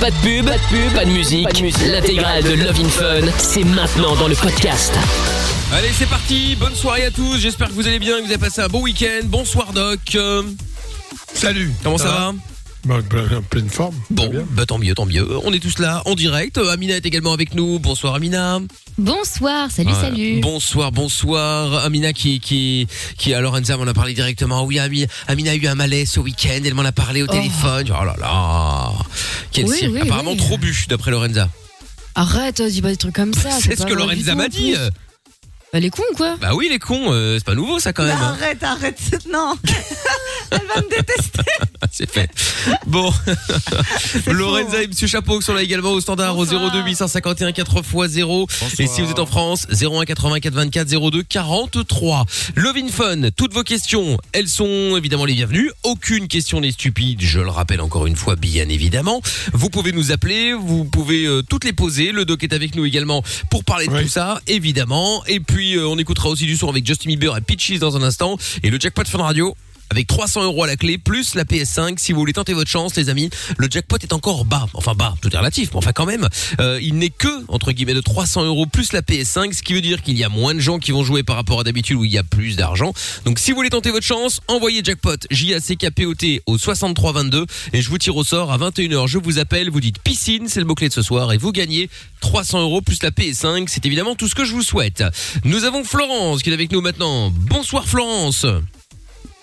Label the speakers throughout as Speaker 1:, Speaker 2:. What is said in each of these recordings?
Speaker 1: Pas de pub, pas de pub, pas de musique. L'intégrale de Love in Fun, c'est maintenant dans le podcast.
Speaker 2: Allez, c'est parti. Bonne soirée à tous. J'espère que vous allez bien, que vous avez passé un bon week-end. Bonsoir Doc. Euh,
Speaker 3: Salut.
Speaker 2: Comment ça, va
Speaker 3: Bah, bah, En pleine forme.
Speaker 2: Bon, bah tant mieux, tant mieux. On est tous là en direct. Euh, Amina est également avec nous. Bonsoir Amina.
Speaker 4: Bonsoir, salut,
Speaker 2: Voilà.
Speaker 4: salut.
Speaker 2: Bonsoir, bonsoir. Amina qui qui qui à Lorenza m'en a parlé directement. Oui, Ami- Amina a eu un malaise ce week-end. Elle m'en a parlé au téléphone. Oh là là. Quel
Speaker 4: Oui,
Speaker 2: cirque.
Speaker 4: oui,
Speaker 2: Apparemment
Speaker 4: oui.
Speaker 2: trop bu d'après Lorenza.
Speaker 4: Arrête, euh, dis pas des trucs comme ça.
Speaker 2: C'est
Speaker 4: pas
Speaker 2: ce que
Speaker 4: vrai du
Speaker 2: Lorenza
Speaker 4: tout,
Speaker 2: m'a
Speaker 4: en
Speaker 2: dit. euh.
Speaker 4: plus. Bah, les cons ou quoi
Speaker 2: Bah oui, les cons, euh, c'est pas nouveau ça quand
Speaker 4: Bah,
Speaker 2: même. hein.
Speaker 5: Arrête, arrête, non. Elle va me détester.
Speaker 2: C'est fait. Bon. Lorenza et Monsieur Chapeau qui sont là également au standard au 02 851 4 x 0. Et si vous êtes en France, 01 84 24 02 43. Love in Fun, toutes vos questions, elles sont évidemment les bienvenues. Aucune question n'est stupide, je le rappelle encore une fois, bien évidemment. Vous pouvez nous appeler, vous pouvez euh, toutes les poser. Le doc est avec nous également pour parler de tout ça, évidemment. Et puis, euh, on écoutera aussi du son avec Justin Bieber et Peaches dans un instant. Et le jackpot Fun Radio avec 300 euros à la clé, plus la PS5. Si vous voulez tenter votre chance, les amis, le jackpot est encore bas. Enfin bas, tout est relatif, mais enfin quand même. Euh, il n'est que, entre guillemets, de 300 euros plus la PS5, ce qui veut dire qu'il y a moins de gens qui vont jouer par rapport à d'habitude où il y a plus d'argent. Donc si vous voulez tenter votre chance, envoyez jackpot J-A-C-K-P-O-T au 6322 et je vous tire au sort à 21h. Je vous appelle, vous dites piscine, c'est le mot-clé de ce soir et vous gagnez 300 euros plus la PS5. C'est évidemment tout ce que je vous souhaite. Nous avons Florence qui est avec nous maintenant. Bonsoir Florence.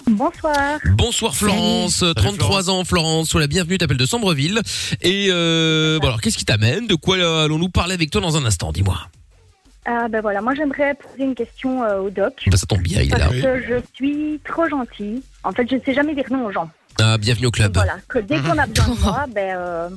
Speaker 6: Bonsoir.
Speaker 2: Bonsoir Florence, 33 ans Florence, sois la bienvenue, t'appelles de Sombreville. Et euh, bon alors qu'est-ce qui t'amène De quoi euh, allons-nous parler avec toi dans un instant Dis-moi.
Speaker 6: Ah ben voilà, moi j'aimerais poser une question euh, au doc.
Speaker 2: Bah, ça tombe bien, il est là.
Speaker 6: Parce que je suis trop gentille. En fait, je ne sais jamais dire non aux gens.
Speaker 2: Ah, bienvenue au club. Mhm.
Speaker 6: Voilà, que dès qu'on a besoin de moi, ben euh,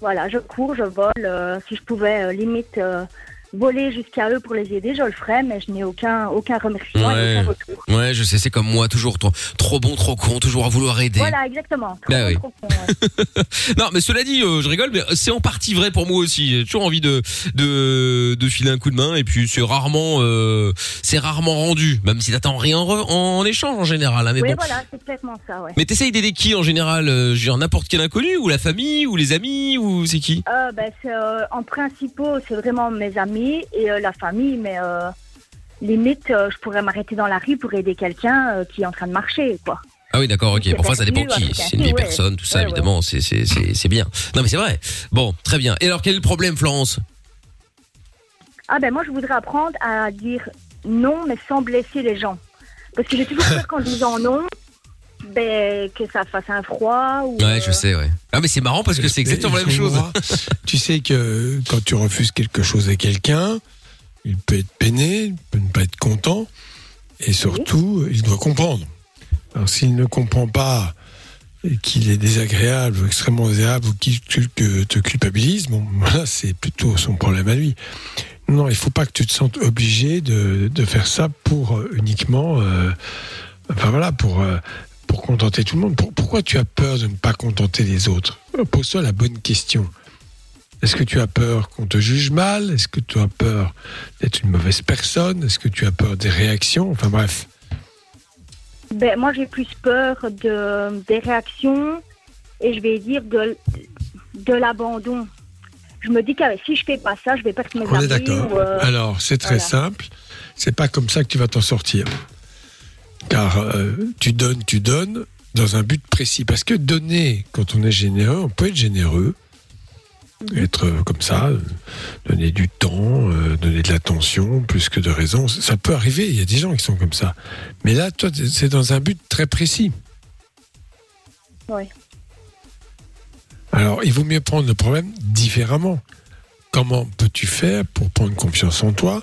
Speaker 6: voilà, je cours, je vole. euh, si je pouvais euh, limite euh, voler jusqu'à eux pour les aider, je le ferais, mais je n'ai aucun aucun remerciement et
Speaker 2: Ouais.
Speaker 6: aucun retour.
Speaker 2: ouais, je sais, c'est comme moi, toujours trop, trop bon, trop con, toujours à vouloir aider.
Speaker 6: Voilà, exactement. Trop
Speaker 2: Bah oui.
Speaker 6: trop con, ouais.
Speaker 2: Non, mais cela dit, euh, je rigole, mais c'est en partie vrai pour moi aussi. J'ai toujours envie de de, de filer un coup de main, et puis c'est rarement euh, c'est rarement rendu, même si t'attends rien en, re- en échange en général. hein, mais
Speaker 6: oui,
Speaker 2: bon.
Speaker 6: voilà, c'est complètement ça, ouais.
Speaker 2: Mais t'essayes d'aider qui en général euh, Genre n'importe quel inconnu ou la famille ou les amis ou c'est qui
Speaker 6: Euh, ben, c'est, euh, en principaux, c'est vraiment mes amis et euh, la famille, mais euh, limite, euh, je pourrais m'arrêter dans la rue pour aider quelqu'un euh, qui est en train de marcher, quoi.
Speaker 2: Ah oui d'accord ok.
Speaker 6: C'est
Speaker 2: Bon, enfin ça dépend
Speaker 6: perdu,
Speaker 2: qui.
Speaker 6: ouais,
Speaker 2: Si C'est une vieille
Speaker 6: ouais.
Speaker 2: personne tout ça
Speaker 6: Ouais, ouais.
Speaker 2: évidemment c'est c'est c'est c'est bien. Non mais c'est vrai. Bon très bien. Et alors quel est le problème Florence
Speaker 6: Ah ben moi, je voudrais apprendre à dire non, mais sans blesser les gens. Parce que j'ai toujours peur qu'en disant non, ben, que ça fasse un froid ou...
Speaker 2: Ouais je sais ouais. Ah mais c'est marrant parce que c'est exactement la même chose.
Speaker 3: Excuse-moi, tu sais que quand tu refuses quelque chose à quelqu'un, il peut être peiné, il peut ne pas être content, et surtout, il doit comprendre. Alors s'il ne comprend pas et qu'il est désagréable ou extrêmement désagréable ou qu'il te- que te culpabilise, bon, voilà, c'est plutôt son problème à lui. Non, il faut pas que tu te sentes obligé de, de faire ça pour euh, uniquement, euh, enfin voilà, pour euh, pour contenter tout le monde. Pour- pourquoi tu as peur de ne pas contenter les autres Euh, Pose-toi la bonne question. Est-ce que tu as peur qu'on te juge mal Est-ce que tu as peur d'être une mauvaise personne Est-ce que tu as peur des réactions Enfin bref.
Speaker 6: Ben, moi, j'ai plus peur de, des réactions et je vais dire de, de l'abandon. Je me dis que si je fais pas ça, je vais perdre mes
Speaker 3: On
Speaker 6: amis.
Speaker 3: est d'accord.
Speaker 6: ou, euh,
Speaker 3: Alors, c'est très
Speaker 6: voilà.
Speaker 3: simple. C'est pas comme ça que tu vas t'en sortir. Car euh, tu donnes, tu donnes dans un but précis. Parce que donner, quand on est généreux, on peut être généreux, être euh, comme ça, euh, donner du temps, euh, donner de l'attention, plus que de raison. Ça peut arriver. Il y a des gens qui sont comme ça. Mais là, toi, c'est dans un but très précis.
Speaker 6: Ouais.
Speaker 3: Alors, il vaut mieux prendre le problème différemment. Comment peux-tu faire pour prendre confiance en toi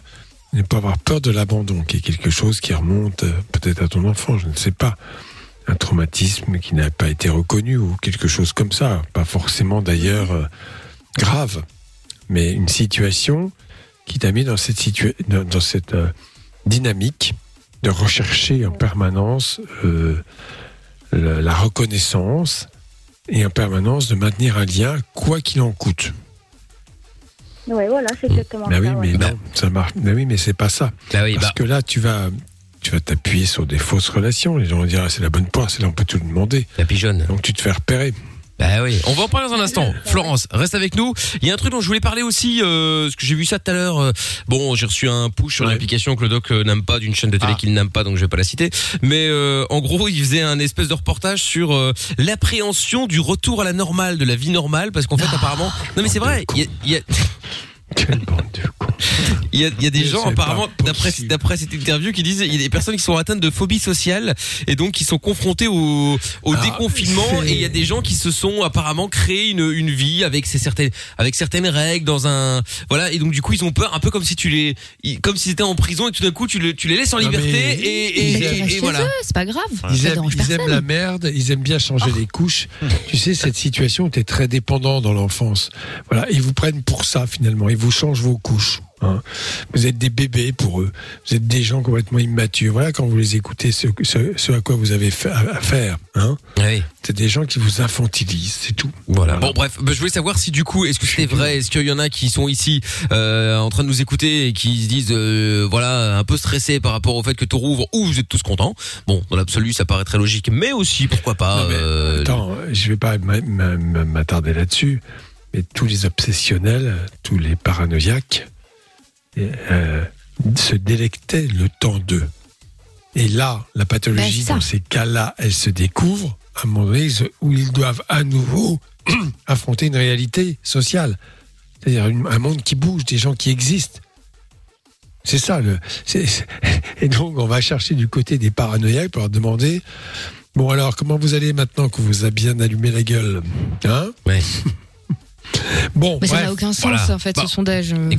Speaker 3: et ne pas avoir peur de l'abandon, qui est quelque chose qui remonte euh, peut-être à ton enfant, je ne sais pas. Un traumatisme qui n'a pas été reconnu ou quelque chose comme ça. Pas forcément d'ailleurs euh, grave, mais une situation qui t'a mis dans cette, situa- dans, dans cette euh, dynamique de rechercher en permanence euh, le- la reconnaissance et en permanence de maintenir un lien quoi qu'il en coûte.
Speaker 6: Ouais, voilà, c'est exactement
Speaker 3: Bah
Speaker 6: ça.
Speaker 3: oui,
Speaker 6: ouais.
Speaker 3: mais non, ça marche. Bah oui, mais c'est pas ça.
Speaker 2: Bah oui
Speaker 3: Parce
Speaker 2: bah
Speaker 3: que là, tu vas, tu vas t'appuyer sur des fausses relations. Les gens vont dire ah, c'est la bonne poire, c'est là on peut tout demander.
Speaker 2: la pigeonne.
Speaker 3: Donc tu te fais repérer.
Speaker 2: Bah oui, on va en parler dans un instant. Florence, reste avec nous. Il y a un truc dont je voulais parler aussi, euh, parce que j'ai vu ça tout à l'heure. euh, bon, j'ai reçu un push sur l'application que le doc euh, n'aime pas, d'une chaîne de télé
Speaker 7: Ah.
Speaker 2: qu'il n'aime pas, donc je vais pas la citer. Mais euh, en gros, il faisait un espèce de reportage sur euh, l'appréhension du retour à la normale, de la vie normale, parce
Speaker 7: Ah.
Speaker 2: qu'en fait, apparemment... Non mais c'est vrai, il y a... il y a- Il y, a, il y a des gens
Speaker 7: c'est pas
Speaker 2: apparemment d'après d'après cette interview qui disent il y a des personnes qui sont atteintes de phobie sociale et donc qui sont confrontées au, au
Speaker 7: Ah.
Speaker 3: Ah,
Speaker 2: déconfinement et il y a des gens qui se sont apparemment créé une, une vie avec ces certaines avec certaines règles dans un voilà et donc du coup ils ont peur un peu comme si tu les ils- comme s'ils étaient en prison et tout d'un coup tu, le, tu les laisses en liberté
Speaker 3: Ah, mais-
Speaker 2: et, et,
Speaker 3: Ils
Speaker 2: et-
Speaker 3: aiment-
Speaker 2: et
Speaker 3: chez
Speaker 2: voilà Ah
Speaker 4: eux, c'est pas grave.
Speaker 3: Ils
Speaker 4: Ça
Speaker 3: aiment,
Speaker 4: dérange
Speaker 3: ils aiment
Speaker 4: personne. Oh.
Speaker 3: la merde, ils aiment bien changer les couches. tu sais, cette situation où tu es très dépendant dans l'enfance. Voilà, ils vous prennent pour ça finalement, ils vous changent vos couches. hein. Vous êtes des bébés pour eux, vous êtes des gens complètement immatures. Voilà quand vous les écoutez, ce, ce- ce à quoi vous avez fa- à faire. Hein. C'est des gens qui vous infantilisent, c'est tout.
Speaker 2: Voilà. Bon bref, bah, je voulais savoir si du coup, est-ce que c'était vrai Est-ce qu'il y en a qui sont ici euh, en train de nous écouter et qui se disent, euh, voilà, un peu stressés par rapport au fait que tout rouvre ou vous êtes tous contents Bon, dans l'absolu, ça paraît très logique, mais aussi, pourquoi pas euh,
Speaker 3: Attends, je vais pas m'a- m'a- m'a- m'attarder là-dessus, mais tous les obsessionnels, tous les paranoïaques euh, se délectaient le temps d'eux. Et là, la
Speaker 4: Ben,
Speaker 3: pathologie, dans ces cas-là, elle se découvre à un moment donné ils se- où ils doivent à nouveau affronter une réalité sociale. C'est-à-dire une- un monde qui bouge, des gens qui existent. C'est ça. Le, c'est- c'est- et donc, on va chercher du côté des paranoïaques pour leur demander Bon, alors, comment vous allez maintenant qu'on vous a bien allumé la gueule Hein
Speaker 2: Ouais.
Speaker 3: bon,
Speaker 4: Mais ça
Speaker 3: bref.
Speaker 4: n'a aucun sens
Speaker 3: Voilà.
Speaker 4: en fait
Speaker 2: Bah,
Speaker 3: Bon.
Speaker 4: ce sondage. euh.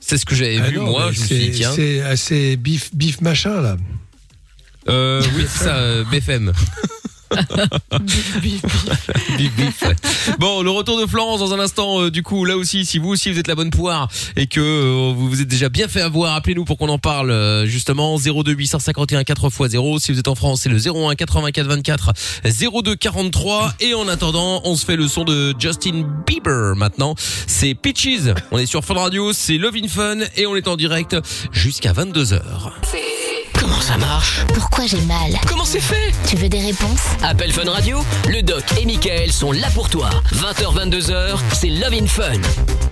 Speaker 2: C'est ce que j'avais
Speaker 3: Bah, Ah
Speaker 2: vu
Speaker 3: non,
Speaker 2: moi.
Speaker 3: mais
Speaker 2: Je me suis
Speaker 3: c'est-
Speaker 2: dit, tiens.
Speaker 3: C'est assez bif, bif machin, là.
Speaker 2: Euh, oui, c'est ça, euh, BFM. Bif, bif, ouais. Bon, le retour de Florence dans un instant. euh, du coup, là aussi, si vous aussi vous êtes la bonne poire et que euh, vous vous êtes déjà bien fait avoir, appelez-nous pour qu'on en parle euh, justement 02 851 4x0. Si vous êtes en France, c'est le 01 84 24 02 43. Et en attendant, on se fait le son de Justin Bieber maintenant. C'est Peaches. On est sur Fun Radio, c'est Love in Fun et on est en direct jusqu'à 22h.
Speaker 1: Comment ça marche
Speaker 8: Pourquoi j'ai mal
Speaker 1: Comment c'est fait
Speaker 8: Tu veux des réponses
Speaker 1: Appel Fun Radio, le doc et Michael sont là pour toi. 20h, 22h, c'est Love in Fun.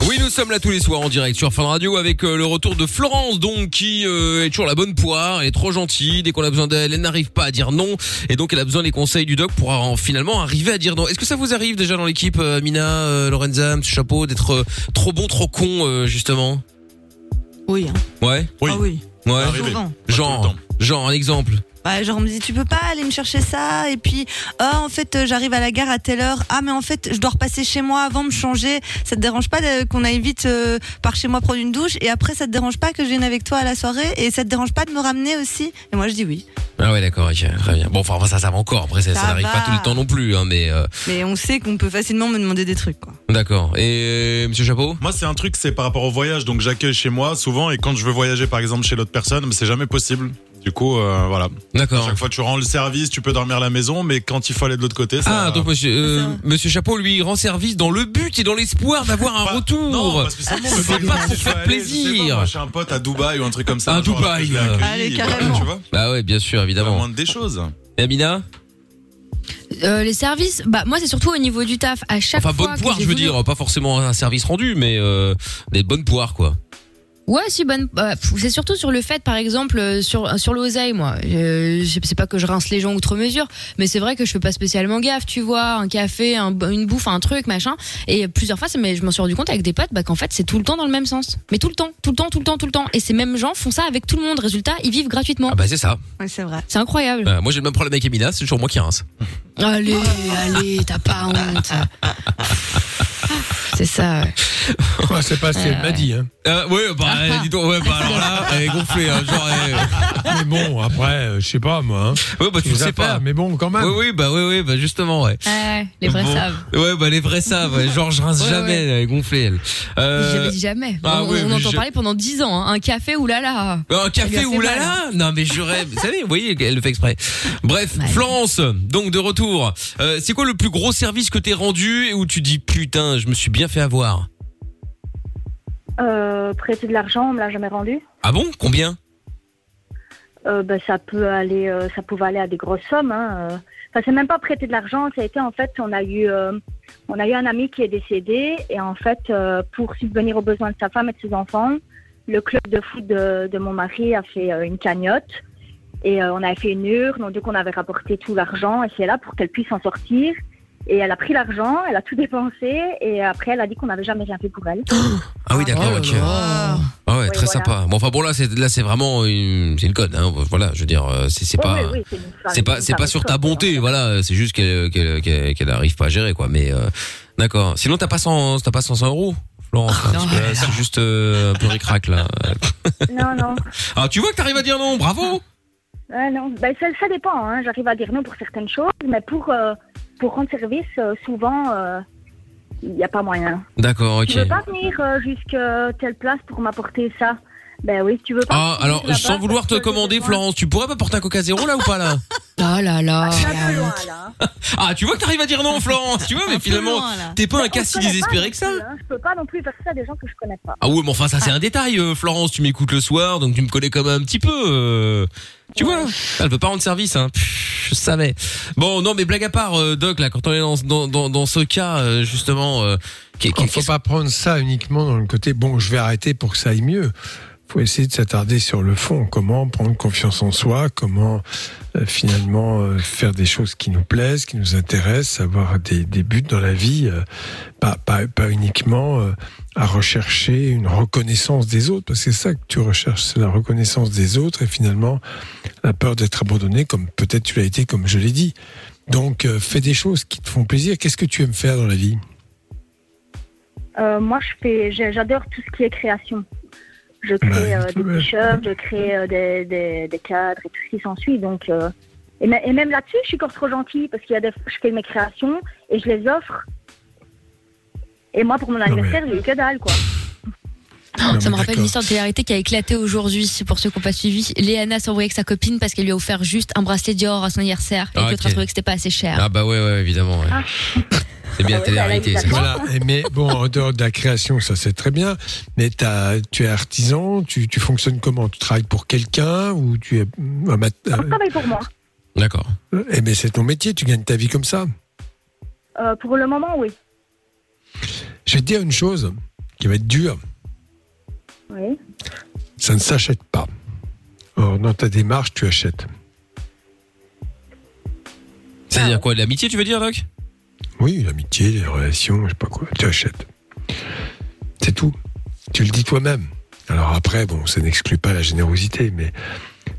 Speaker 2: Oui, nous sommes là tous les soirs en direct sur Fun Radio avec euh, le retour de Florence, donc qui euh, est toujours la bonne poire, elle est trop gentille. Dès qu'on a besoin d'elle, elle n'arrive pas à dire non, et donc elle a besoin des conseils du doc pour en- finalement arriver à dire non. Est-ce que ça vous arrive déjà dans l'équipe, euh, Mina, euh, Lorenza, Monsieur Chapeau, d'être euh, trop bon, trop con, euh, justement
Speaker 5: Oui. hein.
Speaker 2: Ouais.
Speaker 5: Ah oui.
Speaker 2: Ouais.
Speaker 5: Arrivé. Souvent.
Speaker 2: Genre, genre un exemple.
Speaker 5: Bah, genre, on me dit, tu peux pas aller me chercher ça, et puis, ah, en fait, euh, j'arrive à la gare à telle heure, ah, mais en fait, je dois repasser chez moi avant me changer, ça te dérange pas de- qu'on aille vite euh, par chez moi prendre une douche, et après, ça te dérange pas que je vienne avec toi à la soirée, et ça te dérange pas de me ramener aussi Et moi, je dis oui.
Speaker 2: Ah ouais, d'accord, ok, très bien. Bon, enfin après, ça, ça va encore. Après, ça,
Speaker 5: Ça
Speaker 2: ça n'arrive
Speaker 5: va.
Speaker 2: pas tout le temps non plus, hein, mais euh,
Speaker 5: Mais on sait qu'on peut facilement me demander des trucs, quoi.
Speaker 2: d'accord. Et euh, Monsieur Chapeau
Speaker 9: Moi, c'est un truc, c'est par rapport au voyage. Donc, j'accueille chez moi souvent. Et quand je veux voyager, par exemple, chez l'autre personne, mais c'est jamais possible. Du coup, euh, voilà.
Speaker 2: D'accord.
Speaker 9: Chaque fois, tu rends le service, tu peux dormir à la maison, mais quand il faut aller de l'autre côté, ça.
Speaker 2: Ah, donc monsieur, euh, monsieur Chapeau lui rend service dans le but et dans l'espoir d'avoir un retour.
Speaker 9: Non, parce que c'est bon, mais par
Speaker 2: c'est
Speaker 9: exemple,
Speaker 2: pas
Speaker 9: si
Speaker 2: pour
Speaker 9: je veux aller,
Speaker 2: faire
Speaker 9: je sais pas,
Speaker 2: plaisir.
Speaker 9: moi, Chez un pote à Dubaï ou un truc comme ça.
Speaker 2: À
Speaker 9: genre,
Speaker 2: Dubaï,
Speaker 9: je l'ai accueilli,
Speaker 5: Allez,
Speaker 9: et voilà,
Speaker 5: carrément.
Speaker 9: tu vois
Speaker 2: Bah ouais, bien sûr, évidemment.
Speaker 9: moindre des choses.
Speaker 2: Et Amina
Speaker 4: Euh, les services, bah moi c'est surtout au niveau du taf. À chaque
Speaker 2: Enfin,
Speaker 4: fois
Speaker 2: bonne
Speaker 4: que
Speaker 2: poire,
Speaker 4: j'ai
Speaker 2: je veux
Speaker 4: voulu-
Speaker 2: dire. Pas forcément un service rendu, mais euh, des bonnes poires, quoi.
Speaker 4: Ouais, si bonne. bah, pff, c'est surtout sur le fait, par exemple, euh, sur sur l'oseille, moi. Euh, je- c'est pas que je rince les gens outre mesure, mais c'est vrai que je fais pas spécialement gaffe, tu vois, un café, un- une bouffe, un truc, machin. Et plusieurs fois, c'est- mais je m'en suis rendu compte avec des potes, bah qu'en fait c'est tout le temps dans le même sens. Mais tout le temps, tout le temps, tout le temps, tout le temps. Et ces mêmes gens font ça avec tout le monde. Résultat, ils vivent gratuitement.
Speaker 2: Ah bah c'est ça.
Speaker 5: c'est vrai.
Speaker 4: C'est incroyable.
Speaker 2: Bah, moi j'ai le même problème avec Amina, c'est toujours moi qui rince.
Speaker 4: Allez, allez, t'as pas honte. C'est ça.
Speaker 3: Ouais, c'est pas ce qu'elle m'a dit. Hein.
Speaker 2: Euh, oui, bah
Speaker 4: Ah,
Speaker 2: eh, dis donc, ouais, bah alors là, elle est gonflée, hein, genre.
Speaker 3: Mais bon, après, euh, je sais pas, moi. Hein.
Speaker 2: Ouais, bah tu
Speaker 3: Les
Speaker 2: sais
Speaker 3: affaires,
Speaker 2: pas.
Speaker 3: Mais bon, quand même.
Speaker 2: Oui, oui, bah oui, oui, bah justement, ouais.
Speaker 4: Ah les vrais
Speaker 2: Bon.
Speaker 4: savent.
Speaker 2: Ouais, bah les vrais savent. ouais. Genre je rince
Speaker 4: Ouais,
Speaker 2: jamais,
Speaker 4: ouais.
Speaker 2: elle est gonflée elle. Euh,
Speaker 4: J'avais dit jamais.
Speaker 2: ah
Speaker 4: on
Speaker 2: oui,
Speaker 4: on
Speaker 2: mais
Speaker 4: entend
Speaker 2: je-
Speaker 4: parler pendant 10 ans. hein. Un café, oulala.
Speaker 2: Euh, Un
Speaker 4: Ça
Speaker 2: café
Speaker 4: lui a fait
Speaker 2: oulala Non mais je rêve. Vous savez, vous voyez, elle le fait exprès. Bref, Florence, donc de retour. Euh, c'est quoi le plus gros service que t'es rendu et où tu dis putain, je me suis bien fait avoir
Speaker 6: Euh, prêter de l'argent, on me l'a jamais rendu.
Speaker 2: Ah bon Combien
Speaker 6: Euh, ben, ça peut aller, euh, ça pouvait aller à des grosses sommes. hein, euh. Enfin, c'est même pas prêter de l'argent. Ça a été en fait, on a eu euh, on a eu un ami qui est décédé et en fait, euh, pour subvenir aux besoins de sa femme et de ses enfants, le club de foot de, de mon mari a fait euh, une cagnotte et euh, on avait fait une urne, donc on avait rapporté tout l'argent et c'est là pour qu'elle puisse s'en sortir. Et elle a pris l'argent, elle a tout dépensé et après elle a dit qu'on n'avait jamais rien fait pour elle.
Speaker 2: Ah oui, d'accord,
Speaker 4: oh
Speaker 2: ok. Ah ouais, très sympa. Bon, enfin bon, là, c'est là, c'est vraiment une, c'est une conne. Hein. Voilà, je veux dire, euh, c'est
Speaker 4: Oh,
Speaker 2: c'est
Speaker 6: Oui,
Speaker 2: pas,
Speaker 6: oui, oui, une soirée-
Speaker 2: c'est pas,
Speaker 6: une
Speaker 2: c'est pas
Speaker 6: soirée
Speaker 2: sur
Speaker 6: de
Speaker 2: ta
Speaker 6: choc,
Speaker 2: bonté.
Speaker 6: hein.
Speaker 2: Voilà, c'est juste qu'elle qu'elle qu'elle qu'elle arrive pas à gérer, quoi. Mais euh, d'accord. Sinon, t'as pas 100, t'as pas 100 euros, Florence. hein, parce que là, c'est juste euh, un peu ricrac là.
Speaker 6: Non, non.
Speaker 2: Ah, tu vois que t'arrives à dire non, bravo.
Speaker 6: Ouais, non. Ben, ça, ça dépend. hein. J'arrive à dire non pour certaines choses, mais pour, euh, pour rendre service, euh, souvent, euh, il n'y a pas moyen.
Speaker 2: D'accord, ok.
Speaker 6: Tu veux pas venir euh, jusqu'à telle place pour m'apporter ça Ben oui, tu veux pas.
Speaker 2: Ah, alors
Speaker 6: Là-bas,
Speaker 2: sans vouloir te
Speaker 6: parce que j'ai
Speaker 2: commander,
Speaker 6: besoin-
Speaker 2: Florence, tu pourrais pas porter un Coca Zéro là ou pas là
Speaker 4: Ah là là.
Speaker 6: C'est un peu loin, là.
Speaker 2: Ah, tu vois que t'arrives à dire non, Florence. Tu vois, mais finalement,
Speaker 5: loin, là.
Speaker 2: t'es pas un
Speaker 6: On
Speaker 2: cas
Speaker 6: se
Speaker 2: si
Speaker 6: connaît pas
Speaker 2: désespéré
Speaker 6: non
Speaker 2: que ça.
Speaker 6: plus, hein. Je peux pas non plus faire ça à des gens que je connais pas.
Speaker 2: Ah ouais, mais enfin ça c'est un détail, euh, Florence, tu m'écoutes le soir, donc tu me connais quand même un petit peu. euh, tu vois, elle peut pas rendre service, hein. Pff, je savais. Bon, non, mais blague à part, euh, Doc, là, quand on est dans, dans, dans, dans ce cas, euh, justement, euh, qu'est-
Speaker 3: Il
Speaker 2: qu'est-
Speaker 3: ne faut pas prendre ça uniquement dans le côté bon, je vais arrêter pour que ça aille mieux. Il faut essayer de s'attarder sur le fond. Comment prendre confiance en soi Comment euh, finalement euh, faire des choses qui nous plaisent, qui nous intéressent, avoir des, des buts dans la vie, euh, pas, pas, pas uniquement euh, à rechercher une reconnaissance des autres, parce que c'est ça que tu recherches, c'est la reconnaissance des autres et finalement la peur d'être abandonné, comme peut-être tu l'as été, comme je l'ai dit. Donc euh, fais des choses qui te font plaisir. Qu'est-ce que tu aimes faire dans la vie
Speaker 6: Euh, moi, je fais, j'ai- j'adore tout ce qui est création. Je crée
Speaker 3: Bah,
Speaker 6: euh, des
Speaker 3: ouais.
Speaker 6: t-shirts, je crée euh, des, des, des cadres et tout ce qui s'ensuit. Donc, euh, et, mê- et même là-dessus, je suis encore trop gentille parce qu'il y a des, je fais mes créations et je les offre. Et moi, pour mon anniversaire, j'ai eu que dalle, quoi.
Speaker 3: Non,
Speaker 4: Ça me
Speaker 3: mais
Speaker 4: rappelle
Speaker 3: d'accord.
Speaker 4: une histoire de télé qui a éclaté aujourd'hui. Pour ceux qui n'ont pas suivi, Léana s'est envoyée avec sa copine parce qu'elle lui a offert juste un bracelet Dior à son anniversaire. Et
Speaker 2: Ah,
Speaker 4: l'autre
Speaker 2: ok.
Speaker 4: a trouvé que c'était pas assez cher.
Speaker 2: Ah bah ouais, ouais évidemment. ouais.
Speaker 6: Ah.
Speaker 2: C'est bien
Speaker 6: Ah
Speaker 2: la
Speaker 6: ouais,
Speaker 2: télé-réalité.
Speaker 6: bah,
Speaker 2: ça.
Speaker 3: Voilà. Et Mais bon, en dehors de la création, ça c'est très bien. Mais t'as- tu es artisan, tu, tu fonctionnes comment Tu travailles pour quelqu'un ou tu es un mat-
Speaker 6: Je travaille pour moi.
Speaker 2: D'accord.
Speaker 3: euh, Eh mais c'est ton métier, tu gagnes ta vie comme ça.
Speaker 6: Euh, pour le moment, oui.
Speaker 3: Je vais te dire une chose qui va être dure,
Speaker 6: Oui.
Speaker 3: ça ne s'achète pas. Or, dans ta démarche, tu achètes.
Speaker 2: C'est-à-dire quoi, de l'amitié, tu veux dire, Doc
Speaker 3: Oui, l'amitié, les relations, je sais pas quoi, tu achètes. C'est tout. Tu le dis toi-même. Alors après, bon, ça n'exclut pas la générosité, mais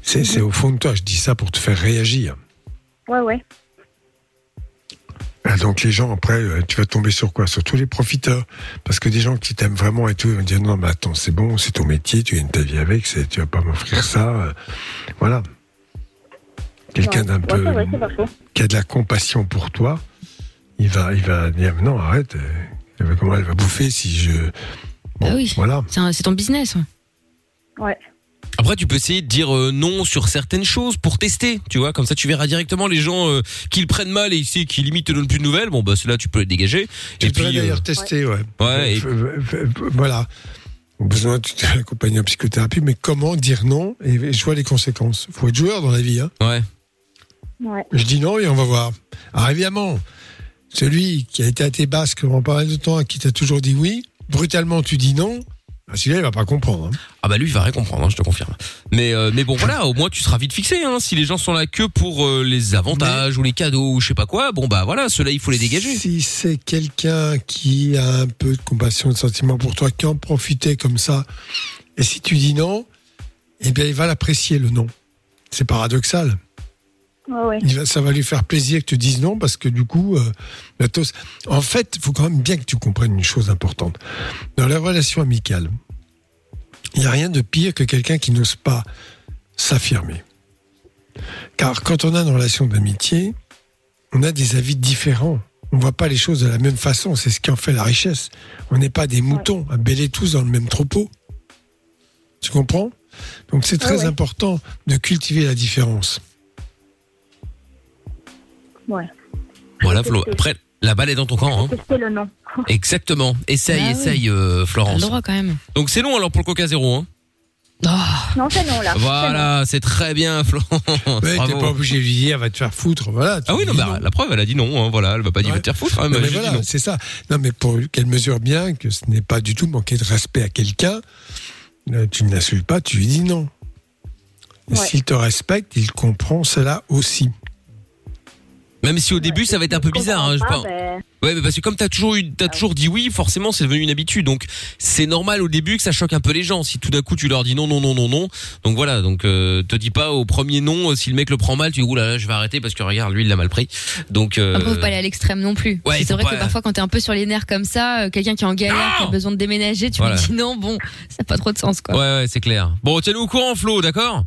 Speaker 3: c'est c'est au fond de toi. Je dis ça pour te faire réagir.
Speaker 6: Ouais, ouais.
Speaker 3: Ah, donc les gens, après, euh, tu vas tomber sur quoi Sur tous les profiteurs. Parce que des gens qui t'aiment vraiment et tout, ils vont dire non, mais attends, c'est bon, c'est ton métier, tu gagnes ta vie avec, c'est- tu vas pas m'offrir ça. euh, Voilà. Quelqu'un
Speaker 6: Ouais.
Speaker 3: d'un
Speaker 6: Ouais,
Speaker 3: peu
Speaker 6: c'est vrai, c'est pas faux.
Speaker 3: qui a de la compassion pour toi, il va, il va dire non, arrête. euh, elle va- Comment elle va bouffer si je. Bon,
Speaker 4: Ah oui.
Speaker 3: Voilà.
Speaker 4: C'est un- C'est ton business. ouais.
Speaker 6: Ouais.
Speaker 2: Après, tu peux essayer de dire euh, non sur certaines choses pour tester, tu vois. Comme ça, tu verras directement les gens euh, qui le prennent mal et qui, qui limite te donnent plus de nouvelles. Bon, bah, ceux-là, tu peux les dégager.
Speaker 3: Tu pourrais
Speaker 2: euh,
Speaker 3: d'ailleurs tester, ouais.
Speaker 2: ouais, et-
Speaker 3: F- f- f- Voilà. Au Besoin de compagnie en psychothérapie, mais comment dire non et je vois les conséquences. Faut être joueur dans la vie, hein.
Speaker 2: ouais.
Speaker 6: Ouais.
Speaker 3: Je dis non et on va voir. Alors évidemment, celui qui a été à tes basques pendant pas mal de temps et qui t'a toujours dit oui, brutalement tu dis non, ah, celui-là il va pas comprendre. hein.
Speaker 2: Ah bah lui il va rien comprendre, hein, je te confirme. Mais euh, mais bon voilà, au moins tu seras vite fixé. Hein, si les gens sont là que pour euh, les avantages ou les cadeaux ou je sais pas quoi, bon bah voilà, ceux-là il faut les dégager.
Speaker 3: Si c'est quelqu'un qui a un peu de compassion, de sentiment pour toi, qui en profitait comme ça, et si tu dis non, eh bien il va l'apprécier le non. C'est paradoxal.
Speaker 6: Ouais, ouais.
Speaker 3: Il va- ça va lui faire plaisir que tu dises non parce que du coup, euh, la tosse. En fait, il faut quand même bien que tu comprennes une chose importante. Dans la relation amicale, il n'y a rien de pire que quelqu'un qui n'ose pas s'affirmer. Car quand on a une relation d'amitié, on a des avis différents. On ne voit pas les choses de la même façon. C'est ce qui en fait la richesse. On n'est pas des moutons à bêler tous dans le même troupeau. Tu comprends Donc c'est très
Speaker 6: ouais.
Speaker 3: important de cultiver la différence.
Speaker 6: ouais.
Speaker 2: Voilà Flo. Après la balle est dans ton camp. Hein.
Speaker 6: Tester le nom.
Speaker 2: Exactement. Essaye,
Speaker 4: Bah oui.
Speaker 2: essaye euh,
Speaker 4: T'as le
Speaker 2: Florence.
Speaker 4: droit quand même.
Speaker 2: Donc c'est long alors pour le Coca Zéro. Hein.
Speaker 10: Non, c'est
Speaker 4: Ah,
Speaker 10: non là.
Speaker 2: Voilà, c'est très bien, Florence.
Speaker 3: Ouais, t'es
Speaker 2: Bravo.
Speaker 3: pas obligé de lui dire, va te faire foutre, voilà. tu
Speaker 2: Ah oui, non,
Speaker 3: dis
Speaker 2: bah, la preuve, elle a dit non. hein, voilà, elle m'a pas dit va te faire foutre. hein,
Speaker 3: Non,
Speaker 2: elle m'a
Speaker 3: mais
Speaker 2: juste dit
Speaker 3: voilà,
Speaker 2: non.
Speaker 3: c'est ça. Non, mais pour qu'elle mesure bien que ce n'est pas du tout manquer de respect à quelqu'un, euh, tu ne l'insultes pas, tu lui dis non. Et
Speaker 10: Ouais.
Speaker 3: S'il te respecte, il comprend cela aussi.
Speaker 2: Même si au début, ça va être un peu bizarre. hein, je
Speaker 10: Comprends
Speaker 2: pense.
Speaker 10: pas, ben,
Speaker 2: Ouais, mais parce que comme t'as toujours eu, t'as toujours dit oui, forcément, c'est devenu une habitude. Donc, c'est normal au début que ça choque un peu les gens. Si tout d'un coup tu leur dis non, non, non, non, non, donc voilà. Donc, euh, te dis pas au premier non euh, si le mec le prend mal, tu dis oulala, je vais arrêter parce que regarde, lui, il l'a mal pris. Donc, euh,
Speaker 4: Après, faut pas aller à l'extrême non plus.
Speaker 2: Ouais,
Speaker 4: c'est
Speaker 2: faut
Speaker 4: vrai
Speaker 2: pas-
Speaker 4: que parfois, quand t'es un peu sur les nerfs comme ça, euh, quelqu'un qui est en galère, qui a besoin de déménager, tu
Speaker 2: Voilà.
Speaker 4: lui dis non, bon, ça n'a pas trop de sens, quoi.
Speaker 2: ouais, ouais, c'est clair. Bon, tiens-nous au courant, Flo, d'accord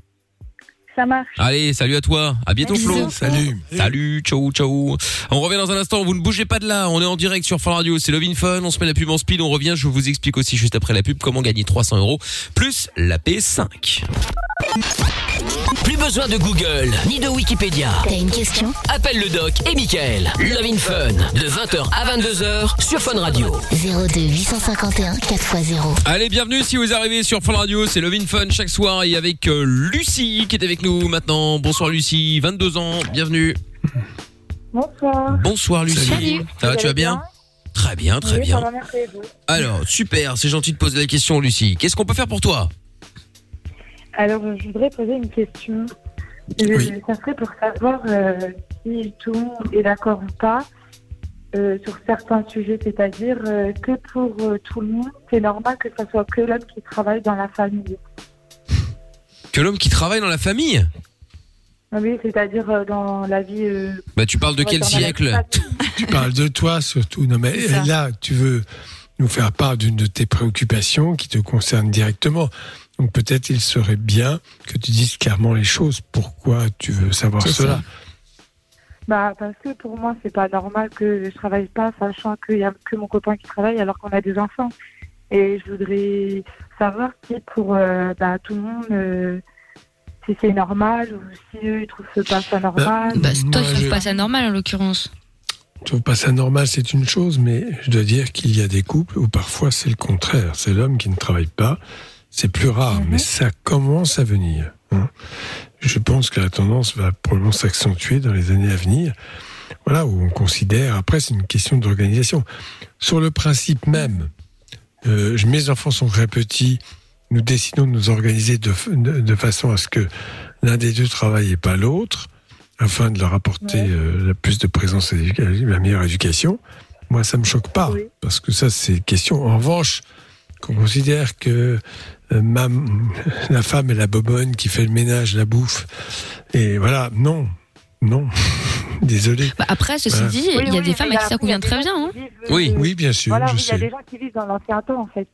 Speaker 10: Ça marche.
Speaker 2: Allez, salut à toi. À bientôt,
Speaker 10: Bisous.
Speaker 2: Flo.
Speaker 3: Salut.
Speaker 2: Salut, ciao, ciao. On revient dans un instant. Vous ne bougez pas de là. On est en direct sur Fan Radio. C'est Love in Fun. On se met la pub en speed. On revient. Je vous explique aussi juste après la pub comment gagner 300 euros plus la P5.
Speaker 1: Plus besoin de Google, ni de Wikipédia.
Speaker 7: T'as une question
Speaker 1: Appelle le doc et Michael. Love in Fun, de 20h à 22h sur Fun Radio.
Speaker 7: 02 851 4x0.
Speaker 2: Allez, bienvenue si vous arrivez sur Fun Radio. C'est Love in Fun chaque soir et avec euh, Lucie qui est avec nous maintenant. Bonsoir Lucie, 22 ans. Bienvenue.
Speaker 10: Bonsoir.
Speaker 2: Bonsoir Lucie.
Speaker 4: Salut.
Speaker 2: Ça va,
Speaker 10: Vous
Speaker 2: tu vas
Speaker 10: allez
Speaker 2: bien Très bien, très
Speaker 10: Oui, ça
Speaker 2: bien.
Speaker 10: va, merci, et vous.
Speaker 2: Alors, super. C'est gentil de poser la question Lucie. Qu'est-ce qu'on peut faire pour toi
Speaker 10: Alors, je voudrais poser une question. Je-
Speaker 3: Oui.
Speaker 10: Ça serait pour savoir euh, si tout le monde est d'accord ou pas euh, sur certains sujets, c'est-à-dire euh, que pour euh, tout le monde, c'est normal que ce soit que l'homme qui travaille dans la famille.
Speaker 2: Que l'homme qui travaille dans la famille
Speaker 10: Oui, c'est-à-dire euh, dans la vie. euh,
Speaker 2: Bah, tu parles de quel
Speaker 10: dans la vie
Speaker 2: siècle
Speaker 10: familiale.
Speaker 3: Tu parles de toi surtout. Non, mais
Speaker 11: C'est ça.
Speaker 3: là, tu veux nous faire part d'une de tes préoccupations qui te concerne directement. Donc peut-être il serait bien que tu dises clairement les choses. Pourquoi tu veux savoir
Speaker 4: C'est
Speaker 3: cela
Speaker 10: Bah, parce que pour moi, c'est pas normal que je travaille pas, sachant qu'il y a que mon copain qui travaille alors qu'on a des enfants. Et je voudrais savoir si pour euh, bah, tout le monde, euh, si c'est normal ou si eux ils trouvent ce pas ça normal.
Speaker 4: Bah, toi,
Speaker 3: Moi,
Speaker 4: tu trouves
Speaker 3: je-
Speaker 4: pas ça normal, en l'occurrence.
Speaker 3: Je trouve pas ça normal, c'est une chose, mais je dois dire qu'il y a des couples où parfois c'est le contraire. C'est l'homme qui ne travaille pas. C'est plus rare,
Speaker 10: Mhm.
Speaker 3: mais ça commence à venir. hein. Je pense que la tendance va probablement s'accentuer dans les années à venir. Voilà, où on considère, après c'est une question d'organisation. Sur le principe même, euh, je- mes enfants sont très petits, nous décidons de nous organiser de, f- de- de façon à ce que l'un des deux travaille et pas l'autre, afin de leur apporter euh, la plus de présence, et d'éduca- la meilleure éducation. Moi, ça me choque pas,
Speaker 10: Oui.
Speaker 3: parce que ça, c'est question. En revanche, qu'on considère que euh, ma- la femme est la bobonne qui fait le ménage, la bouffe, et voilà, non, non, désolé.
Speaker 4: Bah, après, ceci
Speaker 3: Ouais.
Speaker 4: dit, il
Speaker 10: Oui,
Speaker 4: y a
Speaker 10: oui,
Speaker 4: des
Speaker 10: mais
Speaker 4: femmes à qui ça
Speaker 10: après, il y
Speaker 4: convient
Speaker 10: a des
Speaker 4: très
Speaker 10: gens
Speaker 4: bien, hein.
Speaker 10: qui vivent,
Speaker 2: Oui.
Speaker 10: euh,
Speaker 3: Oui, bien sûr,
Speaker 10: Voilà,
Speaker 3: je
Speaker 10: oui, il y a
Speaker 3: sais.
Speaker 10: des gens qui vivent dans l'ancien temps en fait.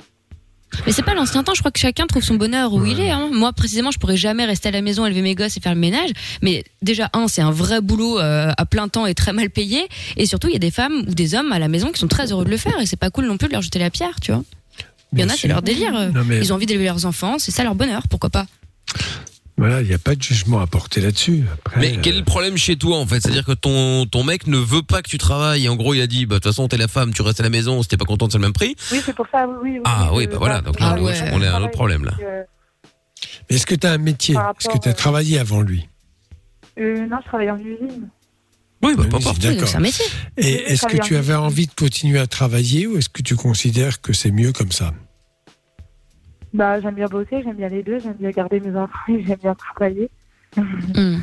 Speaker 4: Mais c'est pas l'ancien temps, je crois que chacun trouve son bonheur où
Speaker 3: Ouais.
Speaker 4: il est. Hein. Moi, précisément, je pourrais jamais rester à la maison, élever mes gosses et faire le ménage. Mais déjà, un, c'est un vrai boulot euh, à plein temps et très mal payé. Et surtout, il y a des femmes ou des hommes à la maison qui sont très heureux de le faire. Et c'est pas cool non plus de leur jeter la pierre, tu vois. Il y en a,
Speaker 3: Bien
Speaker 4: c'est
Speaker 3: sûr.
Speaker 4: leur délire. euh.
Speaker 3: Non, mais-
Speaker 4: Ils ont envie d'élever leurs enfants, c'est ça leur bonheur, pourquoi pas
Speaker 3: Voilà, il n'y a pas de jugement à porter là-dessus. Après,
Speaker 2: Mais
Speaker 3: euh,
Speaker 2: quel est le problème chez toi en fait C'est-à-dire que ton ton mec ne veut pas que tu travailles. Et en gros, il a dit bah de toute façon t'es la femme, tu restes à la maison. Si t'es pas contente, c'est le même prix.
Speaker 10: Oui, c'est pour ça. Oui, oui, oui,
Speaker 2: Ah oui,
Speaker 10: euh,
Speaker 2: bah voilà. Donc là,
Speaker 4: Ah ouais.
Speaker 2: on est à un autre problème là.
Speaker 10: Donc, euh,
Speaker 3: mais est-ce que tu as un métier
Speaker 10: Par
Speaker 3: Est-ce que
Speaker 10: rapport,
Speaker 3: tu as
Speaker 10: euh,
Speaker 3: travaillé avant lui
Speaker 10: euh, non, je travaille en usine.
Speaker 2: Oui, bah, peu
Speaker 3: Oui,
Speaker 2: importe.
Speaker 4: Oui, donc
Speaker 3: D'accord.
Speaker 4: C'est un métier.
Speaker 3: Et
Speaker 10: j'ai
Speaker 3: est-ce que
Speaker 10: travaillé
Speaker 3: tu
Speaker 10: en
Speaker 3: avais
Speaker 10: usine.
Speaker 3: envie de continuer à travailler ou est-ce que tu considères que c'est mieux comme ça
Speaker 10: Bah, j'aime bien bosser, j'aime bien les deux, j'aime bien garder mes enfants, et j'aime bien travailler.
Speaker 4: Hmm.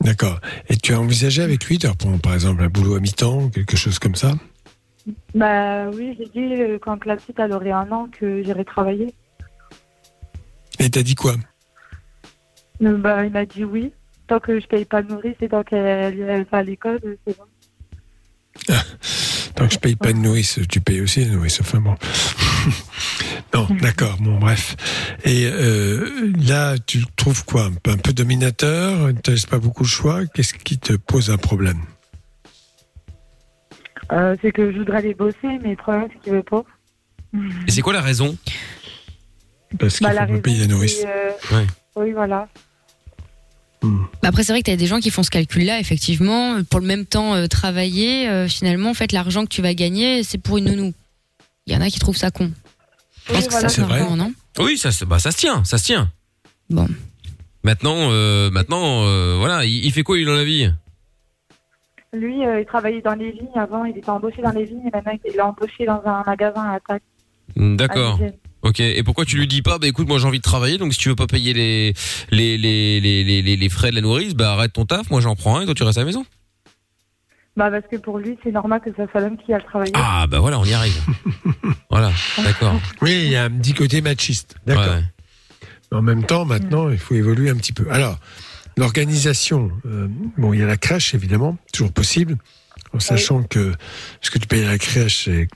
Speaker 3: D'accord. Et tu as envisagé avec lui de reprendre par exemple un boulot à mi-temps, quelque chose comme ça
Speaker 10: Bah oui, j'ai dit euh, quand la petite elle aurait un an que j'irai travailler.
Speaker 3: Et t'as dit quoi
Speaker 10: Euh, Bah il m'a dit oui. Tant que je paye pas de nourrice et tant qu'elle elle va à l'école, euh, c'est bon.
Speaker 3: Tant que je paye pas de nourrice, tu payes aussi la nourrice. Enfin bon. non, d'accord. Bon, bref. Et euh, là, tu le trouves quoi un peu, un peu dominateur Tu laisses pas beaucoup de choix Qu'est-ce qui te pose un problème
Speaker 10: Euh, c'est que je voudrais aller bosser, mais le problème c'est qu'il veut pas.
Speaker 2: Et c'est quoi la raison
Speaker 3: Parce qu'il
Speaker 10: Bah
Speaker 3: faut pas payer la nourrice.
Speaker 10: c'est, euh,
Speaker 2: Ouais.
Speaker 10: Oui voilà.
Speaker 4: Bah Après, c'est vrai que tu as des gens qui font ce calcul-là, effectivement. Pour le même temps euh, travailler, euh, finalement, en fait, l'argent que tu vas gagner, c'est pour une nounou. Il y en a qui trouvent ça con. Je pense
Speaker 10: Oui,
Speaker 4: que
Speaker 10: voilà,
Speaker 2: Ah,
Speaker 4: ça, c'est
Speaker 3: C'est vrai.
Speaker 4: marrant, non
Speaker 2: Oui, ça, se- bah, ça se tient, ça se tient.
Speaker 4: Bon.
Speaker 2: Maintenant, euh, maintenant, euh, voilà, il, il fait quoi, lui, dans la vie
Speaker 10: Lui, euh, il travaillait dans les vignes avant, il était embauché dans les vignes et maintenant il est embauché dans un magasin à attaque.
Speaker 2: D'accord. Ok. Et pourquoi tu lui dis pas, bah écoute, moi j'ai envie de travailler, donc si tu veux pas payer les les les les les, les- les frais de la nourrice, bah arrête ton taf, moi j'en prends un et toi tu restes à la maison.
Speaker 10: Bah, parce que pour lui, c'est normal que ça soit l'homme qui a le travaillé.
Speaker 2: Ah bah voilà, on y arrive. voilà, d'accord.
Speaker 3: Oui, il y a un petit côté machiste. D'accord.
Speaker 2: Ouais.
Speaker 3: Mais En même temps, maintenant, il faut évoluer un petit peu. Alors, l'organisation, euh, bon, il y a la crèche, évidemment, toujours possible, en sachant que ce que tu payes à la crèche est,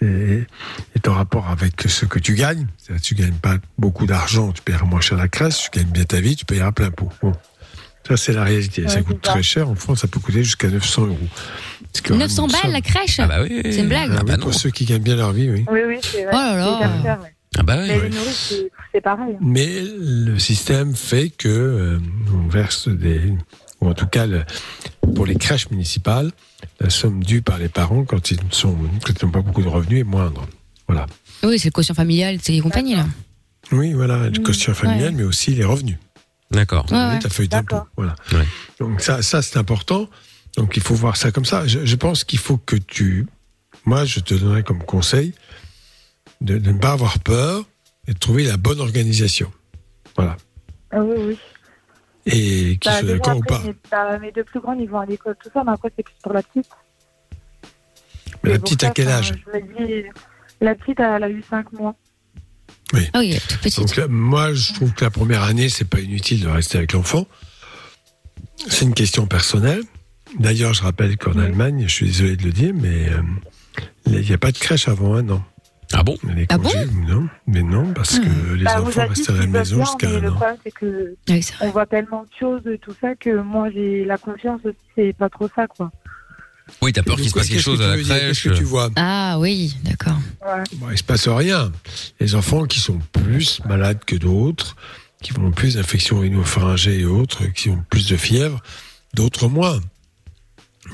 Speaker 3: est- est en rapport avec ce que tu gagnes. C'est-à-dire, tu gagnes pas beaucoup d'argent, tu payeras moins cher la crèche, tu gagnes bien ta vie, tu payeras plein pot. Bon. Ça, c'est la réalité. ça
Speaker 10: Ouais,
Speaker 3: coûte
Speaker 10: c'est ça.
Speaker 3: très cher. En France, ça peut coûter jusqu'à 900 euros. Ce qui est quand même
Speaker 4: 900
Speaker 3: une
Speaker 4: balles
Speaker 3: somme.
Speaker 4: la crèche
Speaker 2: Ah bah oui.
Speaker 4: C'est une blague.
Speaker 3: Ah
Speaker 2: Ah
Speaker 3: oui,
Speaker 2: bah non.
Speaker 3: pour ceux qui gagnent bien leur vie, oui.
Speaker 10: Oui, oui, c'est vrai.
Speaker 4: Oh là là. Mm.
Speaker 10: C'est hyper cher, ouais.
Speaker 2: Ah bah oui.
Speaker 10: Mais
Speaker 3: Ouais.
Speaker 10: les nourrices, c'est- c'est pareil. hein.
Speaker 3: Mais le système fait que euh, on verse des, ou en tout cas le- pour les crèches municipales, la somme due par les parents quand ils ne sont, quand ils n'ont pas beaucoup de revenus est moindre. Voilà.
Speaker 4: Oui, c'est le quotient familial, c'est les compagnies là.
Speaker 3: Oui, voilà, le quotient familial,
Speaker 4: Mmh, ouais.
Speaker 3: mais aussi les revenus.
Speaker 2: D'accord.
Speaker 4: Ouais,
Speaker 3: Oui,
Speaker 4: ouais.
Speaker 3: ta feuille d'impôt.
Speaker 10: D'accord.
Speaker 3: Voilà.
Speaker 2: Ouais.
Speaker 3: Donc ça, ça c'est important. Donc il faut voir ça comme ça. Je, je pense qu'il faut que tu... Moi, je te donnerais comme conseil de, de ne pas avoir peur et de trouver la bonne organisation. Voilà.
Speaker 10: Ah Oui, oui.
Speaker 3: Et qu'ils
Speaker 10: Bah,
Speaker 3: soient
Speaker 10: déjà,
Speaker 3: d'accord ou
Speaker 10: après,
Speaker 3: pas.
Speaker 10: Mes, bah, mes deux plus grands, ils vont à l'école, tout ça, mais après, c'est que pour la petite.
Speaker 3: Mais la
Speaker 10: Et pour
Speaker 3: petite, à
Speaker 10: ça,
Speaker 3: quel
Speaker 10: enfin,
Speaker 3: âge
Speaker 10: je me dis, La petite, elle a eu 5 mois.
Speaker 4: Ah oui, elle est toute petite.
Speaker 3: Donc là, moi, je trouve que la première année, c'est pas inutile de rester avec l'enfant. C'est une question personnelle. D'ailleurs, je rappelle qu'en
Speaker 10: Oui.
Speaker 3: Allemagne, je suis désolé de le dire, mais euh, il n'y a pas de crèche avant un an.
Speaker 2: Ah bon
Speaker 3: Les
Speaker 4: Ah
Speaker 3: congés, non Mais non, parce que les
Speaker 10: Bah, vous
Speaker 3: enfants
Speaker 10: avez dit
Speaker 3: restent à la
Speaker 10: qu'ils veulent
Speaker 3: maison
Speaker 10: bien,
Speaker 3: jusqu'à
Speaker 10: mais
Speaker 3: un
Speaker 10: Le
Speaker 3: an.
Speaker 10: problème, c'est que
Speaker 4: Ah oui, c'est vrai.
Speaker 10: on voit tellement de choses et tout ça que moi, j'ai la confiance aussi, c'est pas trop ça, quoi.
Speaker 2: Oui, t'as peur
Speaker 3: Donc,
Speaker 2: qu'il se passe
Speaker 3: qu'est-ce
Speaker 2: quelque
Speaker 3: que
Speaker 2: chose
Speaker 3: tu
Speaker 2: à la
Speaker 3: veux dire Qu'est-ce
Speaker 2: crèche.
Speaker 3: que tu vois
Speaker 4: Ah oui, d'accord.
Speaker 3: Bon, il se passe rien. Les enfants qui sont plus malades que d'autres, qui ont plus d'infections rhinopharyngées et autres, qui ont plus de fièvre, d'autres moins.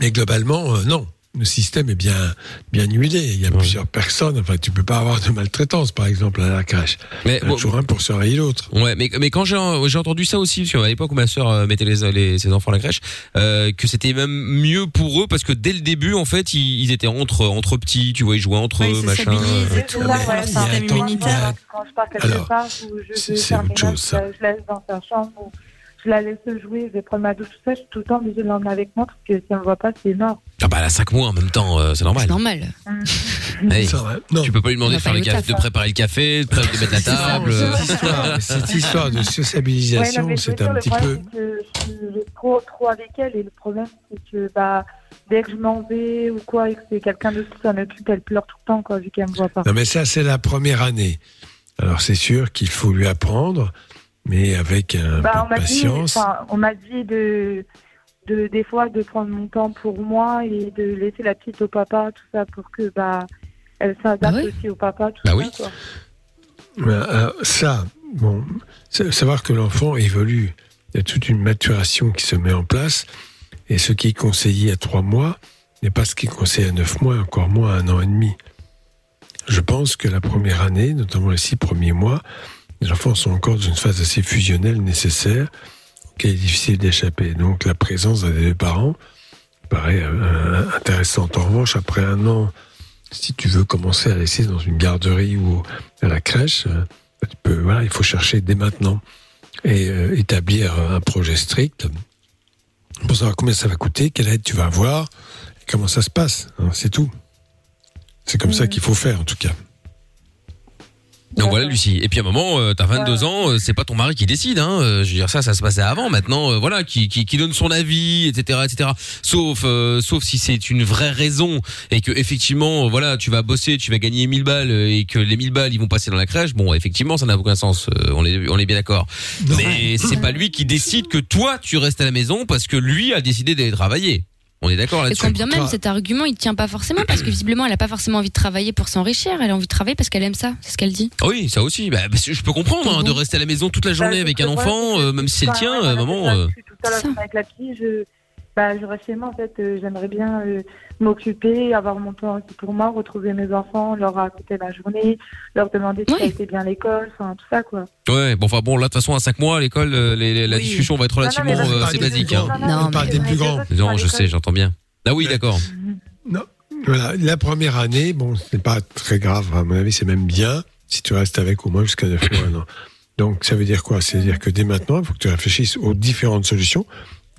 Speaker 3: Mais globalement, euh, non. Le système est bien, bien huilé. Il y a
Speaker 2: Ouais.
Speaker 3: plusieurs personnes. Enfin, tu peux pas avoir de maltraitance, par exemple, à la crèche.
Speaker 2: Mais
Speaker 3: Il y en a
Speaker 2: bon,
Speaker 3: toujours un pour surveiller l'autre.
Speaker 2: Ouais, mais, mais quand j'ai j'ai entendu ça aussi, parce qu'à l'époque où ma sœur euh, mettait les, les- ses enfants à la crèche, euh, que c'était même mieux pour eux parce que dès le début, en fait, ils, ils étaient entre entre petits, tu vois, ils jouaient entre
Speaker 12: Oui,
Speaker 2: eux,
Speaker 3: Oh,
Speaker 12: ils se
Speaker 2: machin. euh,
Speaker 12: stabilisent et
Speaker 10: C'est
Speaker 12: tout.
Speaker 10: ça,
Speaker 3: mais
Speaker 10: ouais,
Speaker 12: le
Speaker 3: il y
Speaker 10: ça.
Speaker 3: a un
Speaker 12: système
Speaker 3: temps-
Speaker 12: immunitaire.
Speaker 10: Quand je pars quelque
Speaker 3: Alors,
Speaker 10: part où je
Speaker 3: c'est-
Speaker 10: veux
Speaker 3: c'est
Speaker 10: faire
Speaker 3: autre
Speaker 10: mes
Speaker 3: chose,
Speaker 10: notes,
Speaker 3: ça.
Speaker 10: euh, je laisse dans sa chambre, ou je la laisse jouer, je vais prendre ma douche, tout ça, je suis tout le temps obligée de l'emmener avec moi parce que si on ne voit pas, c'est mort.
Speaker 2: Ah bah, elle a 5 mois en même temps, euh, c'est
Speaker 4: C'est
Speaker 2: normal.
Speaker 4: normal.
Speaker 2: Hey,
Speaker 3: Ça, ouais. Non.
Speaker 2: tu peux pas lui demander
Speaker 4: On va
Speaker 2: de, faire
Speaker 4: pas
Speaker 2: le
Speaker 4: aller au
Speaker 2: café-
Speaker 4: taf, hein.
Speaker 2: de préparer le café, de de mettre la
Speaker 3: C'est ça,
Speaker 2: table.
Speaker 3: c'est
Speaker 2: euh,
Speaker 3: cette histoire- Cette histoire de
Speaker 10: Ah, Ouais,
Speaker 3: sociabilisation,
Speaker 10: non, mais je
Speaker 3: c'est
Speaker 10: veux dire,
Speaker 3: un
Speaker 10: le
Speaker 3: petit peu.
Speaker 10: problème, c'est que je suis trop, trop avec elle et le problème, c'est que bah, dès que je m'en vais ou quoi et que c'est quelqu'un d'autre qui s'en occupe, elle pleure tout le temps quoi, vu qu'elle me voit pas.
Speaker 3: Non, mais ça, c'est la première année. Alors, c'est sûr qu'il faut lui apprendre, mais avec un
Speaker 10: Bah, on
Speaker 3: peu de
Speaker 10: m'a dit,
Speaker 3: patience.
Speaker 10: enfin, on m'a dit de, de, des fois, de prendre mon temps pour moi et de laisser la petite au papa, tout ça, pour que bah, elle s'adapte
Speaker 4: Bah oui.
Speaker 10: aussi au papa, tout
Speaker 2: Bah
Speaker 10: ça.
Speaker 2: oui.
Speaker 10: quoi.
Speaker 3: Ouais, alors, euh, ça, bon, sa- savoir que l'enfant évolue. Il y a toute une maturation qui se met en place. Et ce qui est conseillé à trois mois n'est pas ce qui est conseillé à neuf mois, encore moins à un an et demi. Je pense que la première année, notamment les six premiers mois, les enfants sont encore dans une phase assez fusionnelle nécessaire, auquel il est difficile d'échapper. Donc la présence des deux parents paraît euh, intéressante. En revanche, après un an, si tu veux commencer à laisser dans une garderie ou au- à la crèche, euh, tu peux- voilà, il faut chercher dès maintenant et euh, établir euh, un projet strict pour savoir combien ça va coûter, quelle aide tu vas avoir, et comment ça se passe. hein, c'est tout. C'est comme ça qu'il faut faire, en tout cas.
Speaker 2: Donc voilà, Lucie. Et puis à un moment, euh, t'as 22 ans, euh, c'est pas ton mari qui décide. Hein. Euh, je veux dire ça, ça se passait avant. Maintenant, euh, voilà, qui, qui, qui donne son avis, etc., etc. Sauf, euh, sauf si c'est une vraie raison et que effectivement, euh, voilà, tu vas bosser, tu vas gagner 1000 balles euh, et que les 1000 balles, ils vont passer dans la crèche. Bon, effectivement, ça n'a aucun sens. Euh, on est, on est bien d'accord. Mais c'est pas lui qui décide que toi, tu restes à la maison parce que lui a décidé d'aller travailler. On est d'accord
Speaker 4: Et
Speaker 2: là-dessus.
Speaker 4: quand bien même
Speaker 3: Toi-
Speaker 4: cet argument, il tient pas forcément parce que visiblement, elle a pas forcément envie de travailler pour s'enrichir. Elle a envie de travailler parce qu'elle aime ça. C'est ce qu'elle dit.
Speaker 2: Ah Oui, ça aussi. Bah, parce que je peux comprendre hein, de
Speaker 8: Mhm.
Speaker 2: rester à la maison toute la journée
Speaker 10: Bah,
Speaker 2: avec
Speaker 10: c'est
Speaker 2: un
Speaker 10: que moi,
Speaker 2: enfant,
Speaker 10: je-
Speaker 2: euh, même si c'est le
Speaker 10: Enfin,
Speaker 2: tien,
Speaker 10: ouais,
Speaker 2: euh,
Speaker 10: voilà,
Speaker 2: maman.
Speaker 10: c'est ça,
Speaker 2: euh,
Speaker 10: Je suis tout à l'heure
Speaker 4: Ça.
Speaker 10: avec la fille, je.
Speaker 8: bah, je reste chez moi en fait. Euh, J'aimerais bien euh, m'occuper, avoir mon temps aussi pour moi, retrouver mes enfants, leur raconter ma journée, leur demander si ça a été bien l'école, enfin tout ça quoi.
Speaker 2: Ouais, bon, enfin bon, là, de toute façon, à 5 mois, à l'école, euh, les- les- la
Speaker 8: Oui.
Speaker 2: discussion va être
Speaker 8: Non, non,
Speaker 2: relativement
Speaker 8: mais là,
Speaker 2: euh,
Speaker 8: c'est
Speaker 2: assez
Speaker 8: pas des
Speaker 2: basique.
Speaker 8: grands.
Speaker 2: hein.
Speaker 8: Non, non,
Speaker 3: On parle
Speaker 8: mais
Speaker 3: des
Speaker 8: ouais,
Speaker 3: plus
Speaker 8: les
Speaker 3: grands.
Speaker 8: autres,
Speaker 2: Non,
Speaker 8: à
Speaker 2: je sais,
Speaker 8: l'école,
Speaker 2: j'entends bien. Ah oui, d'accord.
Speaker 3: Voilà, la première année, bon, ce n'est pas très grave, à mon avis, c'est même bien si tu restes avec au moins jusqu'à 9 mois, un an. Donc, ça veut dire quoi C'est-à-dire que dès maintenant, il faut que tu réfléchisses aux différentes solutions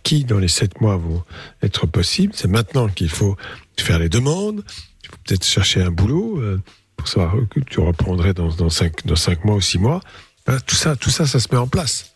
Speaker 3: qui, dans les 7 mois, vont être possibles. C'est maintenant qu'il faut faire les demandes, il faut peut-être chercher un boulot euh, pour savoir que tu reprendrais dans, dans, 5, dans 5 mois ou 6 mois. Voilà, tout, ça, tout ça, ça se met en place.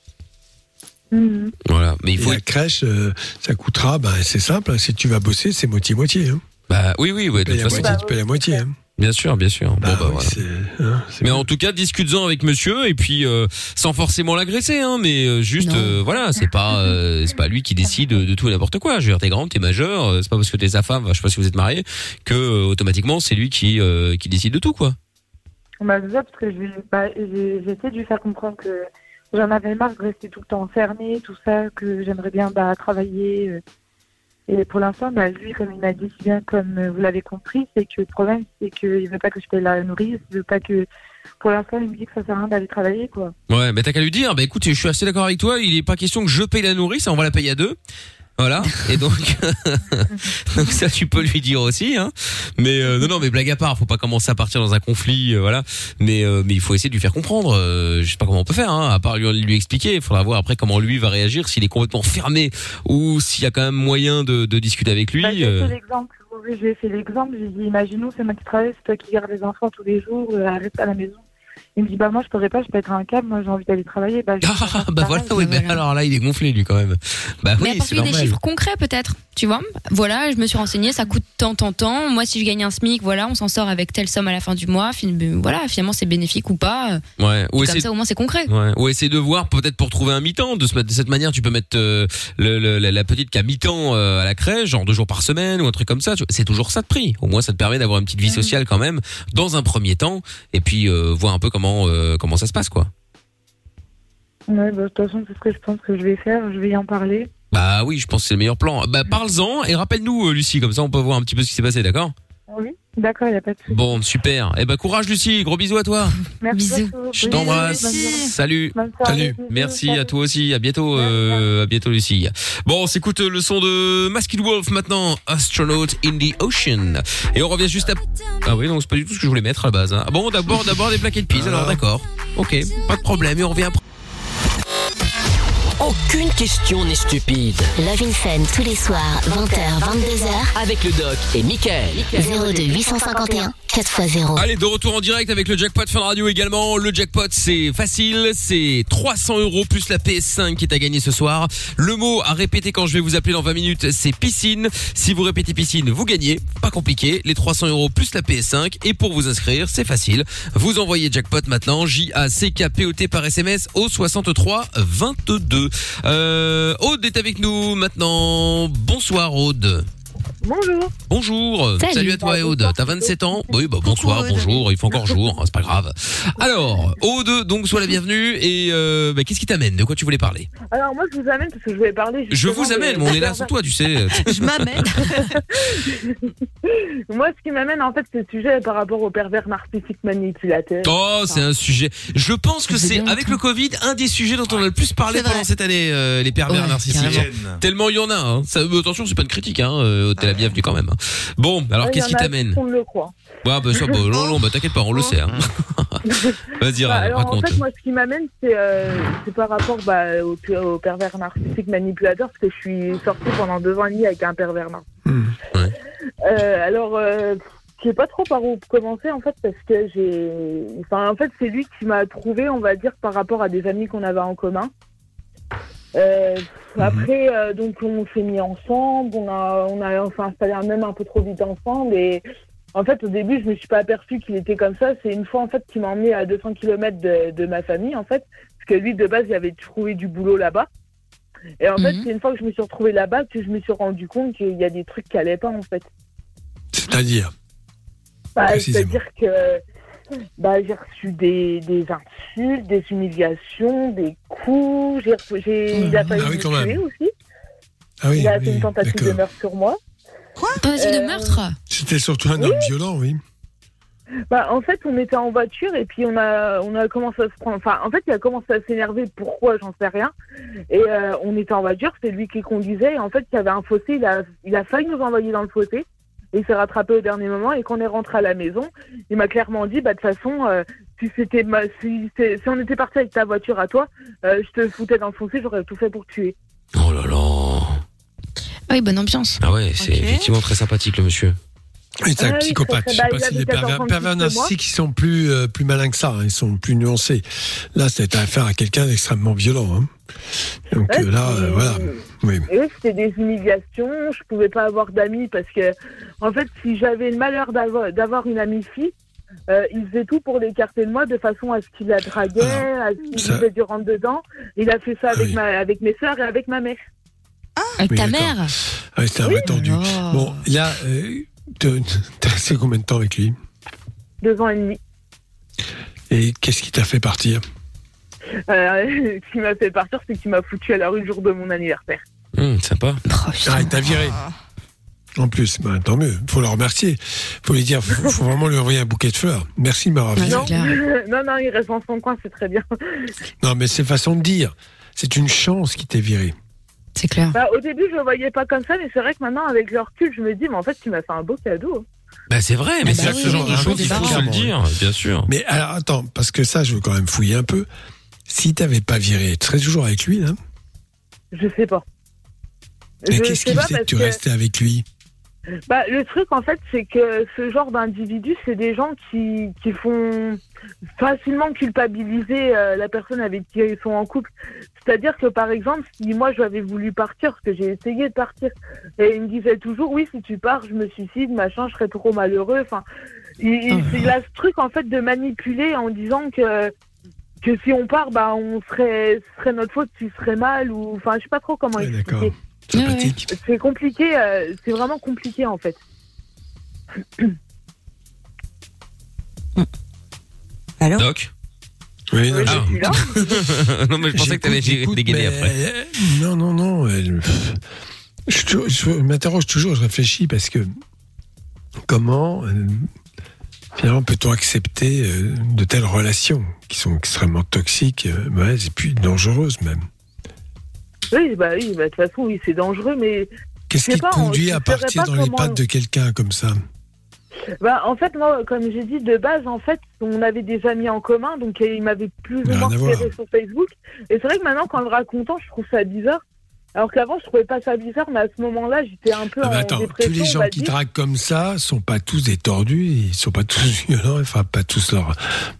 Speaker 8: Mhm.
Speaker 2: Voilà, mais il
Speaker 3: Et
Speaker 2: faut.
Speaker 3: la crèche, euh, ça coûtera, ben, c'est simple, hein, si tu vas bosser, c'est moitié-moitié. Hein.
Speaker 2: Bah oui, oui, ouais, de
Speaker 3: Paye
Speaker 2: toute
Speaker 3: la
Speaker 2: façon.
Speaker 3: moitié, tu payes la moitié. hein.
Speaker 2: Bien sûr, bien sûr.
Speaker 3: Bah
Speaker 2: bon, bah
Speaker 3: oui,
Speaker 2: voilà.
Speaker 3: c'est- hein, c'est
Speaker 2: Mais en tout cas, discute-en avec monsieur et puis euh, sans forcément l'agresser, hein, mais euh, juste
Speaker 4: Non.
Speaker 2: euh, voilà, c'est pas euh, c'est pas lui qui décide de tout et n'importe quoi. Je veux dire, t'es grande, t'es majeure, euh, c'est pas parce que t'es sa femme, je sais pas si vous êtes mariés, que euh, automatiquement c'est lui qui euh, qui décide de tout quoi.
Speaker 8: Bah, c'est ça, parce que je lui- bah, j'ai- j'essaie de lui faire comprendre que j'en avais marre de rester tout le temps enfermée, tout ça, que j'aimerais bien bah, travailler. euh. Et pour l'instant, bah, lui, comme il m'a dit si bien, comme euh, vous l'avez compris, c'est que le problème, c'est qu'il veut pas que je paye la nourrice, il veut pas que. Pour l'instant, il me dit que ça sert à rien d'aller travailler, quoi.
Speaker 2: Ouais, mais t'as qu'à lui dire, bah écoute, je suis assez d'accord avec toi, il est pas question que je paye la nourrice, on va la payer à deux. Voilà, et donc, donc ça tu peux lui dire aussi, hein. Mais euh, non, non, mais blague à part, faut pas commencer à partir dans un conflit, euh, voilà. Mais euh, mais il faut essayer de lui faire comprendre. euh, je sais pas comment on peut faire, hein, à part lui, lui expliquer. Il faudra voir après comment lui va réagir, s'il est complètement fermé ou s'il y a quand même moyen de, de discuter avec lui.
Speaker 8: Bah, j'ai
Speaker 2: euh.
Speaker 8: fait l'exemple, oui, j'ai fait l'exemple, j'ai dit, imaginons, c'est moi qui travaille, c'est toi qui garde les enfants tous les jours, euh, reste à la maison. Il me dit, bah moi, je pourrais pas, je peux être un câble, moi, j'ai envie d'aller travailler. Bah, je-
Speaker 2: Ah, bah voilà, oui, bah, alors là il est gonflé lui quand même. Bah
Speaker 4: Mais
Speaker 2: oui, c'est
Speaker 4: apporter des
Speaker 2: normal.
Speaker 4: chiffres concrets peut-être, tu vois. Voilà, je me suis renseignée, ça coûte tant, tant, tant. Moi, si je gagne un SMIC, voilà, on s'en sort avec telle somme à la fin du mois. Fin- euh, Voilà, finalement, c'est bénéfique ou pas.
Speaker 2: Ouais, ou
Speaker 4: Comme
Speaker 2: essayer-
Speaker 4: ça, au moins, c'est concret.
Speaker 2: Ouais. Ou essayer de voir peut-être pour trouver un mi-temps. De, ce- de cette manière, tu peux mettre euh, le- le- la, la petite qui a mi-temps euh, à la crèche, genre deux jours par semaine ou un truc comme ça. Tu vois. C'est toujours ça de prix. Au moins, ça te permet d'avoir une petite vie sociale quand même dans un premier temps, et puis euh, voir un peu comment euh, comment ça se passe quoi.
Speaker 8: Ouais, bah, de toute façon, c'est ce que je pense que je vais faire. Je vais y en parler.
Speaker 2: Bah oui, je pense que c'est le meilleur plan. Bah parle-en et rappelle-nous euh, Lucie, comme ça on peut voir un petit peu ce qui s'est passé, d'accord
Speaker 8: Oui. D'accord, il n'y a pas de souci.
Speaker 2: Bon, super. Eh ben courage Lucie, gros bisous à toi.
Speaker 8: Merci.
Speaker 4: Bisous.
Speaker 8: beaucoup.
Speaker 2: Je
Speaker 8: Oui,
Speaker 2: t'embrasse.
Speaker 8: bonne journée.
Speaker 2: Salut.
Speaker 8: Bonne soirée.
Speaker 3: Salut.
Speaker 8: Bisous.
Speaker 2: Merci
Speaker 8: Salut.
Speaker 2: à toi aussi. À bientôt, euh, à bientôt Lucie. Bon, on s'écoute euh, le son de Masked Wolf maintenant, Astronaut in the Ocean. Et on revient juste après. Ah oui, non, c'est pas du tout ce que je voulais mettre à la base. hein. Ah bon, d'abord, d'abord des plaquettes de pizza. Alors d'accord. Ok, pas de problème. Et on revient après.
Speaker 1: Aucune question n'est stupide.
Speaker 7: Love in Fun tous les soirs, 20h, 22h.
Speaker 1: Avec le doc et Michael.
Speaker 7: 02 851 4x0.
Speaker 2: Allez, de retour en direct avec le jackpot Fun Radio également. Le jackpot, c'est facile, c'est 300 euros plus la PS5 qui est à gagner ce soir. Le mot à répéter quand je vais vous appeler dans 20 minutes, c'est piscine. Si vous répétez piscine, vous gagnez. Pas compliqué. Les 300 euros plus la PS5. Et pour vous inscrire, c'est facile. Vous envoyez jackpot maintenant, J-A-C-K-P-O-T par SMS au 63 22. Euh, Aude est avec nous maintenant. Bonsoir Aude.
Speaker 8: Bonjour.
Speaker 2: Bonjour. Salut,
Speaker 4: Salut.
Speaker 2: à toi, Aude. T'as 27 ans Oui, bah bonsoir,
Speaker 5: Aude.
Speaker 2: bonjour. Il fait encore jour, hein, c'est pas grave. Alors, Aude, donc sois la bienvenue. Et euh, bah, qu'est-ce qui t'amène De quoi tu voulais parler
Speaker 8: Alors, moi, je vous amène parce que je voulais parler.
Speaker 2: Je vous
Speaker 8: justement
Speaker 2: amène,
Speaker 8: de-
Speaker 2: mais on est là sans toi, tu sais.
Speaker 5: Je m'amène.
Speaker 8: Moi, ce qui m'amène, en fait, c'est le sujet par rapport au pervers narcissique manipulateur.
Speaker 2: Oh, c'est un sujet. Je pense que
Speaker 4: C'est
Speaker 2: c'est
Speaker 4: bien,
Speaker 2: avec le Covid un des sujets dont on a le plus parlé
Speaker 5: C'est vrai.
Speaker 2: pendant cette année, euh, les pervers
Speaker 4: Ouais,
Speaker 2: narcissiques.
Speaker 9: Tienne.
Speaker 2: Tellement il y en a. Hein. Ça, euh, attention, c'est pas une critique. Hein. euh, T'es la bienvenue quand même. Bon, Bah, alors
Speaker 8: Ouais,
Speaker 2: qu'est-ce
Speaker 8: il
Speaker 2: qui
Speaker 8: y en a
Speaker 2: t'amène
Speaker 8: On le croit.
Speaker 2: Bah, bah, ça, bah, non, non, bah, t'inquiète pas, on le sait. hein. Vas-y,
Speaker 8: Bah, alors, en
Speaker 2: Ah, raconte.
Speaker 8: fait, moi, ce qui m'amène, c'est euh, c'est par rapport bah, au, au pervers narcissique manipulateur, parce que je suis sortie pendant deux ans et demi avec un pervers narcissique.
Speaker 3: Hmm.
Speaker 2: Ouais.
Speaker 8: Euh, alors, euh, je sais pas trop par où commencer, en fait, parce que j'ai. Enfin, en fait, c'est lui qui m'a trouvé, on va dire, par rapport à des amis qu'on avait en commun. Euh, après, euh, donc, on s'est mis ensemble, on a, on a enfin, installé un même un peu trop vite ensemble, et. En fait, au début, je me suis pas aperçue qu'il était comme ça. C'est une fois, en fait, qu'il m'a emmené à 200 km de, de ma famille, en fait. Parce que lui, de base, il avait trouvé du boulot là-bas. Et en fait,
Speaker 4: Mhm.
Speaker 8: c'est une fois que je me suis retrouvée là-bas que je me suis rendu compte qu'il y a des trucs qui allaient pas, en fait.
Speaker 3: C'est-à-dire
Speaker 8: Bah,
Speaker 3: Précisément.
Speaker 8: C'est-à-dire que bah, j'ai reçu des, des insultes, des humiliations, des coups. J'ai, reçu- j'ai, il a
Speaker 3: Ah
Speaker 8: fallu
Speaker 3: oui,
Speaker 8: me
Speaker 3: quand même.
Speaker 8: tuer aussi.
Speaker 3: Ah oui,
Speaker 8: il a fait
Speaker 3: oui,
Speaker 8: une tentative de
Speaker 3: d'accord.
Speaker 8: meurtre sur moi.
Speaker 4: Tentative de
Speaker 8: Euh,
Speaker 4: meurtre
Speaker 3: C'était surtout un homme violent, oui.
Speaker 8: Bah, en fait, on était en voiture et puis on a, on a commencé à se prendre. Enfin, en fait, il a commencé à s'énerver. Pourquoi J'en sais rien. Et euh, on était en voiture, c'est lui qui conduisait. Et en fait, il y avait un fossé. Il a, il a failli nous envoyer dans le fossé. Et il s'est rattrapé au dernier moment. Et quand on est rentré à la maison, il m'a clairement dit bah, de toute façon, euh, si, c'était ma, si, c'est- si on était parti avec ta voiture à toi, euh, je te foutais dans le fossé, j'aurais tout fait pour te tuer.
Speaker 2: Oh là là.
Speaker 4: Ah oui, bonne ambiance.
Speaker 2: Ah ouais, c'est
Speaker 5: Ok.
Speaker 2: effectivement très sympathique le monsieur.
Speaker 3: Et c'est
Speaker 8: Ah
Speaker 3: un
Speaker 8: oui,
Speaker 3: psychopathe.
Speaker 8: très,
Speaker 3: Je
Speaker 8: très
Speaker 3: sais pas
Speaker 8: bas.
Speaker 3: si
Speaker 8: Il
Speaker 3: les
Speaker 8: habite à
Speaker 3: pervers,
Speaker 8: 36
Speaker 3: pervers
Speaker 8: chez
Speaker 3: narcissiques, ils sont plus, euh, plus malins que ça. hein. Ils sont plus nuancés. Là, c'était affaire à quelqu'un d'extrêmement violent. hein. Donc
Speaker 8: Ouais,
Speaker 3: euh, là, euh,
Speaker 8: et-
Speaker 3: voilà. Oui.
Speaker 8: Et oui, c'était des humiliations. Je pouvais pas avoir d'amis parce que, en fait, si j'avais le malheur d'avo- d'avoir une amie fille, euh, il faisait tout pour l'écarter de moi de façon à ce qu'il la draguait, à ce qu'il
Speaker 3: Ah, ça-
Speaker 8: faisait du rentre dedans. Il a fait ça avec,
Speaker 3: oui.
Speaker 8: ma, avec mes sœurs et avec ma mère.
Speaker 4: Ah, Avec
Speaker 3: Oui,
Speaker 4: ta
Speaker 3: d'accord.
Speaker 4: mère
Speaker 3: Ouais, c'était Ah un peu tendu.
Speaker 4: Oh.
Speaker 3: Bon, là, euh, te- t'as resté combien de temps avec lui
Speaker 8: Deux ans et demi.
Speaker 3: Et qu'est-ce qui t'a fait partir
Speaker 8: Euh, ce qui m'a fait partir, c'est qu'il m'a foutu à la rue le jour de mon anniversaire.
Speaker 2: Hum, sympa.
Speaker 4: Oh, putain.
Speaker 3: Ah, il t'a viré. En plus, bah, tant mieux. Faut le remercier. Faut lui dire, faut, faut vraiment lui envoyer un bouquet de fleurs. Merci, de m'avoir
Speaker 4: Ouais,
Speaker 3: viré.
Speaker 4: Ah, c'est clair.
Speaker 8: non, non, il reste dans son coin, c'est très bien.
Speaker 3: Non, mais c'est façon de dire. C'est une chance qui t'est viré.
Speaker 4: C'est clair.
Speaker 8: Bah, au début, je le voyais pas comme ça, mais c'est vrai que maintenant, avec le recul, je me dis, mais en fait, tu m'as fait un beau cadeau.
Speaker 2: Bah c'est vrai, mais
Speaker 4: Ah
Speaker 2: c'est
Speaker 4: bah
Speaker 2: vrai
Speaker 4: oui,
Speaker 2: que ce genre
Speaker 4: oui,
Speaker 2: de
Speaker 4: il faut
Speaker 2: choses,
Speaker 4: des
Speaker 2: il faut se
Speaker 3: parents.
Speaker 2: le dire, bien sûr.
Speaker 3: Mais alors, attends, parce que ça, je veux quand même fouiller un peu. Si t'avais pas viré, tu serais toujours avec lui, hein là
Speaker 8: Je sais pas.
Speaker 3: Et
Speaker 8: Je
Speaker 3: qu'est-ce
Speaker 8: sais
Speaker 3: qui
Speaker 8: pas
Speaker 3: faisait que
Speaker 8: parce
Speaker 3: tu
Speaker 8: que-
Speaker 3: restais avec lui
Speaker 8: bah, Le truc, en fait, c'est que ce genre d'individus, c'est des gens qui, qui font facilement culpabiliser euh, la personne avec qui ils sont en couple. C'est-à-dire que, par exemple, si moi, j'avais voulu partir, parce que j'ai essayé de partir, et il me disait toujours, oui, si tu pars, je me suicide, machin, je serais trop malheureux. Enfin, il,
Speaker 3: Oh
Speaker 8: il- il a ce truc, en fait, de manipuler en disant que que si on part, bah, on serait, ce serait notre faute, tu serais mal, ou, enfin, je sais pas trop comment
Speaker 3: Ouais,
Speaker 8: expliquer.
Speaker 3: D'accord. Sympathique.
Speaker 8: C'est compliqué, euh, c'est vraiment compliqué en fait.
Speaker 5: Alors
Speaker 2: Doc
Speaker 3: Oui, non,
Speaker 8: Oui,
Speaker 3: j'ai-
Speaker 2: Ah.
Speaker 8: je suis là.
Speaker 2: Non, mais je pensais que t'allais dé-
Speaker 3: J'écoute,
Speaker 2: dégainer
Speaker 3: mais,
Speaker 2: après.
Speaker 3: euh, Non, non, non. euh, Je, suis toujours- je m'interroge toujours, je réfléchis parce que comment euh, finalement peut-on accepter euh, de telles relations qui sont extrêmement toxiques, euh, mauvaises et puis dangereuses même
Speaker 8: Oui, bah oui, bah, de toute façon, oui, c'est dangereux, mais
Speaker 3: Qu'est-ce
Speaker 8: Je sais
Speaker 3: qui
Speaker 8: pas, on-
Speaker 3: conduit
Speaker 8: je
Speaker 3: à
Speaker 8: saurais
Speaker 3: partir
Speaker 8: pas
Speaker 3: dans les
Speaker 8: comment-
Speaker 3: pattes de quelqu'un comme ça
Speaker 8: bah, en fait, moi, comme j'ai dit, de base, en fait, on avait des amis en commun, donc euh, ils m'avaient plus ou
Speaker 3: Rien
Speaker 8: moins
Speaker 3: à voir.
Speaker 8: repéré sur Facebook. Et c'est vrai que maintenant, quand le racontant, je trouve ça bizarre. Alors qu'avant, je trouvais pas ça bizarre, mais à ce moment-là, j'étais un peu
Speaker 3: Ah,
Speaker 8: en
Speaker 3: mais Attends, tous
Speaker 8: dépression.
Speaker 3: les
Speaker 8: on
Speaker 3: gens
Speaker 8: va
Speaker 3: qui
Speaker 8: dire.
Speaker 3: draguent comme ça sont pas tous des tordus, ils sont pas tous violents, ils frappent pas tous leur,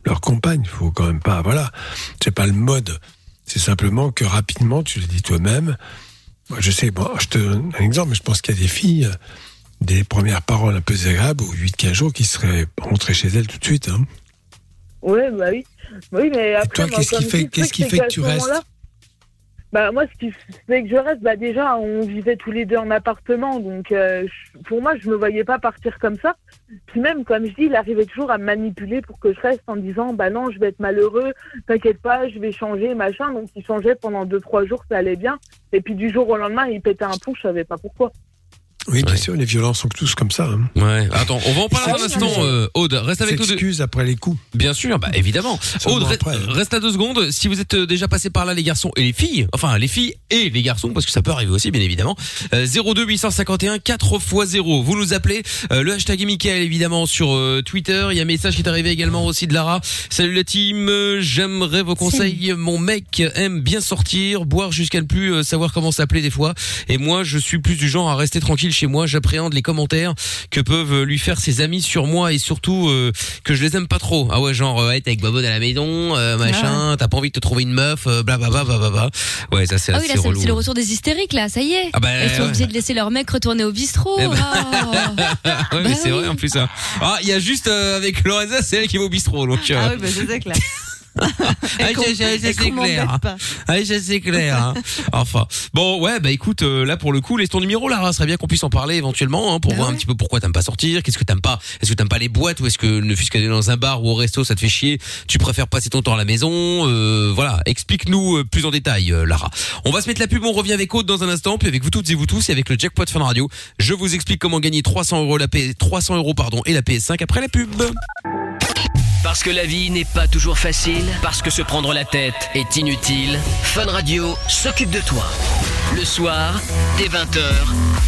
Speaker 3: leur compagne. Il faut quand même pas. Voilà, c'est pas le mode. C'est simplement que rapidement, tu l'as dit toi-même. Moi, je sais, bon, je te donne un exemple, mais je pense qu'il y a des filles, euh, des premières paroles un peu désagréables, ou 8-15 jours, qui seraient rentrées chez elles tout de suite. hein.
Speaker 8: Ouais, bah oui. Oui, mais
Speaker 3: toi,
Speaker 8: après, moi,
Speaker 3: qu'est-ce qui
Speaker 8: comme
Speaker 3: fait-
Speaker 8: dit, le
Speaker 3: qu'est-ce
Speaker 8: truc,
Speaker 3: qui
Speaker 8: c'est
Speaker 3: fait
Speaker 8: qu'à
Speaker 3: que tu
Speaker 8: ce moment-là,
Speaker 3: restes
Speaker 8: Bah moi, ce qui fait que je reste, bah déjà, on vivait tous les deux en appartement, donc euh, je- pour moi, je me voyais pas partir comme ça. Puis même, comme je dis, il arrivait toujours à me manipuler pour que je reste en disant, bah non, je vais être malheureux, t'inquiète pas, je vais changer, machin. Donc il changeait pendant deux trois jours, ça allait bien. Et puis du jour au lendemain, il pétait un pont, je savais pas pourquoi.
Speaker 3: Oui, bien
Speaker 2: Ouais.
Speaker 3: sûr, les violences sont tous comme ça. Hein.
Speaker 2: Ouais. Attends, on va en parler
Speaker 3: Ah
Speaker 2: dans un
Speaker 3: oui,
Speaker 2: instant.
Speaker 3: oui.
Speaker 2: euh, Aude, reste avec nous. deux.
Speaker 3: S'excuse après les coups.
Speaker 2: Bien sûr, bah évidemment.
Speaker 3: Seulement
Speaker 2: Aude, re-
Speaker 3: après. hein.
Speaker 2: reste là deux secondes. Si vous êtes euh, déjà passé par là, les garçons et les filles, enfin les filles et les garçons, parce que ça peut arriver aussi, bien évidemment. Euh, 02 851 4 x 0. Vous nous appelez. euh, le hashtag est Mickaël, évidemment, sur euh, Twitter. Il y a un message qui est arrivé également aussi de Lara. Salut la team. euh, J'aimerais vos conseils. Mon mec aime bien sortir, boire jusqu'à ne plus euh, savoir comment s'appeler des fois. Et moi, je suis plus du genre à rester tranquille chez moi. J'appréhende les commentaires que peuvent euh, lui faire ses amis sur moi et surtout euh, que je les aime pas trop. Ah ouais, genre euh, Ouais, t'es avec Babone à la maison,
Speaker 4: Ah
Speaker 2: euh, machin, t'as pas envie de te trouver une meuf, euh, blablabla. Bla, bla, bla, bla. Ouais, ça c'est
Speaker 4: Ah oui,
Speaker 2: assez
Speaker 4: là, c'est
Speaker 2: relou. hein.
Speaker 4: c'est le retour des hystériques, là, ça y est.
Speaker 2: Ah bah,
Speaker 4: Elles sont
Speaker 2: ouais.
Speaker 4: obligées de laisser leur mec retourner au bistrot.
Speaker 2: Eh ben.
Speaker 4: Oh.
Speaker 2: ouais, mais
Speaker 4: Bah
Speaker 2: c'est
Speaker 4: oui.
Speaker 2: vrai Ah,
Speaker 4: bah,
Speaker 2: en plus. hein. Ah, il y a juste euh, avec Lorenza, c'est elle qui va au bistrot, donc. euh,
Speaker 5: Ah oui, bah, je sais que là.
Speaker 2: Ah,
Speaker 13: Et qu'on-
Speaker 2: je- je- je-
Speaker 13: et
Speaker 2: c'est
Speaker 13: qu'on
Speaker 2: clair.
Speaker 13: m'embête pas.
Speaker 2: Ah, je- c'est clair. hein. Enfin, bon, ouais, bah écoute, euh, là pour le coup, laisse ton numéro, Lara. Ce serait bien qu'on puisse en parler éventuellement hein, pour voir un petit peu pourquoi t'aimes pas sortir, qu'est-ce que t'aimes pas, est-ce que t'aimes pas les boîtes ou est-ce que ne fût-ce qu'aller dans un bar ou au resto, ça te fait chier. Tu préfères passer ton temps à la maison. euh, voilà, explique-nous euh, plus en détail, euh, Lara. On va se mettre la pub, on revient avec Aude dans un instant, puis avec vous toutes et vous tous et avec le jackpot Fun Radio. Je vous explique comment gagner 300 euros la P... 300 euros pardon et la PS5 après la pub.
Speaker 1: Parce que la vie n'est pas toujours facile, parce que se prendre la tête est inutile, Fun Radio s'occupe de toi. Le soir, dès 20h,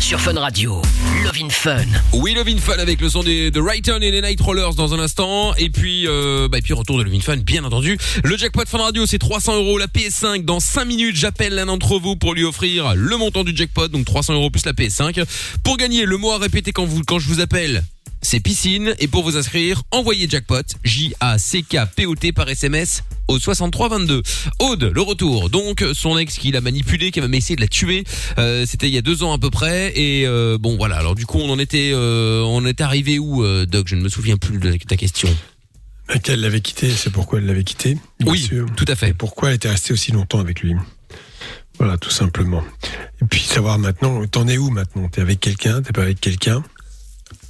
Speaker 1: sur Fun Radio. Love in Fun.
Speaker 2: Oui, Love in Fun avec le son des The Rayton et les Night Rollers dans un instant. Et puis, euh, bah, et puis retour de Love in Fun, bien entendu. Le jackpot Fun Radio, c'est 300 euros. La PS5, dans 5 minutes, j'appelle l'un d'entre vous pour lui offrir le montant du jackpot, donc 300 euros plus la PS5. Pour gagner, le mot à répéter quand, vous, quand je vous appelle, c'est piscine. Et pour vous inscrire, envoyez jackpot, J-A-C-K-P-O-T par SMS au 6322. Aude, le retour. Donc, son ex qui l'a manipulé, qui a même essayé de la tuer. Euh, C'était il y a deux ans à peu près. Et euh, bon, voilà. Alors, du coup, on en était, euh, on était arrivé où, euh, Doc Je ne me souviens plus de ta question.
Speaker 3: Qu'elle l'avait quitté, c'est pourquoi elle l'avait quitté. oui,
Speaker 2: tout à fait.
Speaker 3: Et pourquoi elle était restée aussi longtemps avec lui. Voilà, tout simplement. Et puis savoir maintenant, t'en es où maintenant T'es avec quelqu'un T'es pas avec quelqu'un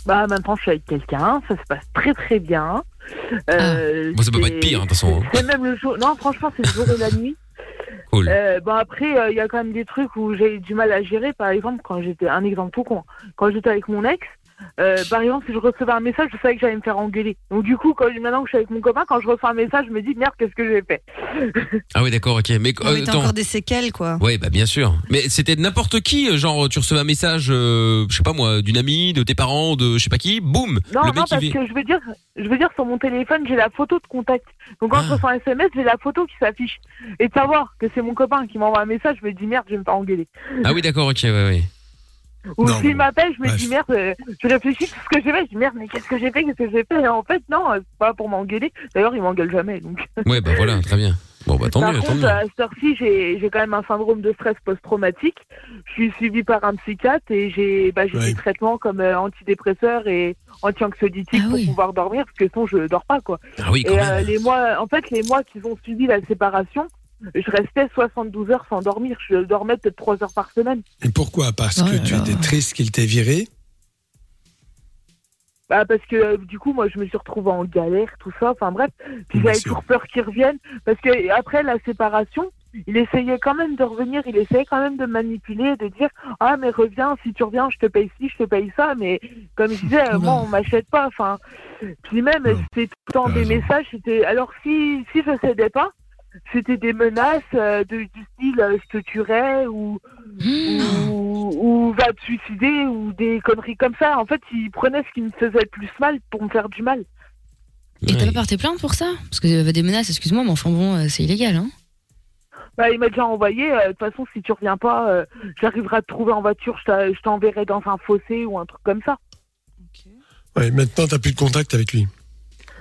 Speaker 8: Bah maintenant je suis avec quelqu'un, ça se passe très très bien. Euh,
Speaker 3: Ah.
Speaker 2: Bon, ça peut pas être pire, hein, de toute façon. hein.
Speaker 8: C'est même le jour. Non, franchement, c'est le jour et la nuit.
Speaker 2: Cool.
Speaker 8: Euh, bon, après, il y a quand même des trucs où j'ai eu du mal à gérer. Par exemple, quand j'étais. Un exemple tout con. Quand j'étais avec mon ex, euh, par exemple, si je recevais un message, je savais que j'allais me faire engueuler. Donc, du coup, quand, maintenant que je suis avec mon copain, quand je reçois un message, je me dis merde, qu'est-ce que j'ai fait
Speaker 2: Ah oui, d'accord, ok. Mais
Speaker 5: Mais t'as
Speaker 2: attends.
Speaker 5: encore des séquelles, quoi.
Speaker 2: Ouais, bah bien sûr. Mais c'était de n'importe qui, euh, genre tu recevais un message, euh, je sais pas moi, d'une amie, de tes parents, de je sais pas qui, boum,
Speaker 8: Non,
Speaker 2: le
Speaker 8: non,
Speaker 2: mec
Speaker 8: parce
Speaker 2: il vit-
Speaker 8: que je veux dire, je veux dire sur mon téléphone, j'ai la photo de contact. Donc
Speaker 2: Ah.
Speaker 8: quand je reçois un SMS, j'ai la photo qui s'affiche. Et de savoir que c'est mon copain qui m'envoie un message, je me dis merde, je vais me faire engueuler.
Speaker 2: Ah oui, d'accord, ok, ouais, ouais.
Speaker 8: Ou
Speaker 2: Non,
Speaker 8: s'il
Speaker 2: bon,
Speaker 8: m'appelle, je me
Speaker 2: bref.
Speaker 8: dis merde, euh, je réfléchis tout ce que j'ai fait, je dis merde, mais qu'est-ce que j'ai fait, qu'est-ce que j'ai fait Et en fait, non, euh, c'est pas pour m'engueuler. D'ailleurs, il m'engueule jamais. Donc.
Speaker 2: Ouais, bah voilà, très bien. Bon, bah tant
Speaker 8: Par
Speaker 2: mieux, tant
Speaker 8: contre,
Speaker 2: mieux.
Speaker 8: à cette heure-ci, j'ai j'ai quand même un syndrome de stress post-traumatique. Je suis suivie par un psychiatre et j'ai bah, j'ai
Speaker 3: Ouais.
Speaker 8: des traitements comme euh, antidépresseurs et anti-anxiolytiques pour pouvoir dormir, parce que sinon, je dors pas, quoi.
Speaker 2: Ah oui, quand
Speaker 8: et euh,
Speaker 2: même.
Speaker 8: les mois, en fait, les mois qui ont suivi la séparation, je restais 72 heures sans dormir. Je dormais peut-être 3 heures par semaine.
Speaker 3: Et pourquoi Parce que tu étais triste qu'il t'ait viré.
Speaker 8: Bah parce que euh, du coup moi je me suis retrouvée en galère, tout ça, enfin bref, puis j'avais toujours peur qu'ils reviennent, parce que après la séparation, il essayait quand même de revenir, il essayait quand même de me manipuler, de dire ah mais reviens, si tu reviens je te paye ci, je te paye ça, mais comme je disais, euh, moi on m'achète pas, enfin puis même c'était tout le temps des messages, c'était alors si si je cédais pas, c'était des menaces euh, de, du style euh, je te tuerai ou,
Speaker 4: Hmm.
Speaker 8: ou, ou va te suicider ou des conneries comme ça. En fait, il prenait ce qui me faisait le plus mal pour me faire du mal.
Speaker 4: Et t'as pas porté plainte pour ça Parce que euh, des menaces, excuse-moi, mais enfin bon, euh, c'est illégal, hein.
Speaker 8: Bah, il m'a déjà envoyé, euh, de toute façon, si tu reviens pas, euh, j'arriverai à te trouver en voiture, je t'a- je t'enverrai dans un fossé ou un truc comme ça.
Speaker 3: Ouais, maintenant, t'as plus de contact avec lui.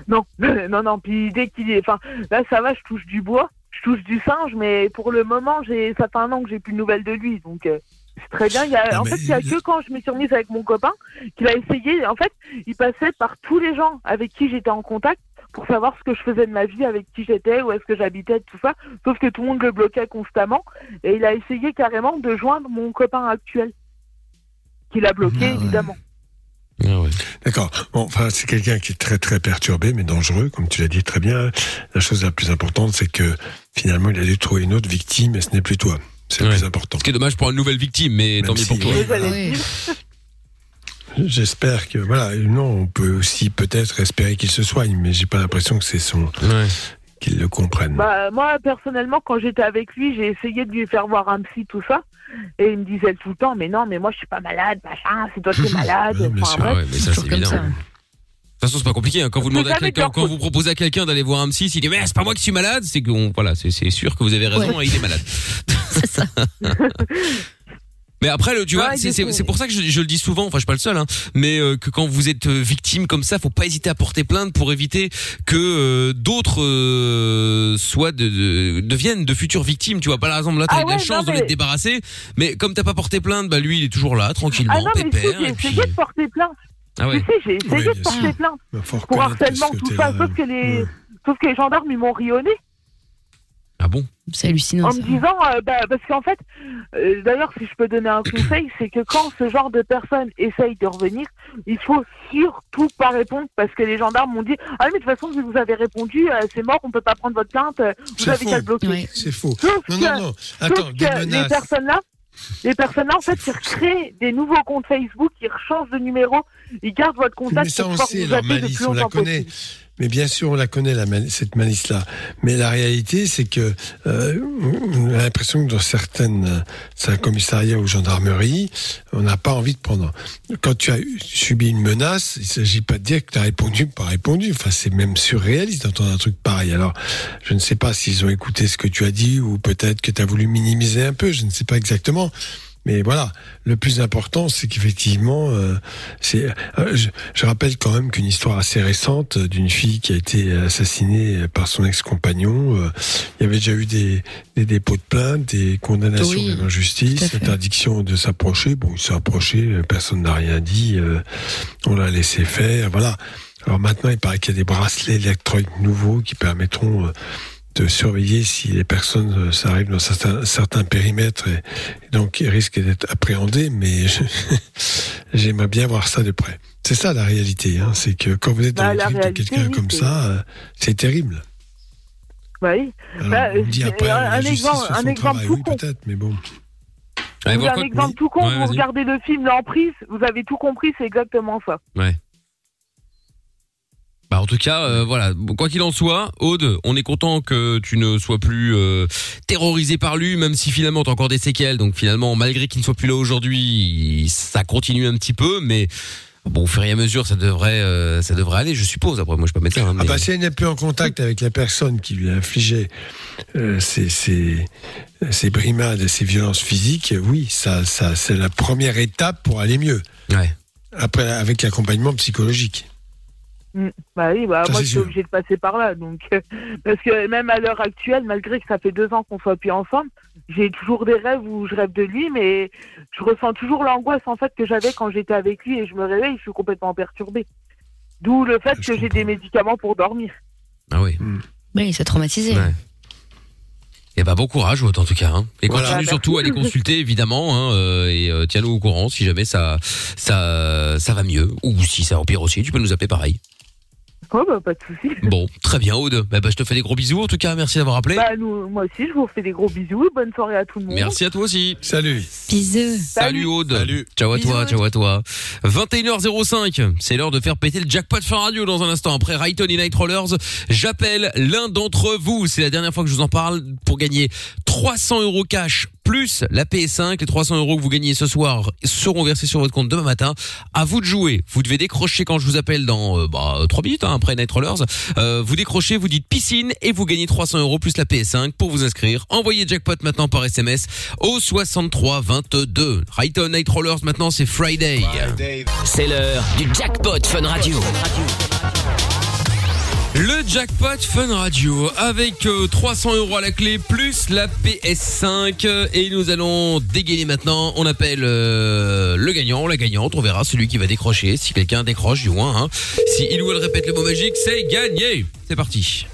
Speaker 8: Non, non, non, puis dès qu'il est... Enfin, là, ça va, je touche du bois, je touche du singe, mais pour le moment, j'ai ça fait un an que j'ai plus de nouvelles de lui, donc... euh, c'est très bien. Il y a-
Speaker 3: Non,
Speaker 8: en
Speaker 3: mais
Speaker 8: fait, il y a que quand je me suis remise avec mon copain qu'il a essayé. En fait, il passait par tous les gens avec qui j'étais en contact pour savoir ce que je faisais de ma vie, avec qui j'étais, où est-ce que j'habitais, tout ça. Sauf que tout le monde le bloquait constamment. Et il a essayé carrément de joindre mon copain actuel, qu'il a
Speaker 3: Ah
Speaker 8: bloqué, évidemment.
Speaker 2: Ah
Speaker 3: D'accord. Bon, enfin, c'est quelqu'un qui est très très perturbé, mais dangereux, comme tu l'as dit très bien. La chose la plus importante, c'est que finalement, il a dû trouver une autre victime, et ce n'est plus toi. C'est le plus important.
Speaker 2: Ce qui est dommage pour une nouvelle victime, mais tant mieux pour toi.
Speaker 3: J'espère que voilà. Non, on peut aussi peut-être espérer qu'il se soigne, mais j'ai pas l'impression que c'est son qu'il le comprenne.
Speaker 8: Bah, moi, personnellement, quand j'étais avec lui, j'ai essayé de lui faire voir un psy, tout ça. Et il me disait tout le temps, mais non, mais moi, je suis pas malade, machin, c'est toi qui es malade. Enfin,
Speaker 2: Ah
Speaker 8: bref.
Speaker 2: ouais, mais ça c'est évident. De toute façon, c'est pas compliqué. hein. Quand vous demandez à
Speaker 8: jamais de
Speaker 2: quelqu'un,
Speaker 8: leur
Speaker 2: quand vous proposez à quelqu'un d'aller voir un psy, s'il dit mais c'est pas moi qui suis malade, c'est que on- voilà, c'est- c'est sûr que vous avez raison,
Speaker 1: Ouais.
Speaker 2: hein, il est malade. Mais après, le, tu vois,
Speaker 1: Ouais,
Speaker 2: c'est-
Speaker 1: du
Speaker 2: c'est
Speaker 1: coup.
Speaker 2: c'est pour ça que je, je le dis souvent. Enfin, je suis pas le seul, hein, mais euh, que quand vous êtes euh, victime comme ça, faut pas hésiter à porter plainte pour éviter que euh, d'autres euh, soient de, de- deviennent de futures victimes. Tu vois, par exemple, là, t'as
Speaker 8: Ah
Speaker 2: eu de la
Speaker 8: ouais,
Speaker 2: chance de
Speaker 8: non,
Speaker 2: l'être
Speaker 8: mais-
Speaker 2: débarrassé, mais comme t'as pas porté plainte, bah lui, il est toujours là, tranquillement,
Speaker 8: Ah non, mais si,
Speaker 2: pépère.
Speaker 8: j'ai
Speaker 2: et puis-
Speaker 8: essayé de porter plainte.
Speaker 2: Ah ouais.
Speaker 8: Si, si, j'ai essayé
Speaker 2: Ouais,
Speaker 8: de
Speaker 2: bien
Speaker 8: porter
Speaker 2: sûr.
Speaker 8: plainte.
Speaker 3: Faut
Speaker 8: Pour
Speaker 3: reconnaître
Speaker 8: harcèlement,
Speaker 3: que
Speaker 8: tout
Speaker 3: t'es
Speaker 8: ça.
Speaker 3: là.
Speaker 8: Sauf que, les... sauf que les gendarmes, ils m'ont rionné.
Speaker 2: Ah bon
Speaker 4: C'est hallucinant.
Speaker 8: en
Speaker 4: ça.
Speaker 8: me disant, euh, bah, parce qu'en fait, euh, d'ailleurs, si je peux donner un conseil, c'est que quand ce genre de personnes essayent de revenir, il faut surtout pas répondre parce que les gendarmes m'ont dit Ah, mais de toute façon, si vous avez répondu, euh, c'est mort, on peut pas prendre votre plainte, euh, vous
Speaker 3: C'est
Speaker 8: avez qu'à
Speaker 3: faux.
Speaker 8: le bloquer.
Speaker 4: Ouais.
Speaker 3: C'est faux.
Speaker 8: Sauf
Speaker 3: Non,
Speaker 8: que-
Speaker 3: non, non. Attends,
Speaker 8: Sauf
Speaker 3: des
Speaker 8: que les
Speaker 3: menaces.
Speaker 8: personnes-là, les personnes-là, en fait, ils recréent des nouveaux comptes Facebook, ils rechangent de numéro, ils gardent votre contact.
Speaker 3: Mais ça,
Speaker 8: pour
Speaker 3: on
Speaker 8: pouvoir
Speaker 3: sait,
Speaker 8: vous
Speaker 3: leur
Speaker 8: appeler le
Speaker 3: malice,
Speaker 8: plus
Speaker 3: on la
Speaker 8: longtemps
Speaker 3: connaît.
Speaker 8: possible.
Speaker 3: Mais bien sûr, on la connaît, la mal- cette malice-là. Mais la réalité, c'est que euh, on a l'impression que dans certaines c'est un commissariat ou gendarmerie, on n'a pas envie de prendre. Quand tu as eu- subi une menace, il ne s'agit pas de dire que tu as répondu ou pas répondu. Enfin, c'est même surréaliste d'entendre un truc pareil. Alors, je ne sais pas s'ils ont écouté ce que tu as dit ou peut-être que tu as voulu minimiser un peu, je ne sais pas exactement. Mais voilà, le plus important, c'est qu'effectivement, euh, c'est. euh, je, je rappelle quand même qu'une histoire assez récente euh, d'une fille qui a été assassinée euh, par son ex-compagnon, euh, il y avait déjà eu des, des dépôts de plainte, des condamnations
Speaker 4: Oui,
Speaker 3: même en justice,
Speaker 4: tout à fait.
Speaker 3: interdiction de s'approcher. Bon, il s'est approché, euh, personne n'a rien dit, euh, on l'a laissé faire, voilà. Alors maintenant, il paraît qu'il y a des bracelets électroniques nouveaux qui permettront euh, de surveiller si les personnes euh, s'arrivent dans certains, certains périmètres et, et donc ils risquent d'être appréhendés, mais je- j'aimerais bien voir ça de près. C'est ça la réalité, hein, c'est que quand vous êtes dans
Speaker 8: Bah,
Speaker 3: le
Speaker 8: la
Speaker 3: grip de
Speaker 8: réalité,
Speaker 3: quelqu'un
Speaker 8: oui,
Speaker 3: comme
Speaker 8: c'est-
Speaker 3: ça, euh, c'est terrible.
Speaker 8: Bah oui.
Speaker 3: Alors,
Speaker 8: Bah,
Speaker 3: on me dit
Speaker 8: c'est-
Speaker 3: après,
Speaker 8: un-
Speaker 3: la
Speaker 8: un
Speaker 3: justice
Speaker 8: exemple-
Speaker 3: fait
Speaker 8: un
Speaker 3: son
Speaker 8: exemple
Speaker 3: travail,
Speaker 8: tout
Speaker 3: oui,
Speaker 8: con.
Speaker 3: peut-être, mais bon.
Speaker 2: Allez,
Speaker 8: Vous avez
Speaker 2: voir
Speaker 8: un
Speaker 2: quoi
Speaker 8: exemple tout con,
Speaker 2: Ouais,
Speaker 8: vous
Speaker 2: vas-y.
Speaker 8: regardez le film L'Emprise, vous avez tout compris, c'est exactement ça.
Speaker 2: Bah en tout cas, euh, voilà. Bon, Quoi qu'il en soit, Aude, on est content que tu ne sois plus euh, terrorisé par lui, même si finalement t'as encore des séquelles. Donc finalement, malgré qu'il ne soit plus là aujourd'hui, ça continue un petit peu, mais bon, au fur et à mesure, ça devrait, euh, ça devrait aller, je suppose. Après, moi, je suis pas médecin. hein,
Speaker 3: Ah
Speaker 2: mais-
Speaker 3: bah, si elle n'est plus en contact avec la personne qui lui a infligé euh, ces, ces- ces brimades et ces violences physiques, oui, ça, ça, c'est la première étape pour aller mieux.
Speaker 2: Ouais.
Speaker 3: Après, avec l'accompagnement psychologique.
Speaker 8: Bah oui, bah
Speaker 3: Ça, c'est
Speaker 8: moi je suis
Speaker 3: sûr.
Speaker 8: obligée de passer par là. Donc, euh, parce que même à l'heure actuelle, malgré que ça fait deux ans qu'on soit plus ensemble, j'ai toujours des rêves où je rêve de lui, mais je ressens toujours l'angoisse en fait que j'avais quand j'étais avec lui et je me réveille, je suis complètement perturbée. D'où le fait
Speaker 3: Je
Speaker 8: que j'ai
Speaker 3: comprends.
Speaker 8: des médicaments pour dormir.
Speaker 2: Ah oui.
Speaker 3: Hmm.
Speaker 4: Oui, ça traumatisé.
Speaker 2: Ouais. Et bah bon courage Aude en tout cas. hein. Et
Speaker 3: Voilà.
Speaker 2: continue
Speaker 8: Bah,
Speaker 2: surtout à les consulter évidemment hein, euh, et euh, tiens-nous au courant si jamais ça ça ça va mieux ou si ça empire aussi, tu peux nous appeler pareil.
Speaker 8: Oh bah pas de souci.
Speaker 2: Bon, très bien Aude. Bah, bah, je te fais des gros bisous en tout cas. Merci d'avoir appelé.
Speaker 8: Bah nous, moi aussi, je vous fais des gros bisous. Bonne soirée à tout le monde.
Speaker 2: Merci à toi aussi.
Speaker 3: Salut.
Speaker 4: Bisous.
Speaker 2: Salut, Aude.
Speaker 9: Salut.
Speaker 2: Ciao à
Speaker 4: Bisous,
Speaker 2: toi,
Speaker 4: Aude.
Speaker 2: ciao à toi. 21h05, c'est l'heure de faire péter le jackpot fin radio dans un instant. Après Rayton et Night Rollers, j'appelle l'un d'entre vous. C'est la dernière fois que je vous en parle pour gagner 300 euros cash plus la PS5. Les 300 euros que vous gagnez ce soir seront versés sur votre compte demain matin. À vous de jouer. Vous devez décrocher quand je vous appelle dans euh, bah, 3 minutes hein, après Night Rollers. Euh, vous décrochez, vous dites piscine et vous gagnez 300 euros plus la PS5 pour vous inscrire. Envoyez jackpot maintenant par SMS au 63 22. Rayton Night Rollers maintenant c'est Friday.
Speaker 1: C'est l'heure du jackpot Fun Radio.
Speaker 2: Le jackpot Fun Radio avec euh, 300 euros à la clé plus la PS5 euh, et nous allons dégainer maintenant. On appelle euh, le gagnant, la gagnante. On verra celui qui va décrocher. Si quelqu'un décroche du moins, hein. si il ou elle répète le mot magique, c'est gagné. C'est parti.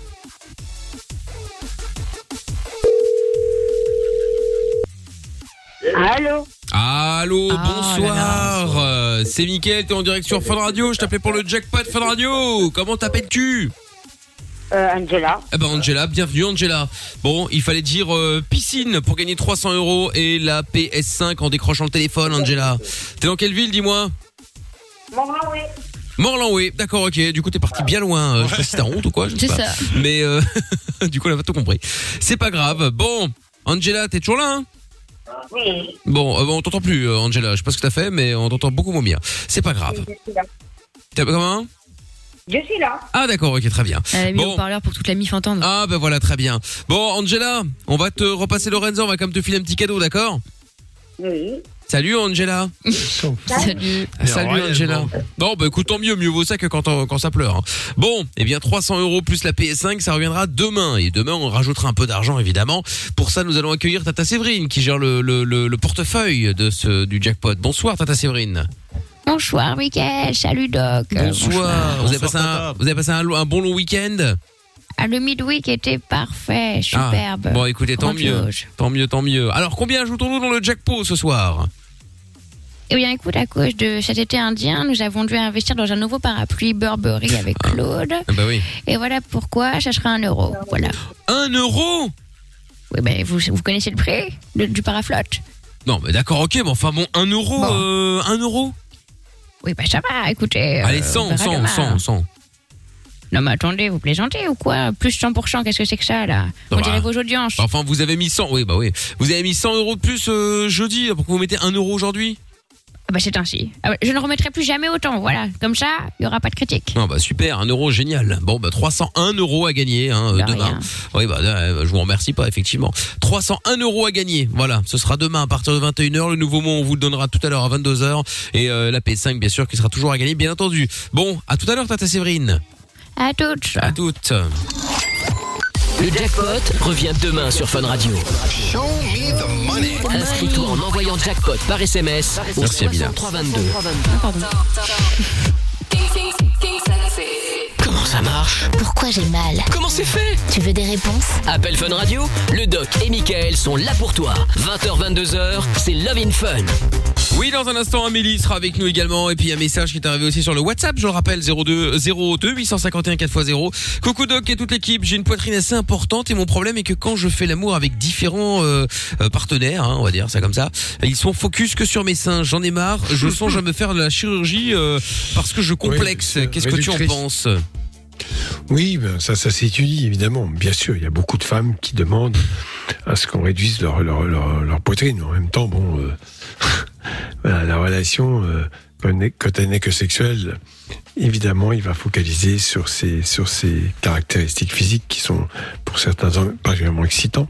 Speaker 8: Allô
Speaker 2: Allô,
Speaker 4: Ah, là
Speaker 2: bonsoir. Euh, C'est Mickaël, t'es en direct sur Fun Radio. Je t'appelais pour le jackpot Fun Radio. Comment t'appelles-tu
Speaker 8: euh, Angela.
Speaker 2: Eh ben Angela, bienvenue Angela. Bon, il fallait dire euh, piscine pour gagner 300 euros et la PS5 en décrochant le téléphone, Angela. T'es dans quelle ville, dis-moi
Speaker 8: Bonjour, oui.
Speaker 2: Morlanway. D'accord, ok. Du coup, t'es parti bien loin. Euh, Je sais pas si t'as honte ou quoi, je sais
Speaker 4: C'est
Speaker 2: pas.
Speaker 4: ça.
Speaker 2: Mais euh, du coup, elle a pas tout compris. C'est pas grave. Bon, Angela, t'es toujours là hein
Speaker 8: Oui,
Speaker 2: Bon, euh, bon, on t'entend plus, euh, Angela. Je sais pas ce que t'as fait, mais on t'entend beaucoup moins bien. C'est pas grave.
Speaker 8: je suis là.
Speaker 2: T'as comment
Speaker 8: Je suis là.
Speaker 2: Ah d'accord, ok, très bien.
Speaker 4: Elle a mis
Speaker 2: Bon.
Speaker 4: au parleur pour toute la mif entendre.
Speaker 2: Ah ben voilà, très bien. Bon, Angela, on va te repasser Lorenzo. On va quand même te filer un petit cadeau, d'accord
Speaker 8: Oui.
Speaker 2: Salut Angela. Ah,
Speaker 4: Salut.
Speaker 2: Salut
Speaker 3: royalement.
Speaker 2: Angela. Bon, bah écoute, tant mieux, mieux vaut ça que quand, on- quand ça pleure. hein. Bon, eh bien 300 euros plus la PS5, ça reviendra demain. Et demain, on rajoutera un peu d'argent, évidemment. Pour ça, nous allons accueillir Tata Séverine, qui gère le, le- le- le portefeuille de ce, du jackpot. Bonsoir Tata Séverine.
Speaker 13: Bonsoir, Mickaël. Salut, Doc. Euh,
Speaker 2: Bonsoir. Vous, avez
Speaker 9: Bonsoir,
Speaker 2: passé un,
Speaker 9: Tata.
Speaker 2: vous avez passé un, lo- un bon long week-end
Speaker 13: Ah, le midweek était parfait,
Speaker 2: Ah,
Speaker 13: superbe.
Speaker 2: Bon, écoutez, tant mieux.
Speaker 13: Grandiose.
Speaker 2: Tant mieux, tant mieux. Alors, combien ajoutons-nous dans le jackpot ce soir
Speaker 13: Eh bien, écoute, à cause de cet été indien, nous avons dû investir dans un nouveau parapluie Burberry avec Claude.
Speaker 2: Ah Bah oui.
Speaker 13: Et voilà pourquoi ça sera un euro. Voilà.
Speaker 2: Un euro
Speaker 13: Oui, ben vous, vous connaissez le prix de- du paraflotte
Speaker 2: Non, mais d'accord, ok, mais enfin bon, un euro, euh, un euro
Speaker 13: Oui, ben ça va, écoutez. euh,
Speaker 2: Allez,
Speaker 13: on
Speaker 2: 100,
Speaker 13: verra
Speaker 2: 100,
Speaker 13: demain. hein.
Speaker 2: 100, 100.
Speaker 13: Non, mais attendez, vous plaisantez ou quoi Plus 100%, qu'est-ce que c'est que ça, là
Speaker 2: Ça
Speaker 13: On
Speaker 2: va. Bah,
Speaker 13: dirait vos audiences.
Speaker 2: Enfin, vous avez mis 100, oui, bah oui. Vous avez mis 100 euros de plus euh, jeudi, pourquoi vous mettez un euro aujourd'hui
Speaker 13: Ah, ben c'est ainsi. Ah ben, je ne remettrai plus jamais autant, voilà. Comme ça, il n'y aura pas de critique.
Speaker 2: Non, bah super, un euro, génial. Bon, bah 301 euros à gagner hein, euh,
Speaker 13: De
Speaker 2: demain.
Speaker 13: rien.
Speaker 2: Oui, bah euh, je vous remercie pas, effectivement. 301 euros à gagner, voilà. Ce sera demain à partir de 21h. Le nouveau mot, on vous le donnera tout à l'heure à 22h. Et euh, la PS5, bien sûr, qui sera toujours à gagner, bien entendu. Bon, à tout à l'heure, Tata Séverine.
Speaker 13: À toutes.
Speaker 2: À toutes.
Speaker 1: Le jackpot revient demain sur Fun Radio. Inscris-toi en envoyant jackpot par SMS au
Speaker 2: Merci, Amina.
Speaker 1: 6322. Comment ça marche
Speaker 7: Pourquoi j'ai mal
Speaker 1: Comment c'est fait
Speaker 7: Tu veux des réponses
Speaker 1: Appel Fun Radio, le doc et Michael sont là pour toi. 20h-22h, c'est Love in Fun.
Speaker 2: Oui, dans un instant, Amélie sera avec nous également. Et puis, il y a un message qui est arrivé aussi sur le WhatsApp, je le rappelle, 02 02 851 4x0. Coucou Doc et toute l'équipe, j'ai une poitrine assez importante et mon problème est que quand je fais l'amour avec différents euh, euh, partenaires, hein, on va dire ça comme ça, ils sont focus que sur mes seins. J'en ai marre, je songe à me faire de la chirurgie euh, parce que je complexe.
Speaker 3: Oui,
Speaker 2: Qu'est-ce que tu en
Speaker 3: réductrice.
Speaker 2: penses
Speaker 3: Oui, ben, ça, ça s'étudie, évidemment. Bien sûr, il y a beaucoup de femmes qui demandent à ce qu'on réduise leur, leur, leur- leur poitrine. En même temps, bon, euh, voilà, la relation, euh, quand elle n'est- quand elle n'est que sexuelle, évidemment, il va focaliser sur ses, sur ses caractéristiques physiques qui sont, pour certains hommes, particulièrement excitants.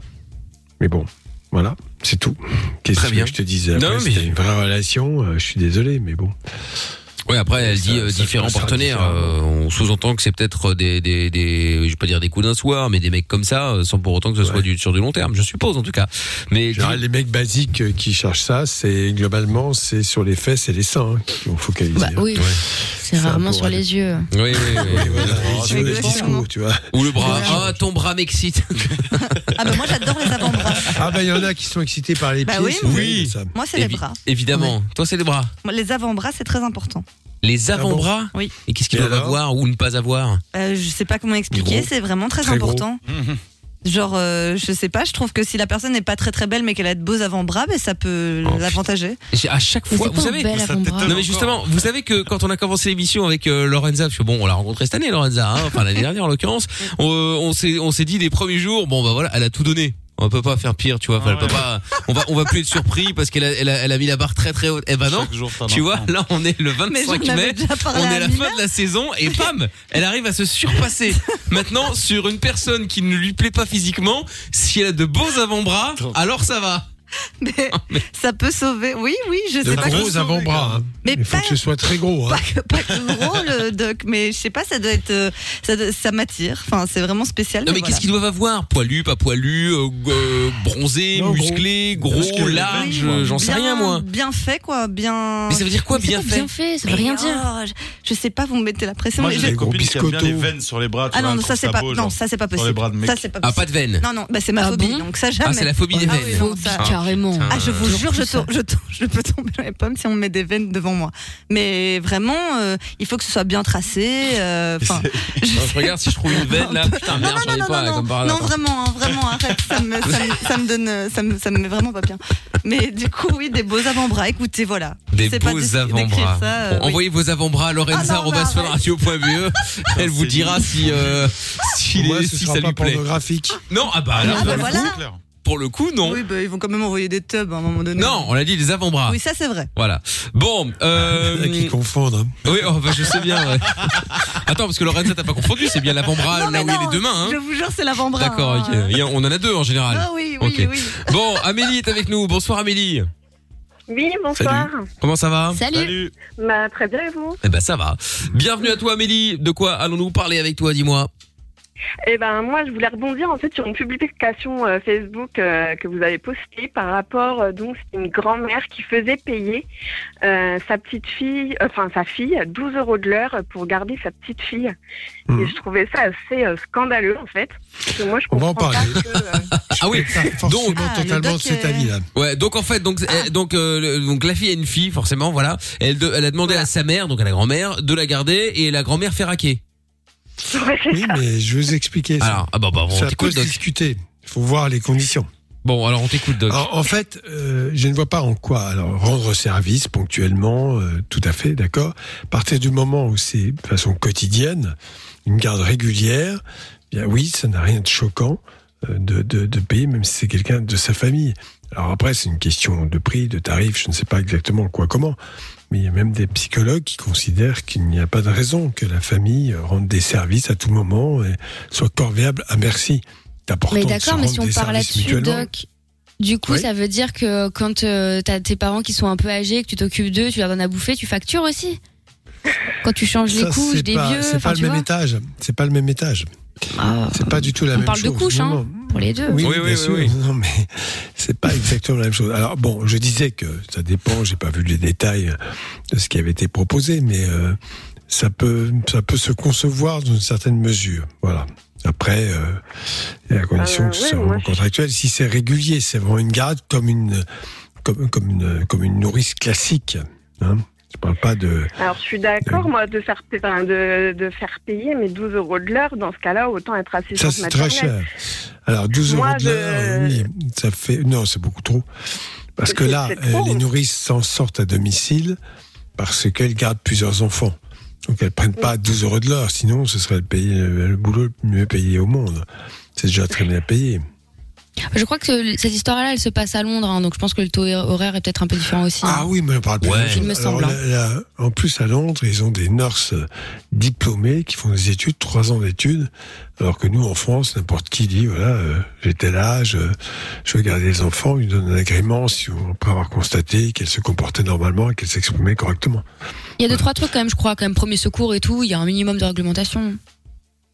Speaker 3: Mais bon, voilà, c'est tout. Qu'est-ce
Speaker 2: Très bien.
Speaker 3: que je te disais après,
Speaker 2: Non,
Speaker 3: si
Speaker 2: mais-
Speaker 3: t'as une vraie relation, euh, je suis désolé, mais bon.
Speaker 2: Oui, après, elle
Speaker 3: Ça-
Speaker 2: dit euh,
Speaker 3: ça-
Speaker 2: différents
Speaker 3: ça sera
Speaker 2: partenaires.
Speaker 3: différent.
Speaker 2: Euh, on sous-entend que c'est peut-être euh, des, des, des, je vais pas dire des coups d'un soir, mais des mecs comme ça, euh, sans pour autant que ce soit du, sur du long terme, je suppose en tout cas. Mais
Speaker 3: En général, Ah, les mecs basiques euh, qui cherchent ça, c'est globalement c'est sur les fesses et les seins hein, qui vont focaliser.
Speaker 4: Bah oui, c'est
Speaker 3: Ça
Speaker 4: rarement
Speaker 3: pourrait
Speaker 4: sur
Speaker 3: aller.
Speaker 4: les yeux.
Speaker 2: Oui, oui, oui.
Speaker 3: Voilà,
Speaker 9: Oh,
Speaker 3: ils jouent le
Speaker 5: exactement.
Speaker 3: Ah, discours, tu vois.
Speaker 2: Ou le bras. Ah, ton bras m'excite.
Speaker 5: Ah bah moi j'adore les avant-bras.
Speaker 3: Ah bah il y en a qui sont excités par les
Speaker 5: Bah
Speaker 3: pieds.
Speaker 5: oui,
Speaker 3: c'est
Speaker 2: oui.
Speaker 3: terrible, ça.
Speaker 5: Moi c'est les
Speaker 2: Évi-
Speaker 5: bras.
Speaker 2: Évidemment. Toi, c'est les bras.
Speaker 5: Moi, Les avant-bras c'est très important.
Speaker 2: Les
Speaker 3: Ah,
Speaker 2: avant-bras
Speaker 5: Oui.
Speaker 2: Et qu'est-ce qu'ils
Speaker 3: Et
Speaker 2: doivent
Speaker 3: alors
Speaker 2: avoir ou ne pas avoir
Speaker 5: Euh, je sais pas comment expliquer,
Speaker 3: Gros.
Speaker 5: c'est vraiment très,
Speaker 3: Très gros.
Speaker 5: important. Genre, euh, je sais pas, je trouve que si la personne n'est pas très très belle mais qu'elle a de beaux avant-bras, ben, ça peut
Speaker 2: Oh,
Speaker 5: l'avantager.
Speaker 2: J'ai- À chaque
Speaker 4: Mais
Speaker 2: fois,
Speaker 4: c'est pas
Speaker 2: vous
Speaker 4: un
Speaker 2: savez.
Speaker 4: bel
Speaker 9: ça
Speaker 4: avant-bras.
Speaker 9: t'étonne.
Speaker 2: Non mais justement, vous savez que quand on a commencé l'émission avec euh, Lorenza, parce que bon, on l'a rencontrée cette année, Lorenza, hein, enfin l'année dernière en l'occurrence, on, euh, on s'est on s'est dit des premiers jours, bon bah voilà, elle a tout donné. On peut pas faire pire, tu vois.
Speaker 9: Ah
Speaker 2: enfin, elle peut
Speaker 9: ouais.
Speaker 2: pas. On va on va plus être surpris parce qu'elle a, elle a elle a mis la barre très très haute. Eh ben non.
Speaker 9: Chaque jour, t'en
Speaker 2: Tu
Speaker 9: as
Speaker 2: vois,
Speaker 9: un.
Speaker 2: là on est le 25
Speaker 5: Mais j'en
Speaker 2: mai.
Speaker 5: avais déjà parlé
Speaker 2: on est
Speaker 5: à
Speaker 2: à la
Speaker 5: Amina.
Speaker 2: fin de la saison et pam, elle arrive à se surpasser. Maintenant, sur une personne qui ne lui plaît pas physiquement, si elle a de beaux avant-bras, alors ça va.
Speaker 5: Mais ça peut sauver. Oui, oui, je
Speaker 3: De
Speaker 5: sais pas. que-
Speaker 3: gros avant-bras. hein.
Speaker 5: Mais
Speaker 3: il faut
Speaker 5: pas-
Speaker 3: que ce soit très gros. hein.
Speaker 5: Pas que, pas que gros le doc, mais je sais pas, ça doit être, euh, ça, doit- ça m'attire. Enfin, c'est vraiment spécial.
Speaker 2: Non mais
Speaker 5: voilà.
Speaker 2: qu'est-ce qu'ils doivent avoir Poilu, pas poilu, euh, euh, bronzé,
Speaker 3: Non, gros.
Speaker 2: musclé, gros,
Speaker 9: Parce que-
Speaker 5: Oui,
Speaker 2: large, euh, j'en sais
Speaker 5: bien-
Speaker 2: rien moi.
Speaker 5: Bien fait quoi, bien.
Speaker 2: Mais ça veut dire quoi
Speaker 4: Mais c'est
Speaker 2: bien
Speaker 4: pas
Speaker 2: fait oh,
Speaker 4: Bien fait, ça
Speaker 5: Mais
Speaker 4: veut rien dire.
Speaker 5: alors, je, je sais pas, vous me mettez la pression.
Speaker 9: Moi,
Speaker 5: mais
Speaker 9: j'ai
Speaker 5: je-
Speaker 9: des
Speaker 3: gros
Speaker 9: copines qui aiment bien les
Speaker 3: biscottos.
Speaker 9: veines sur les bras. tu
Speaker 5: Ah
Speaker 9: vois,
Speaker 5: non,
Speaker 9: elles
Speaker 5: non, ça
Speaker 9: trouvent
Speaker 5: c'est pas,
Speaker 9: beau,
Speaker 5: non,
Speaker 9: genre.
Speaker 5: ça c'est pas
Speaker 9: les
Speaker 5: possible.
Speaker 9: bras de mec.
Speaker 5: Ça c'est pas
Speaker 2: Ah
Speaker 5: possible.
Speaker 2: pas de veine.
Speaker 5: Non, non, bah, c'est ma
Speaker 4: Ah
Speaker 5: phobie,
Speaker 4: bon
Speaker 5: donc ça jamais.
Speaker 2: Ah c'est la phobie des
Speaker 5: Ah oui,
Speaker 2: veines.
Speaker 5: non, ça-
Speaker 4: Carrément.
Speaker 5: Ah, je vous
Speaker 4: Toujours
Speaker 5: jure, je,
Speaker 4: tout ça.
Speaker 5: tombe- je, tombe- je peux tomber dans les pommes si on me met des veines devant moi. Mais vraiment, euh, il faut que ce soit bien tracé. euh, Enfin, je-
Speaker 2: Attends, je regarde si je trouve une veine là. Putain
Speaker 5: non,
Speaker 2: merde,
Speaker 5: non,
Speaker 2: j'en ai
Speaker 5: non,
Speaker 2: pas là,
Speaker 5: non,
Speaker 2: comme par
Speaker 5: non,
Speaker 2: hasard.
Speaker 5: non, vraiment, hein, vraiment, arrête, ça me, ça me, ça me donne, euh, ça me, ça me met vraiment pas bien. Mais du coup, oui, des beaux avant-bras. Écoutez, voilà.
Speaker 2: Des
Speaker 5: C'est pas
Speaker 2: beaux
Speaker 5: décrit-
Speaker 2: avant-bras. Oh,
Speaker 5: décrire ça, euh,
Speaker 2: Bon,
Speaker 5: oui.
Speaker 2: Envoyez vos avant-bras à
Speaker 5: Ah non, mais
Speaker 2: lorenza.radio.be. E. Elle vous
Speaker 9: c'est
Speaker 2: dira si, euh, si,
Speaker 3: Moi,
Speaker 2: les-
Speaker 3: ce
Speaker 2: si
Speaker 3: sera
Speaker 2: ça
Speaker 3: pas
Speaker 2: lui plaît.
Speaker 3: pornographique.
Speaker 2: Non, ah bah
Speaker 5: Ah
Speaker 2: alors,
Speaker 5: bah voilà.
Speaker 9: C'est clair.
Speaker 2: pour le coup, non.
Speaker 5: Oui, bah, ils vont quand même envoyer des tubs à un moment donné.
Speaker 2: Non, on l'a dit, les avant-bras.
Speaker 5: Oui, ça c'est vrai.
Speaker 2: Voilà. Bon,
Speaker 3: Il y en a qui
Speaker 2: euh,
Speaker 3: confondent. hein.
Speaker 2: Oui, oh, bah, je sais bien. ouais. Attends, parce que Lorenza, t'as pas confondu, c'est bien l'avant-bras
Speaker 5: Non,
Speaker 2: Ah, là
Speaker 5: mais
Speaker 2: où il
Speaker 5: non,
Speaker 2: est deux mains.
Speaker 5: Je
Speaker 2: Hein.
Speaker 5: vous jure, c'est l'avant-bras.
Speaker 2: D'accord,
Speaker 5: hein.
Speaker 2: ok. Il y en- on en a deux en général.
Speaker 5: Ah oui, oui,
Speaker 2: Ok.
Speaker 5: oui.
Speaker 2: Bon, Amélie est avec nous. Bonsoir Amélie.
Speaker 8: Oui, bonsoir.
Speaker 2: Comment ça va
Speaker 4: Salut.
Speaker 9: Salut.
Speaker 8: Bah, très bien, et vous
Speaker 2: Eh ben ça va. Bienvenue à toi Amélie. De quoi allons-nous parler avec toi, dis-moi
Speaker 10: Eh ben moi, je voulais rebondir en fait sur une publication euh, Facebook euh, que vous avez postée par rapport euh, donc c'est une grand-mère qui faisait payer euh, sa petite fille, euh, enfin sa fille, 12 euros de l'heure pour garder sa petite fille.
Speaker 2: Mhm.
Speaker 10: Et je trouvais ça assez euh, scandaleux en fait. Parce que moi, je
Speaker 3: On va en
Speaker 10: comprends pas
Speaker 3: parler.
Speaker 10: que, euh,
Speaker 2: Ah oui, donc
Speaker 3: totalement de
Speaker 5: euh,
Speaker 3: cet avis là.
Speaker 2: Ouais, donc en fait, donc
Speaker 5: Ah.
Speaker 2: elle- donc euh, le- donc la fille a une fille forcément, voilà. Elle de- elle a demandé à sa mère, donc à la grand-mère, de la garder et la grand-mère fait raquer.
Speaker 3: Oui, mais je vais vous expliquer ça.
Speaker 2: Alors, ah bah, bah, on
Speaker 3: ça peut
Speaker 2: t'écoute,
Speaker 3: se
Speaker 2: Doc.
Speaker 3: discuter. Il faut voir les conditions.
Speaker 2: Bon, alors on t'écoute, Doc.
Speaker 3: Alors, en fait, euh, je ne vois pas en quoi. Alors, rendre service ponctuellement, euh, tout à fait, d'accord. À partir du moment où c'est de façon quotidienne, une garde régulière, eh bien oui, ça n'a rien de choquant euh, de, de, de payer, même si c'est quelqu'un de sa famille. Alors après, c'est une question de prix, de tarif, je ne sais pas exactement quoi, comment. Mais il y a même des psychologues qui considèrent qu'il n'y a pas de raison que la famille euh, rende des services à tout moment et soit corvéable à merci. C'est important
Speaker 4: Mais
Speaker 3: de se
Speaker 4: d'accord, mais si
Speaker 3: rendre
Speaker 4: on
Speaker 3: des
Speaker 4: parle
Speaker 3: services
Speaker 4: là-dessus,
Speaker 3: mutuellement.
Speaker 4: Doc, du coup, ça veut dire que quand euh, t'as tes parents qui sont un peu âgés, que tu t'occupes d'eux, tu leur donnes à bouffer, tu factures aussi. Quand tu changes les
Speaker 3: Ça,
Speaker 4: couches
Speaker 3: c'est
Speaker 4: des
Speaker 3: pas-
Speaker 4: vieux,
Speaker 3: C'est
Speaker 4: enfin,
Speaker 3: pas
Speaker 4: tu
Speaker 3: le même
Speaker 4: vois. Ah.
Speaker 3: étage. C'est pas le même étage. c'est pas du tout la
Speaker 4: on
Speaker 3: même
Speaker 4: parle
Speaker 3: chose.
Speaker 4: de couches,
Speaker 3: Non,
Speaker 4: hein,
Speaker 3: non.
Speaker 4: pour les deux.
Speaker 3: Oui, oui, bien sûr. Non, mais c'est pas exactement la même chose. Alors bon, je disais que ça dépend. J'ai pas vu les détails de ce qui avait été proposé, mais euh, ça peut, ça peut se concevoir dans une certaine mesure. Voilà. Après, euh, et à condition
Speaker 10: Euh,
Speaker 3: que ce
Speaker 10: ouais,
Speaker 3: soit
Speaker 10: moi,
Speaker 3: vraiment contractuel, si c'est régulier, c'est vraiment une garde comme une, comme, comme une, comme une nourrice classique. Hein. Je parle pas de.
Speaker 10: Alors je suis d'accord moi de faire pa- enfin, de, de faire payer mes 12 euros de l'heure dans ce cas-là autant être assez
Speaker 3: Ça, c'est très cher. Alors, 12
Speaker 10: Moi,
Speaker 3: euros de
Speaker 10: je-
Speaker 3: l'heure, oui, ça fait. Non, c'est beaucoup trop. Parce que là,
Speaker 10: c'est trop.
Speaker 3: euh, les nourrices s'en sortent à domicile parce qu'elles gardent plusieurs enfants. Donc, elles prennent pas 12 euros de l'heure, sinon, ce serait le, pays- euh, le le boulot le mieux payé au monde. C'est déjà très bien payé.
Speaker 4: Je crois que cette histoire-là, elle se passe à Londres, hein, donc je pense que le taux horaire est peut-être un peu différent aussi.
Speaker 3: Ah oui, mais on parle pas
Speaker 4: Ouais.
Speaker 3: de la même chose.
Speaker 4: Il me
Speaker 3: Alors
Speaker 4: semble, hein.
Speaker 3: là- là, en plus, à Londres, ils ont des nurses euh, diplômées qui font des études, trois ans d'études, alors que nous, en France, n'importe qui dit, voilà, euh, j'ai tel âge, euh, je vais garder les enfants, ils donnent un agrément si, on- après avoir constaté qu'elle se comportait normalement et qu'elle s'exprimait correctement.
Speaker 4: Il y a deux, trois trucs quand même, je crois, quand même, premier secours et tout, il y a un minimum de réglementation,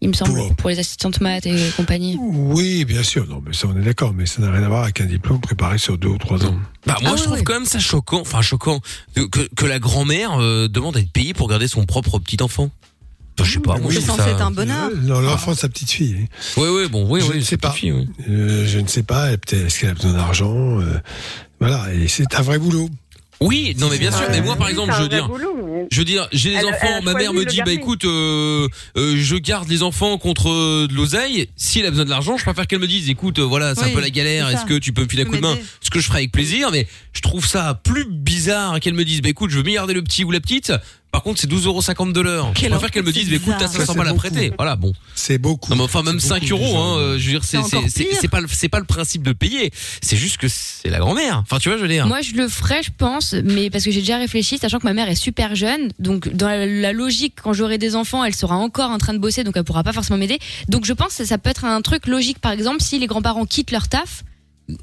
Speaker 4: il me semble, pour les assistantes maths et compagnie.
Speaker 3: Oui, bien sûr, non, mais ça, on est d'accord, mais ça n'a rien à voir avec un diplôme préparé sur deux ou trois ans.
Speaker 2: Bah moi je trouve quand même ça choquant, enfin choquant de- que, que la grand-mère euh, demande à être payée pour garder son propre petit enfant. Enfin, je sais
Speaker 3: bah
Speaker 2: pas. moi, je trouve ça-
Speaker 3: bonheur. Euh, Non, l'enfant, sa petite fille. hein.
Speaker 2: Oui, oui, bon, oui,
Speaker 3: je
Speaker 2: oui,
Speaker 3: ne
Speaker 2: sa
Speaker 3: sais pas.
Speaker 2: petite fille, oui.
Speaker 3: Euh, je ne sais pas. elle, peut-être, Est-ce qu'elle a besoin d'argent euh, Voilà, et c'est un vrai boulot.
Speaker 2: Oui, non mais bien sûr,
Speaker 3: Euh,
Speaker 2: mais moi par exemple, je veux dire, je veux dire, j'ai des
Speaker 3: Elle-
Speaker 2: enfants,
Speaker 3: elle a
Speaker 2: ma mère
Speaker 3: choisi
Speaker 2: me
Speaker 3: de le
Speaker 2: dit bah
Speaker 3: garder.
Speaker 2: écoute, euh, euh, je garde les enfants contre euh, de l'oseille. Si elle a besoin de l'argent, je préfère qu'elle me dise écoute, euh, voilà, c'est
Speaker 14: Oui,
Speaker 2: un peu la galère.
Speaker 14: c'est ça.
Speaker 2: Est-ce que tu peux me filer un
Speaker 14: Tu
Speaker 2: coup de
Speaker 14: peux
Speaker 2: main
Speaker 14: m'aider.
Speaker 2: Ce que je ferai avec plaisir, mais je trouve ça plus bizarre qu'elle me dise bah écoute, je veux bien garder le petit ou la petite. Par contre, c'est 12,50€ de l'heure. Je
Speaker 14: Quelle
Speaker 2: préfère qu'elle me dise bah écoute, t'as
Speaker 14: bizarre.
Speaker 2: 500
Speaker 14: Ça,
Speaker 2: balles à
Speaker 14: c'est beaucoup.
Speaker 2: prêter. Voilà, bon.
Speaker 3: C'est beaucoup.
Speaker 2: Non, mais enfin, même
Speaker 14: C'est
Speaker 2: 5
Speaker 14: beaucoup,
Speaker 2: euros,
Speaker 14: déjà.
Speaker 2: hein, euh, je veux dire, c'est,
Speaker 14: C'est encore
Speaker 2: c'est, c'est-
Speaker 14: pire.
Speaker 2: c'est pas, le- c'est pas le principe de payer. C'est juste que c'est la grand-mère. Enfin, tu vois, je veux dire.
Speaker 4: Moi, je le ferais, je pense, mais parce que j'ai déjà réfléchi, sachant que ma mère est super jeune, donc dans la, la logique, quand j'aurai des enfants, elle sera encore en train de bosser, donc elle pourra pas forcément m'aider. Donc je pense que ça peut être un truc logique, par exemple, si les grands-parents quittent leur taf,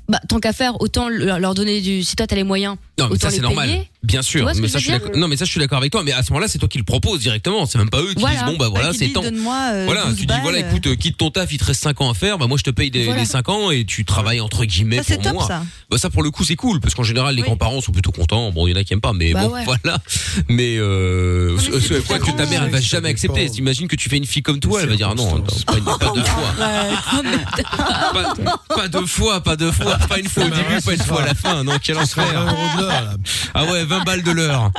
Speaker 4: bah, tant qu'à faire, autant leur leur donner du. Si toi t'as les moyens,
Speaker 2: Non, mais
Speaker 4: autant
Speaker 2: ça,
Speaker 4: les
Speaker 2: c'est normal.
Speaker 4: payer.
Speaker 2: Bien
Speaker 4: Tu
Speaker 2: sûr.
Speaker 4: vois ce
Speaker 2: Mais
Speaker 4: que
Speaker 2: ça,
Speaker 4: je
Speaker 2: je
Speaker 4: veux
Speaker 2: suis
Speaker 4: dire
Speaker 2: d'accord- non, mais ça, je suis d'accord avec toi. Mais à ce moment-là, c'est toi qui le proposes directement. C'est même pas eux qui
Speaker 4: Voilà.
Speaker 2: disent, bon, bah voilà,
Speaker 4: Ah, qui
Speaker 2: c'est
Speaker 4: dit,
Speaker 2: temps.
Speaker 4: donne-moi, euh,
Speaker 2: voilà,
Speaker 4: 12
Speaker 2: tu dis,
Speaker 4: balles,
Speaker 2: voilà,
Speaker 4: euh.
Speaker 2: écoute, euh, quitte ton taf, il te reste 5 ans à faire. Bah, moi, je te paye des,
Speaker 4: Voilà.
Speaker 2: les 5 ans et tu travailles entre guillemets
Speaker 5: Ça, c'est
Speaker 2: pour
Speaker 5: top,
Speaker 2: moi.
Speaker 5: ça.
Speaker 2: Bah, ça, pour le coup, c'est cool. Parce qu'en général, les grands-parents sont plutôt contents. Bon, il y en a qui aiment pas, mais
Speaker 5: Bah
Speaker 2: bon,
Speaker 5: ouais.
Speaker 2: voilà. Mais, euh,
Speaker 5: mais c'est
Speaker 2: ce à quoi que ta
Speaker 5: différent.
Speaker 2: mère, elle va
Speaker 5: Ça
Speaker 2: jamais accepter.
Speaker 5: dépend.
Speaker 2: T'imagines que tu fais une fille comme toi, elle va dire, ah non, attends, pas, une- pas deux fois.
Speaker 1: Euh,
Speaker 2: pas, pas deux fois, pas deux fois, pas une fois au début, pas une fois à la fin. Non, quel enfer. Ah ouais, 20 balles de l'heure.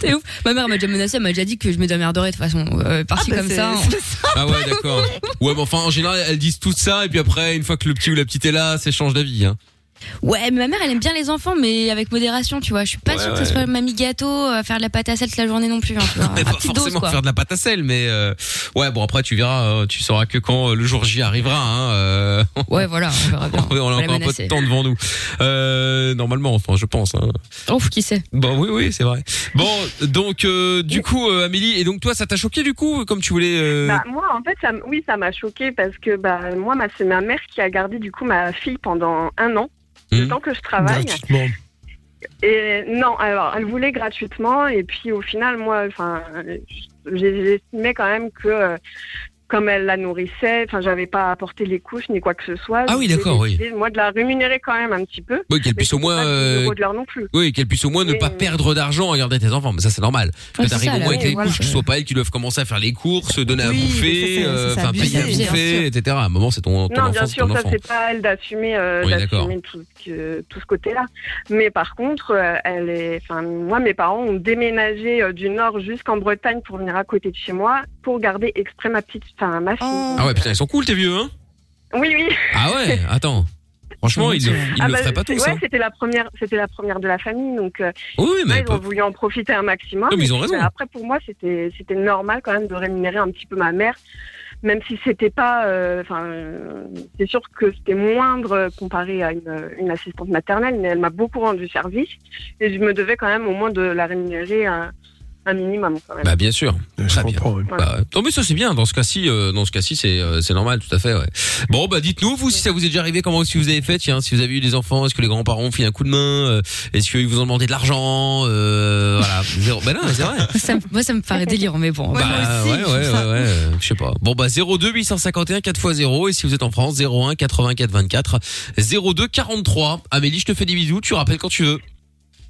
Speaker 4: C'est ouf. Ma mère m'a déjà menacé, elle m'a déjà dit que je me démerderais de toute façon. Euh, partie
Speaker 5: Ah, bah,
Speaker 4: comme
Speaker 5: c'est-
Speaker 4: ça.
Speaker 5: c'est
Speaker 2: Ah ouais, d'accord. Ouais, mais enfin, en général, elles disent tout ça, et puis après, une fois que le petit ou la petite est là, ça change d'avis. Hein.
Speaker 4: Ouais, mais ma mère, elle aime bien les enfants, mais avec modération, tu vois. Je suis pas
Speaker 2: Ouais,
Speaker 4: sûre que
Speaker 2: ouais.
Speaker 4: ce soit mamie gâteau à faire de la pâte à sel toute la journée non plus. hein, tu vois.
Speaker 2: Mais pas
Speaker 4: Petite dose,
Speaker 2: forcément
Speaker 4: quoi.
Speaker 2: faire de la pâte à sel, mais euh, ouais, bon, après, tu verras, euh, tu sauras que quand euh, le jour J arrivera. Hein, euh,
Speaker 4: Ouais, voilà, on verra bien.
Speaker 2: on a
Speaker 4: va
Speaker 2: encore
Speaker 4: la
Speaker 2: un peu de
Speaker 4: menacer.
Speaker 2: temps devant nous. Euh, normalement, enfin, je pense. Hein.
Speaker 4: Ouf, qui sait
Speaker 2: Bon, Bah oui, oui, c'est vrai. Bon, donc, euh, du coup, euh, Amélie, et donc toi, ça t'a choqué du coup, comme tu voulais. euh,
Speaker 10: Bah, moi, en fait, ça, m- oui, ça m'a choqué parce que bah, moi, ma, c'est ma mère qui a gardé du coup ma fille pendant un an, le
Speaker 2: Mmh.
Speaker 10: temps que je travaille.
Speaker 3: Gratuitement.
Speaker 10: Et non, alors, elle voulait gratuitement. Et puis, au final, moi, enfin, j'estimais quand même que euh, comme elle la nourrissait, enfin, j'avais pas apporté les couches ni quoi que ce soit.
Speaker 2: Ah oui,
Speaker 10: J'ai
Speaker 2: d'accord, oui.
Speaker 10: décidé, Moi, de la rémunérer quand même un petit peu.
Speaker 2: Oui, qu'elle puisse au moins. euh,
Speaker 10: euros de l'heure non plus. euh,
Speaker 2: Oui, qu'elle puisse au moins ne pas perdre d'argent à garder tes enfants. Mais ça, c'est normal.
Speaker 10: Ouais,
Speaker 2: que
Speaker 10: c'est
Speaker 2: t'arrives
Speaker 10: ça,
Speaker 2: au
Speaker 10: là,
Speaker 2: moins avec
Speaker 10: oui,
Speaker 2: les
Speaker 10: voilà.
Speaker 2: couches, que ce soit pas elle qui doivent commencer à faire les courses, se donner à
Speaker 10: Oui,
Speaker 2: bouffer,
Speaker 10: mais ça, c'est-
Speaker 2: euh,
Speaker 10: ça, c'est
Speaker 2: enfin payer à
Speaker 10: abusé, bien
Speaker 2: bouffer,
Speaker 10: sûr.
Speaker 2: etc. À un moment, c'est ton, ton
Speaker 10: non,
Speaker 2: enfant.
Speaker 10: bien
Speaker 2: c'est
Speaker 10: sûr,
Speaker 2: ton
Speaker 10: ça
Speaker 2: enfant.
Speaker 10: c'est pas à elle d'assumer euh,
Speaker 2: Oui, d'accord.
Speaker 10: d'assumer tout, que- tout ce côté-là. Mais par contre, euh, elle est, enfin moi, mes parents ont déménagé euh, du nord jusqu'en Bretagne pour venir à côté de chez moi pour garder exprès ma petite, enfin ma fille.
Speaker 2: Ah ouais, putain, ils sont cool, tes vieux, hein
Speaker 10: Oui, oui.
Speaker 2: Ah ouais, attends. Franchement, ils, le- ils
Speaker 10: Ah
Speaker 2: le
Speaker 10: bah,
Speaker 2: feraient pas
Speaker 10: c'est-
Speaker 2: tous,
Speaker 10: ouais,
Speaker 2: hein.
Speaker 10: c'était la première, c'était la première de la famille, donc euh,
Speaker 2: Oui, oui, mais
Speaker 10: ouais, ils ont
Speaker 2: peu-
Speaker 10: voulu en profiter un maximum.
Speaker 2: Non, mais ils ont
Speaker 10: Et puis,
Speaker 2: raison.
Speaker 10: bah, après, pour moi, c'était, c'était normal quand même de rémunérer un petit peu ma mère, même si c'était pas, euh, enfin, euh, c'est sûr que c'était moindre euh, comparé à une, une assistante maternelle, mais elle m'a beaucoup rendu service et je me devais quand même au moins de la rémunérer un, un minimum quand même.
Speaker 2: Bah bien sûr. Très bien.
Speaker 10: Voilà.
Speaker 2: Bah, ouais. non mais ça c'est bien. Dans ce cas-ci, euh, dans ce cas-ci, c'est euh, c'est normal, tout à fait. ouais. Bon bah dites-nous vous si ça vous est déjà arrivé, comment si vous avez fait, tiens, si vous avez eu des enfants, est-ce que les grands-parents ont filé un coup de main, euh, est-ce qu'ils vous ont demandé de l'argent, euh, voilà. Zéro. Bah non, mais c'est vrai.
Speaker 4: Ça me- moi, ça me paraît délirant, mais bon.
Speaker 2: Bah, ouais, ouais, ouais, ouais, euh, je sais pas. Bon, bah, 02 851 4x0. Et si vous êtes en France, 01 84 24 02 43. Amélie, je te fais des bisous. Tu rappelles quand tu veux.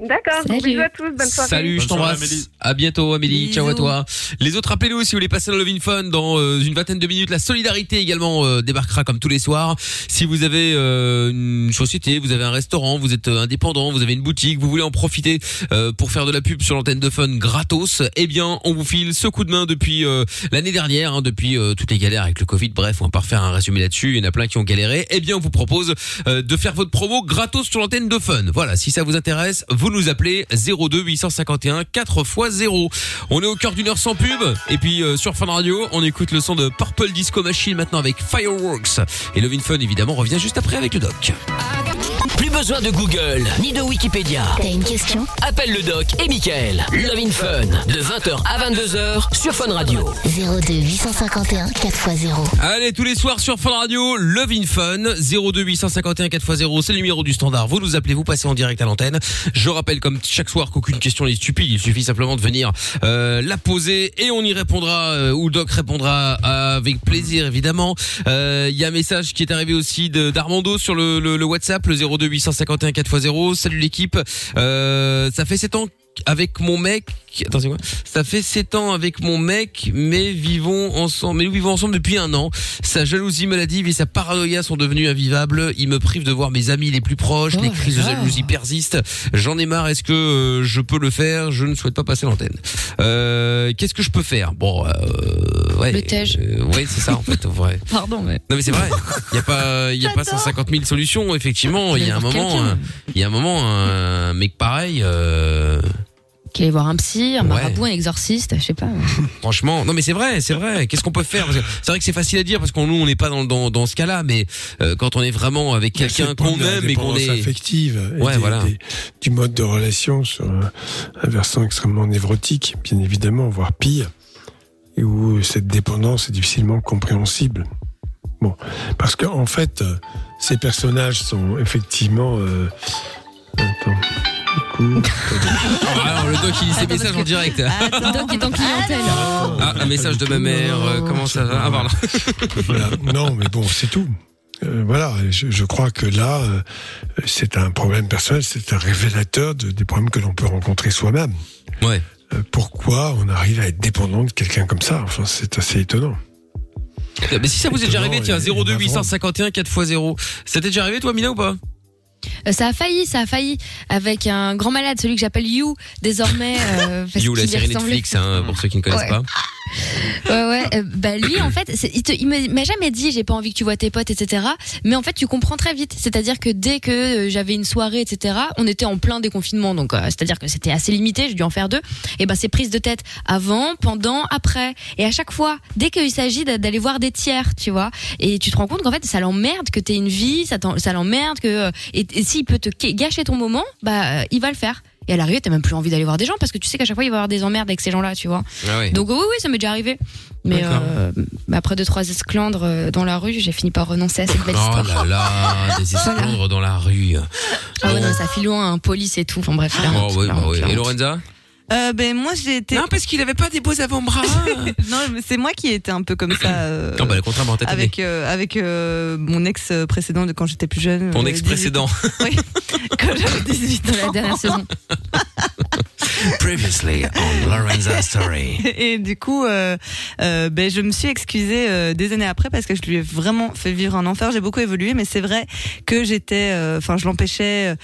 Speaker 10: D'accord.
Speaker 4: Salut.
Speaker 10: Bisous à tous. Bonne soirée.
Speaker 2: Salut, je t'embrasse. À bientôt, Amélie. Ciao à
Speaker 10: Bisous.
Speaker 2: toi. Les autres, rappelez-nous si vous voulez passer dans Love in Fun dans euh, une vingtaine de minutes. La solidarité également euh, débarquera comme tous les soirs. Si vous avez euh, une société, vous avez un restaurant, vous êtes euh, indépendant, vous avez une boutique, vous voulez en profiter euh, pour faire de la pub sur l'antenne de Fun gratos, eh bien, on vous file ce coup de main depuis euh, l'année dernière, hein, depuis euh, toutes les galères avec le Covid. Bref, on va pas refaire un résumé là-dessus. Il y en a plein qui ont galéré. Eh bien, on vous propose euh, de faire votre promo gratos sur l'antenne de Fun. Voilà, si ça vous intéresse, vous nous appelez 02 851 4 x 0. On est au cœur d'une heure sans pub et puis euh, sur Fun Radio, on écoute le son de Purple Disco Machine maintenant avec Fireworks et Lovin Fun évidemment revient juste après avec le doc.
Speaker 1: Plus besoin de Google ni de Wikipédia.
Speaker 7: T'as une question
Speaker 1: Appelle le doc et Michael. Love in Fun de 20h à 22h sur Fun Radio.
Speaker 7: 02 851 4x0.
Speaker 2: Allez, tous les soirs sur Fun Radio, Love in Fun, 02851 4x0, c'est le numéro du standard. Vous nous appelez, vous passez en direct à l'antenne. Je rappelle comme chaque soir qu'aucune question n'est stupide, il suffit simplement de venir euh, la poser et on y répondra, euh, ou Doc répondra euh, avec plaisir évidemment. Euh, Il y a un message qui est arrivé aussi de- d'Armando sur le, le- le WhatsApp, le 02851 4x0. Salut l'équipe, Euh, ça fait 7 ans avec mon mec. Attends, c'est quoi Ça fait 7 ans avec mon mec, mais vivons ensemble. Mais nous vivons ensemble depuis un an. Sa jalousie maladive et sa paranoïa sont devenues invivables. Il me prive de voir mes amis les plus proches. les crises de jalousie persistent. J'en ai marre. Est-ce que euh, je peux le faire Je ne souhaite pas passer l'antenne. Euh, Qu'est-ce que je peux faire Bon, euh, ouais.
Speaker 4: Le tège.
Speaker 2: euh, ouais, c'est ça en fait, en vrai.
Speaker 4: Pardon, mais.
Speaker 2: Non mais c'est vrai, il y a pas il y a pas 150 000 solutions effectivement, il y a un
Speaker 4: Faut
Speaker 2: moment
Speaker 4: quelqu'un.
Speaker 2: un- il y a un moment un mec pareil euh,
Speaker 4: Qu'il allait voir un psy, un
Speaker 2: Ouais.
Speaker 4: marabout, un exorciste, je sais pas.
Speaker 2: Franchement, non mais c'est vrai, c'est vrai. Qu'est-ce qu'on peut faire Parce que C'est vrai que c'est facile à dire parce qu'on nous on n'est pas dans, dans dans ce cas-là, mais euh, quand on est vraiment avec quelqu'un qu'on aime et qu'on est
Speaker 3: affective et
Speaker 2: Ouais,
Speaker 3: des-
Speaker 2: voilà.
Speaker 3: des- du mode de relation sur un, un versant extrêmement névrotique, bien évidemment, voire pire, et où cette dépendance est difficilement compréhensible. Bon, parce que en fait, euh, ces personnages sont effectivement. euh, attends. Coucou.
Speaker 2: Ah, alors, le doc il lit ses messages en direct. hein.
Speaker 4: Doc est en clientèle.
Speaker 2: Ah, un message de ma mère, euh, comment ça va Ah, voilà.
Speaker 3: Voilà. Non, mais bon, c'est tout. Euh, voilà, je, je crois que là, euh, c'est un problème personnel, c'est un révélateur de- des problèmes que l'on peut rencontrer soi-même.
Speaker 2: Ouais.
Speaker 3: Euh, pourquoi on arrive à être dépendant de quelqu'un comme ça Enfin, c'est assez étonnant.
Speaker 2: Mais si ça vous est déjà arrivé, tiens,
Speaker 3: Étonnant et-
Speaker 2: 02
Speaker 3: et
Speaker 2: 851 4x0. Ça t'est déjà arrivé toi Mina ou pas
Speaker 4: Euh, Ça a failli, ça a failli. Avec un grand malade, celui que j'appelle You, désormais. euh, parce
Speaker 2: You la
Speaker 4: qu'il y
Speaker 2: série
Speaker 4: ressemblait.
Speaker 2: Netflix hein, pour ceux qui ne connaissent
Speaker 4: Ouais.
Speaker 2: pas.
Speaker 4: Ouais, ouais. euh, bah, lui, en fait, c'est- il, te- il me- il m'a jamais dit, j'ai pas envie que tu vois tes potes, etc. Mais en fait, tu comprends très vite. C'est-à-dire que dès que euh, j'avais une soirée, etc., on était en plein déconfinement. Donc, euh, c'est-à-dire que c'était assez limité, j'ai dû en faire deux. Et ben, c'est prise de tête avant, pendant, après. Et à chaque fois, dès qu'il s'agit d'a- d'aller voir des tiers, tu vois. Et tu te rends compte qu'en fait, ça l'emmerde que t'aies une vie, ça, t'en- ça l'emmerde que, euh, et, et s'il peut te ga- gâcher ton moment, bah, euh, il va le faire. Et à l'arrivée, t'as même plus envie d'aller voir des gens parce que tu sais qu'à chaque fois, il va y avoir des emmerdes avec ces gens-là, tu vois.
Speaker 2: Ah oui.
Speaker 4: Donc oui, oui, ça m'est déjà arrivé. Mais
Speaker 2: D'accord.
Speaker 4: euh, mais après deux trois esclandres euh, dans la rue, j'ai fini par renoncer à cette belle
Speaker 2: Oh
Speaker 4: histoire.
Speaker 2: là là, des esclandres dans la rue.
Speaker 4: Ah ouais, non, ça file loin, hein, police et tout. Enfin bref, c'est la
Speaker 2: Oh,
Speaker 4: honte,
Speaker 2: ouais,
Speaker 4: la
Speaker 2: bah
Speaker 4: honte,
Speaker 2: ouais.
Speaker 4: la
Speaker 2: Et
Speaker 4: honte.
Speaker 2: Lorenza
Speaker 5: Euh, ben moi j'ai été.
Speaker 2: Non parce qu'il avait pas des beaux avant-bras.
Speaker 5: non mais c'est moi qui étais un peu comme ça. euh,
Speaker 2: Non, bah, le contraire, mais en tête,
Speaker 5: avec euh, avec euh, mon ex précédent de quand j'étais plus jeune.
Speaker 2: Ton
Speaker 5: euh,
Speaker 2: ex précédent.
Speaker 5: Quand j'avais 18 ans.
Speaker 4: la dernière saison.
Speaker 15: Previously on Lorenza Story.
Speaker 5: Et du coup, euh, euh, ben, je me suis excusée euh, des années après parce que je lui ai vraiment fait vivre un enfer. J'ai beaucoup évolué, mais c'est vrai que j'étais, euh, enfin, je l'empêchais.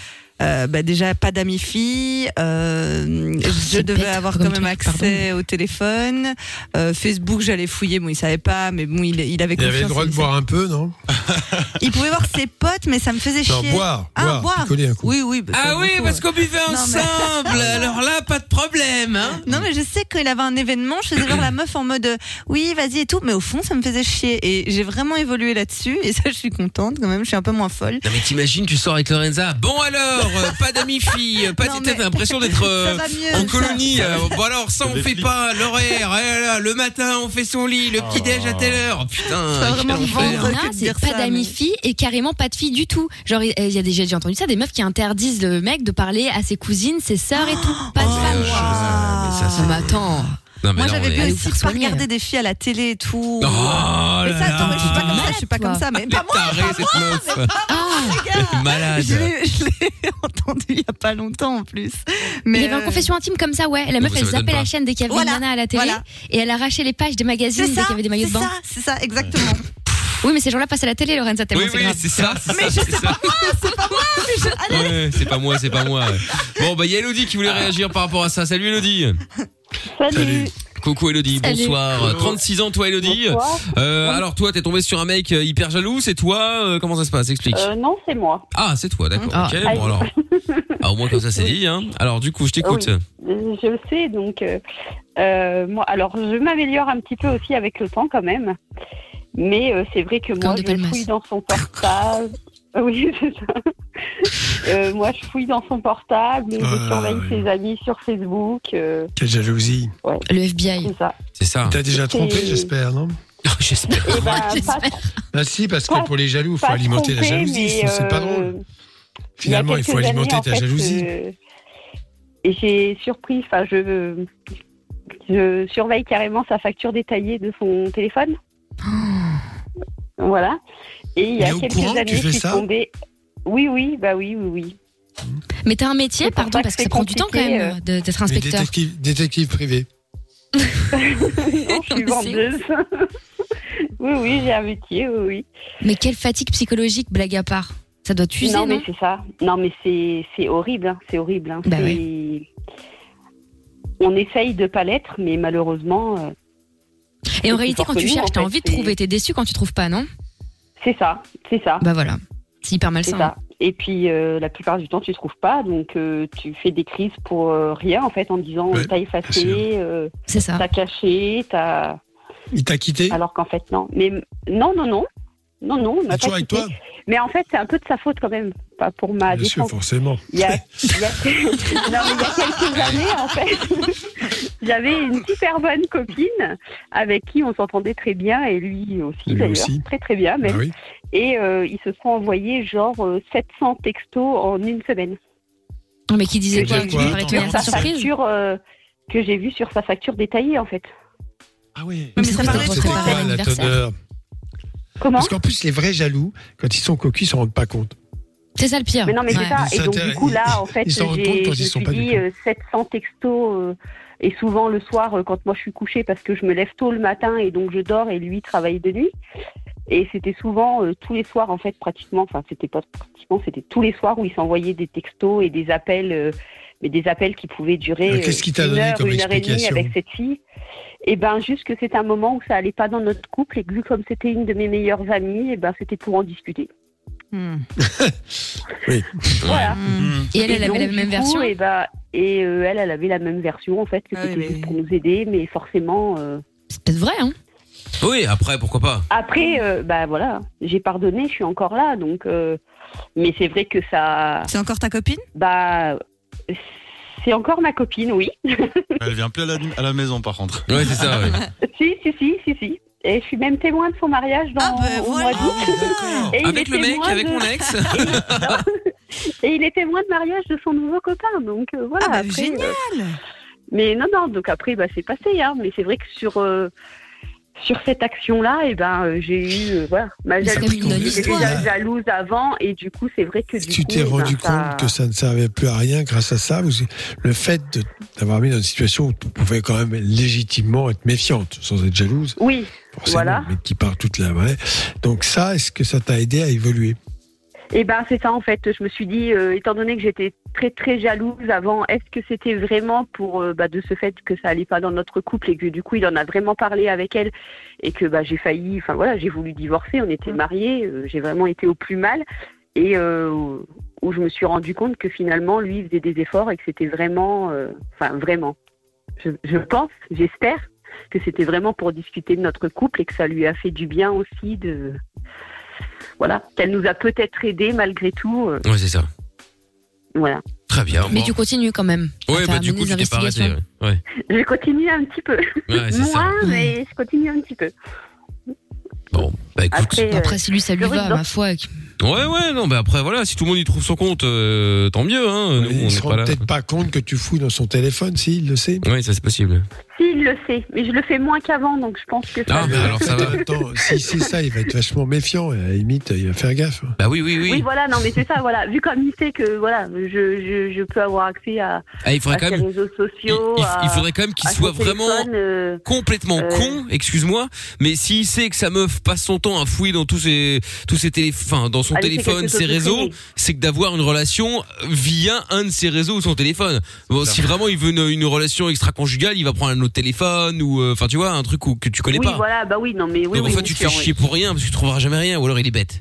Speaker 5: euh, bah, déjà pas d'amis filles, euh, je
Speaker 4: c'est
Speaker 5: devais
Speaker 4: Oh, bête
Speaker 5: avoir
Speaker 4: comme
Speaker 5: quand même
Speaker 4: truc,
Speaker 5: accès au téléphone, euh, Facebook j'allais fouiller, bon il savait pas, mais bon il, il avait
Speaker 3: Il
Speaker 5: confiance.
Speaker 3: avait le droit de boire un peu, non
Speaker 5: Il pouvait voir ses potes, mais ça me faisait
Speaker 3: Non,
Speaker 5: chier.
Speaker 3: boire,
Speaker 5: ah
Speaker 3: boire, picoler un coup.
Speaker 5: Oui oui. bah, ça,
Speaker 2: Ah oui,
Speaker 5: beaucoup,
Speaker 2: parce
Speaker 5: ouais.
Speaker 2: qu'on buvait
Speaker 5: Non, mais-
Speaker 2: ensemble. Alors là, pas de problème. Hein
Speaker 5: Non, mais je sais qu'il avait un événement, je faisais genre la meuf en mode euh, oui, vas-y et tout, mais au fond, ça me faisait chier. Et j'ai vraiment évolué là-dessus, et ça, je suis contente quand même, je suis un peu moins folle.
Speaker 2: Non mais t'imagines, tu sors avec Lorenza. Bon alors, euh, pas d'amis filles, pas
Speaker 5: Non,
Speaker 2: t'as
Speaker 5: mais-
Speaker 2: l'impression d'être euh,
Speaker 5: Ça va mieux,
Speaker 2: en
Speaker 5: ça.
Speaker 2: colonie. euh, bon alors ça on
Speaker 9: Des
Speaker 2: fait
Speaker 9: flics.
Speaker 2: pas l'horaire. eh là là, le matin on fait son lit, le petit déj à telle heure. Putain,
Speaker 5: Ça va
Speaker 2: quel
Speaker 5: Oh. vraiment me
Speaker 2: enfer.
Speaker 5: vendre.
Speaker 4: Non,
Speaker 5: que de
Speaker 4: c'est
Speaker 5: dire
Speaker 4: pas
Speaker 5: ça,
Speaker 4: d'amis
Speaker 5: mais-
Speaker 4: filles et carrément pas de filles du tout. Genre, il il y a déjà j'ai entendu ça, des meufs qui interdisent le mec de parler à ses cousines, ses sœurs et tout.
Speaker 2: Oh,
Speaker 4: Pas de femmes.
Speaker 2: ça,
Speaker 4: mais attends.
Speaker 2: Non, mais
Speaker 5: Moi,
Speaker 2: là, on
Speaker 5: j'avais
Speaker 2: est-
Speaker 5: vu
Speaker 4: allez
Speaker 5: aussi
Speaker 4: vous faire
Speaker 5: pas
Speaker 4: soigner.
Speaker 5: regarder des filles à la télé et
Speaker 2: Oh
Speaker 5: tout. mais
Speaker 2: là
Speaker 5: ça, attends, mais je suis pas comme
Speaker 2: là.
Speaker 5: ça, je suis pas
Speaker 4: Toi.
Speaker 5: comme ça, mais pas moi,
Speaker 2: Tarée, cette meuf.
Speaker 4: Ah,
Speaker 5: oh, gars.
Speaker 2: Malade.
Speaker 5: Je l'ai je l'ai entendu il y a pas longtemps en plus. Mais
Speaker 4: il avait en
Speaker 5: euh,
Speaker 4: confession intime comme ça, ouais. La meuf,
Speaker 2: vous, ça
Speaker 4: elle
Speaker 2: m'étonne
Speaker 4: zappait la
Speaker 2: pas.
Speaker 4: chaîne dès qu'il y avait
Speaker 5: Voilà,
Speaker 4: une nana à la télé
Speaker 5: voilà.
Speaker 4: et elle arrachait les pages des magazines
Speaker 5: C'est
Speaker 4: dès
Speaker 5: ça,
Speaker 4: qu'il y avait des maillots
Speaker 5: c'est
Speaker 4: de bain.
Speaker 5: ça, c'est ça, exactement.
Speaker 4: Oui, mais ces gens-là passent à la télé, Lorenza, tellement
Speaker 2: Oui
Speaker 4: c'est
Speaker 2: oui,
Speaker 4: grave.
Speaker 2: c'est ça. c'est ça, c'est ça.
Speaker 7: Ah,
Speaker 5: Allez,
Speaker 2: Ouais, c'est pas moi, c'est pas moi. Bon, bah, il y a Elodie qui voulait réagir par rapport à ça. Salut Elodie.
Speaker 16: Salut.
Speaker 2: Coucou Elodie,
Speaker 4: Salut.
Speaker 2: bonsoir. 36 ans, toi Elodie.
Speaker 16: Bonsoir.
Speaker 2: Euh, alors, toi, t'es tombée sur un mec euh, hyper jaloux, c'est toi euh, Comment ça se passe Explique.
Speaker 16: Euh, non, c'est moi.
Speaker 2: Ah, c'est toi, d'accord.
Speaker 4: Ah.
Speaker 2: ok, bon alors. Ah, au moins, comme ça, c'est dit. Hein. Alors, du coup, je t'écoute.
Speaker 16: Euh, Je le sais, donc euh, euh, moi, alors je m'améliore un petit peu aussi avec le temps quand même, mais euh, c'est vrai que
Speaker 4: Comme
Speaker 16: moi
Speaker 4: de
Speaker 16: je
Speaker 4: Palmas.
Speaker 16: fouille dans son portable. Ah oui, c'est ça. Euh, moi je fouille dans son portable, et
Speaker 3: Ah,
Speaker 16: je surveille
Speaker 3: oui.
Speaker 16: ses amis sur Facebook, euh,
Speaker 3: Quelle jalousie.
Speaker 4: Le FBI.
Speaker 16: c'est ça.
Speaker 2: C'est ça.
Speaker 3: T'as déjà trompé,
Speaker 16: Et-
Speaker 3: j'espère, non
Speaker 2: Oh, J'espère.
Speaker 16: Et ben, pas,
Speaker 3: Ah si, parce
Speaker 16: Pas-
Speaker 3: que pour les jaloux, il faut
Speaker 16: pas
Speaker 3: alimenter la
Speaker 16: trompé,
Speaker 3: jalousie,
Speaker 16: mais,
Speaker 3: sinon c'est pas
Speaker 16: euh,
Speaker 3: drôle.
Speaker 16: Il y a
Speaker 3: Finalement, il faut
Speaker 16: quelques
Speaker 3: alimenter
Speaker 16: années, en
Speaker 3: ta
Speaker 16: fait,
Speaker 3: jalousie.
Speaker 16: euh, et j'ai surpris, enfin, je, je surveille carrément sa facture détaillée de son téléphone. voilà. Et il y
Speaker 3: Il est
Speaker 16: a
Speaker 3: au
Speaker 16: quelques
Speaker 3: courant que
Speaker 16: années,
Speaker 3: tu fais
Speaker 16: je suis
Speaker 3: ça
Speaker 16: tombée. Oui, oui, bah oui, oui, oui.
Speaker 4: Mais t'as un métier,
Speaker 16: C'est pour
Speaker 4: pardon,
Speaker 16: ça que
Speaker 4: parce que
Speaker 16: c'est
Speaker 4: ça prend du temps quand
Speaker 16: compliqué,
Speaker 4: même euh, de- d'être
Speaker 3: Mais
Speaker 4: inspecteur.
Speaker 3: détective, détective privé.
Speaker 16: Non, je suis
Speaker 4: Mais c'est
Speaker 16: vendeuse. oui, oui, j'ai un métier, oui, oui.
Speaker 4: Mais quelle fatigue psychologique, blague à part. Ça doit t'user, non,
Speaker 16: non, mais c'est ça. Non, mais c'est c'est horrible, hein, c'est horrible. hein.
Speaker 4: Bah
Speaker 16: C'est- On essaye de pas l'être, mais malheureusement, euh,
Speaker 4: Et en
Speaker 16: c'est
Speaker 4: réalité, quand tu
Speaker 16: forcément,
Speaker 4: cherches,
Speaker 16: en
Speaker 4: t'as
Speaker 16: fait,
Speaker 4: envie de
Speaker 16: c'est-
Speaker 4: trouver. T'es déçu quand tu trouves pas, non
Speaker 16: c'est ça, c'est ça.
Speaker 4: Bah voilà. C'est hyper
Speaker 16: C'est
Speaker 4: malsain.
Speaker 16: ça. Et puis euh, la plupart du temps, tu trouves pas, donc euh, tu fais des crises pour euh, rien en fait, en disant
Speaker 3: Ouais,
Speaker 16: t'as
Speaker 3: bien
Speaker 16: effacé, euh,
Speaker 4: C'est ça.
Speaker 16: t'as caché, t'as.
Speaker 3: Il t'a quitté
Speaker 16: Alors qu'en fait non. Mais non, non, non, non, non. on
Speaker 3: Il
Speaker 16: m'a
Speaker 3: est toujours
Speaker 16: pas
Speaker 3: avec
Speaker 16: quitté.
Speaker 3: toi
Speaker 16: Mais en fait, c'est un peu de sa faute quand même, pas pour ma
Speaker 3: Bien sûr,
Speaker 16: défense.
Speaker 3: forcément.
Speaker 16: Il y a, il y a- non, mais il y a quelques années, en fait, j'avais une super bonne copine avec qui on s'entendait très bien et lui aussi
Speaker 3: Lui
Speaker 16: d'ailleurs,
Speaker 3: aussi.
Speaker 16: très très bien
Speaker 3: Ah
Speaker 16: même.
Speaker 3: oui.
Speaker 16: Et euh, ils se sont envoyés genre euh, 700 textos en une semaine.
Speaker 4: Non, mais qui disait
Speaker 3: Ça
Speaker 4: quoi
Speaker 3: veut
Speaker 4: Tu
Speaker 3: dire quoi
Speaker 4: parlais de
Speaker 3: Attends,
Speaker 4: sa
Speaker 3: attends, ça-
Speaker 4: surprise
Speaker 16: Sur, euh, que j'ai vu sur sa facture détaillée en fait.
Speaker 3: Ah oui.
Speaker 4: Mais
Speaker 5: ça
Speaker 4: c'est
Speaker 5: parlait
Speaker 4: pour
Speaker 5: de
Speaker 3: C'était
Speaker 5: quoi,
Speaker 4: préparer
Speaker 3: quoi la
Speaker 4: l'anniversaire.
Speaker 3: teneur
Speaker 16: Comment
Speaker 3: Parce qu'en plus, les vrais jaloux, quand ils sont coquus, ils s'en rendent pas compte.
Speaker 4: C'est ça le pire.
Speaker 16: Mais non, mais
Speaker 4: Ouais.
Speaker 16: c'est ça.
Speaker 3: Ils
Speaker 16: Et donc du
Speaker 3: s'intéressent-
Speaker 16: coup là, en fait,
Speaker 3: ils
Speaker 16: j'ai
Speaker 3: s'en rendent compte
Speaker 16: je
Speaker 3: quand
Speaker 16: me
Speaker 3: ils sont
Speaker 16: suis
Speaker 3: pas du
Speaker 16: dit
Speaker 3: tout.
Speaker 16: euh, 700 textos. euh, et souvent le soir, euh, quand moi je suis couchée, parce que je me lève tôt le matin et donc je dors et lui travaille de nuit. Et c'était souvent euh, tous les soirs en fait, pratiquement. Enfin, c'était pas pratiquement, c'était tous les soirs où il s'envoyait des textos et des appels, euh, mais des appels qui pouvaient durer
Speaker 3: Mais qu'est-ce
Speaker 16: euh,
Speaker 3: qui t'a
Speaker 16: une
Speaker 3: donné
Speaker 16: heure,
Speaker 3: comme
Speaker 16: une heure et demie
Speaker 3: explication
Speaker 16: avec cette fille. Et ben juste que c'est un moment où ça allait pas dans notre couple et que vu comme c'était une de mes meilleures amies, et ben c'était pour en discuter.
Speaker 5: Hmm.
Speaker 16: Voilà.
Speaker 5: Hmm.
Speaker 4: Et elle, elle avait la
Speaker 16: donc,
Speaker 4: même
Speaker 16: du coup,
Speaker 4: version.
Speaker 16: Et, bah, et euh, elle, elle avait la même version, en fait, que
Speaker 5: Ah
Speaker 16: c'était
Speaker 5: oui, mais-
Speaker 16: juste pour nous aider, mais forcément. euh,
Speaker 4: C'est peut-être vrai, hein
Speaker 2: Oui, après, pourquoi pas
Speaker 16: Après, euh, bah voilà, j'ai pardonné, je suis encore là, donc. euh, Mais c'est vrai que ça.
Speaker 5: C'est encore ta copine
Speaker 16: Bah. C'est encore ma copine, oui.
Speaker 9: Elle vient plus à la, à la maison par contre.
Speaker 2: Ouais, c'est ça, ouais.
Speaker 16: si, si, si, si, si. Et je suis même témoin de son mariage dans,
Speaker 5: Ah bah
Speaker 16: au
Speaker 5: voilà.
Speaker 16: mois d'août. Et il
Speaker 2: Avec
Speaker 16: est
Speaker 2: le mec,
Speaker 16: témoin
Speaker 2: avec
Speaker 16: de-
Speaker 2: mon ex.
Speaker 16: Et il est témoin de mariage de son nouveau copain, donc euh, voilà.
Speaker 5: Ah bah
Speaker 16: après,
Speaker 5: génial
Speaker 16: euh, Mais non, non, donc après, bah, c'est passé. Hein. Mais c'est vrai que sur, euh, sur cette action-là, eh ben, euh, j'ai eu. euh, voilà, ma
Speaker 3: Mais c'est
Speaker 16: jalousie.
Speaker 3: comme une
Speaker 16: J'étais
Speaker 3: histoire.
Speaker 16: déjà jalouse avant, et du coup, c'est vrai que. Du
Speaker 3: Tu
Speaker 16: coup,
Speaker 3: t'es
Speaker 16: eh ben,
Speaker 3: rendu
Speaker 16: ça-
Speaker 3: compte que ça ne servait plus à rien grâce à ça. vous- Le fait de- d'avoir mis dans une situation où tu pouvais quand même légitimement être méfiante, sans être jalouse.
Speaker 16: Oui,
Speaker 3: Forcément,
Speaker 16: voilà.
Speaker 3: mais qui part toute la vraie. Donc ça, est-ce que ça t'a aidé à évoluer
Speaker 16: Eh ben, c'est ça en fait. Je me suis dit, euh, étant donné que j'étais très très jalouse avant, est-ce que c'était vraiment pour euh, bah, de ce fait que ça allait pas dans notre couple et que du coup il en a vraiment parlé avec elle et que bah, j'ai failli, enfin voilà, j'ai voulu divorcer, on était mariés, euh, j'ai vraiment été au plus mal et euh, où je me suis rendu compte que finalement lui il faisait des efforts et que c'était vraiment, euh, enfin vraiment, je, je pense, j'espère que c'était vraiment pour discuter de notre couple et que ça lui a fait du bien aussi de voilà, qu'elle nous a peut-être aidés malgré tout. euh,
Speaker 2: Ouais, c'est ça.
Speaker 16: Voilà.
Speaker 2: Très bien.
Speaker 4: Mais
Speaker 2: bon.
Speaker 4: tu continues quand même. à
Speaker 2: Ouais,
Speaker 4: faire
Speaker 2: bah du
Speaker 4: mener
Speaker 2: coup,
Speaker 4: des
Speaker 2: tu t'es pas arrêté.
Speaker 4: investigations.
Speaker 2: ouais. Ouais.
Speaker 16: Je continue un petit peu.
Speaker 2: Ouais, c'est ça.
Speaker 16: Moins, mais je continue un petit peu.
Speaker 2: Bah, écoute,
Speaker 16: Après, euh,
Speaker 4: Après, si lui, ça lui
Speaker 16: je
Speaker 4: va,
Speaker 16: risque d'en-
Speaker 4: ma foi.
Speaker 2: Ouais, ouais, non, bah après, voilà, si tout le monde y trouve son compte, euh, tant mieux, hein. Nous,
Speaker 3: Il
Speaker 2: on
Speaker 3: se
Speaker 2: n'est
Speaker 3: rend
Speaker 2: pas là.
Speaker 3: peut-être pas compte que tu fouilles dans son téléphone, si, il le sait.
Speaker 2: Oui, ça c'est possible.
Speaker 16: Si, il le sait, mais je le fais moins qu'avant, donc je pense que ça.
Speaker 2: Ah, mais alors ça va.
Speaker 3: Attends, si c'est ça, il va être vachement méfiant. Et à la limite, il va faire gaffe.
Speaker 2: Bah oui, oui,
Speaker 16: Oui. voilà, non, mais c'est ça, voilà. Vu comme il sait que voilà, je, je, je peux avoir accès à,
Speaker 2: Ah, il faudrait
Speaker 16: à
Speaker 2: quand
Speaker 16: ses
Speaker 2: même-
Speaker 16: réseaux sociaux.
Speaker 2: Il,
Speaker 16: à-
Speaker 2: il faudrait quand même qu'il
Speaker 16: à son
Speaker 2: soit vraiment
Speaker 16: téléphone, euh,
Speaker 2: complètement
Speaker 16: euh,
Speaker 2: con, excuse-moi, mais s'il sait que sa meuf passe son temps à fouiller dans tous ses, tous ses téléphones, dans son
Speaker 16: Elle fait
Speaker 2: téléphone,
Speaker 16: quelque chose
Speaker 2: ses
Speaker 16: de
Speaker 2: réseaux,
Speaker 16: privé.
Speaker 2: c'est que d'avoir une relation via un de ses réseaux ou son téléphone. Bon, si vraiment il veut une, une relation extra-conjugale, il va prendre un autre téléphone ou, euh, enfin, tu vois, un truc où- que tu connais
Speaker 16: oui,
Speaker 2: pas. hein.
Speaker 16: voilà, bah oui, non, mais oui.
Speaker 2: Donc
Speaker 16: oui,
Speaker 2: en fait,
Speaker 16: bien
Speaker 2: tu te fais
Speaker 16: sûr,
Speaker 2: chier pour rien parce que tu trouveras jamais rien ou alors il est bête.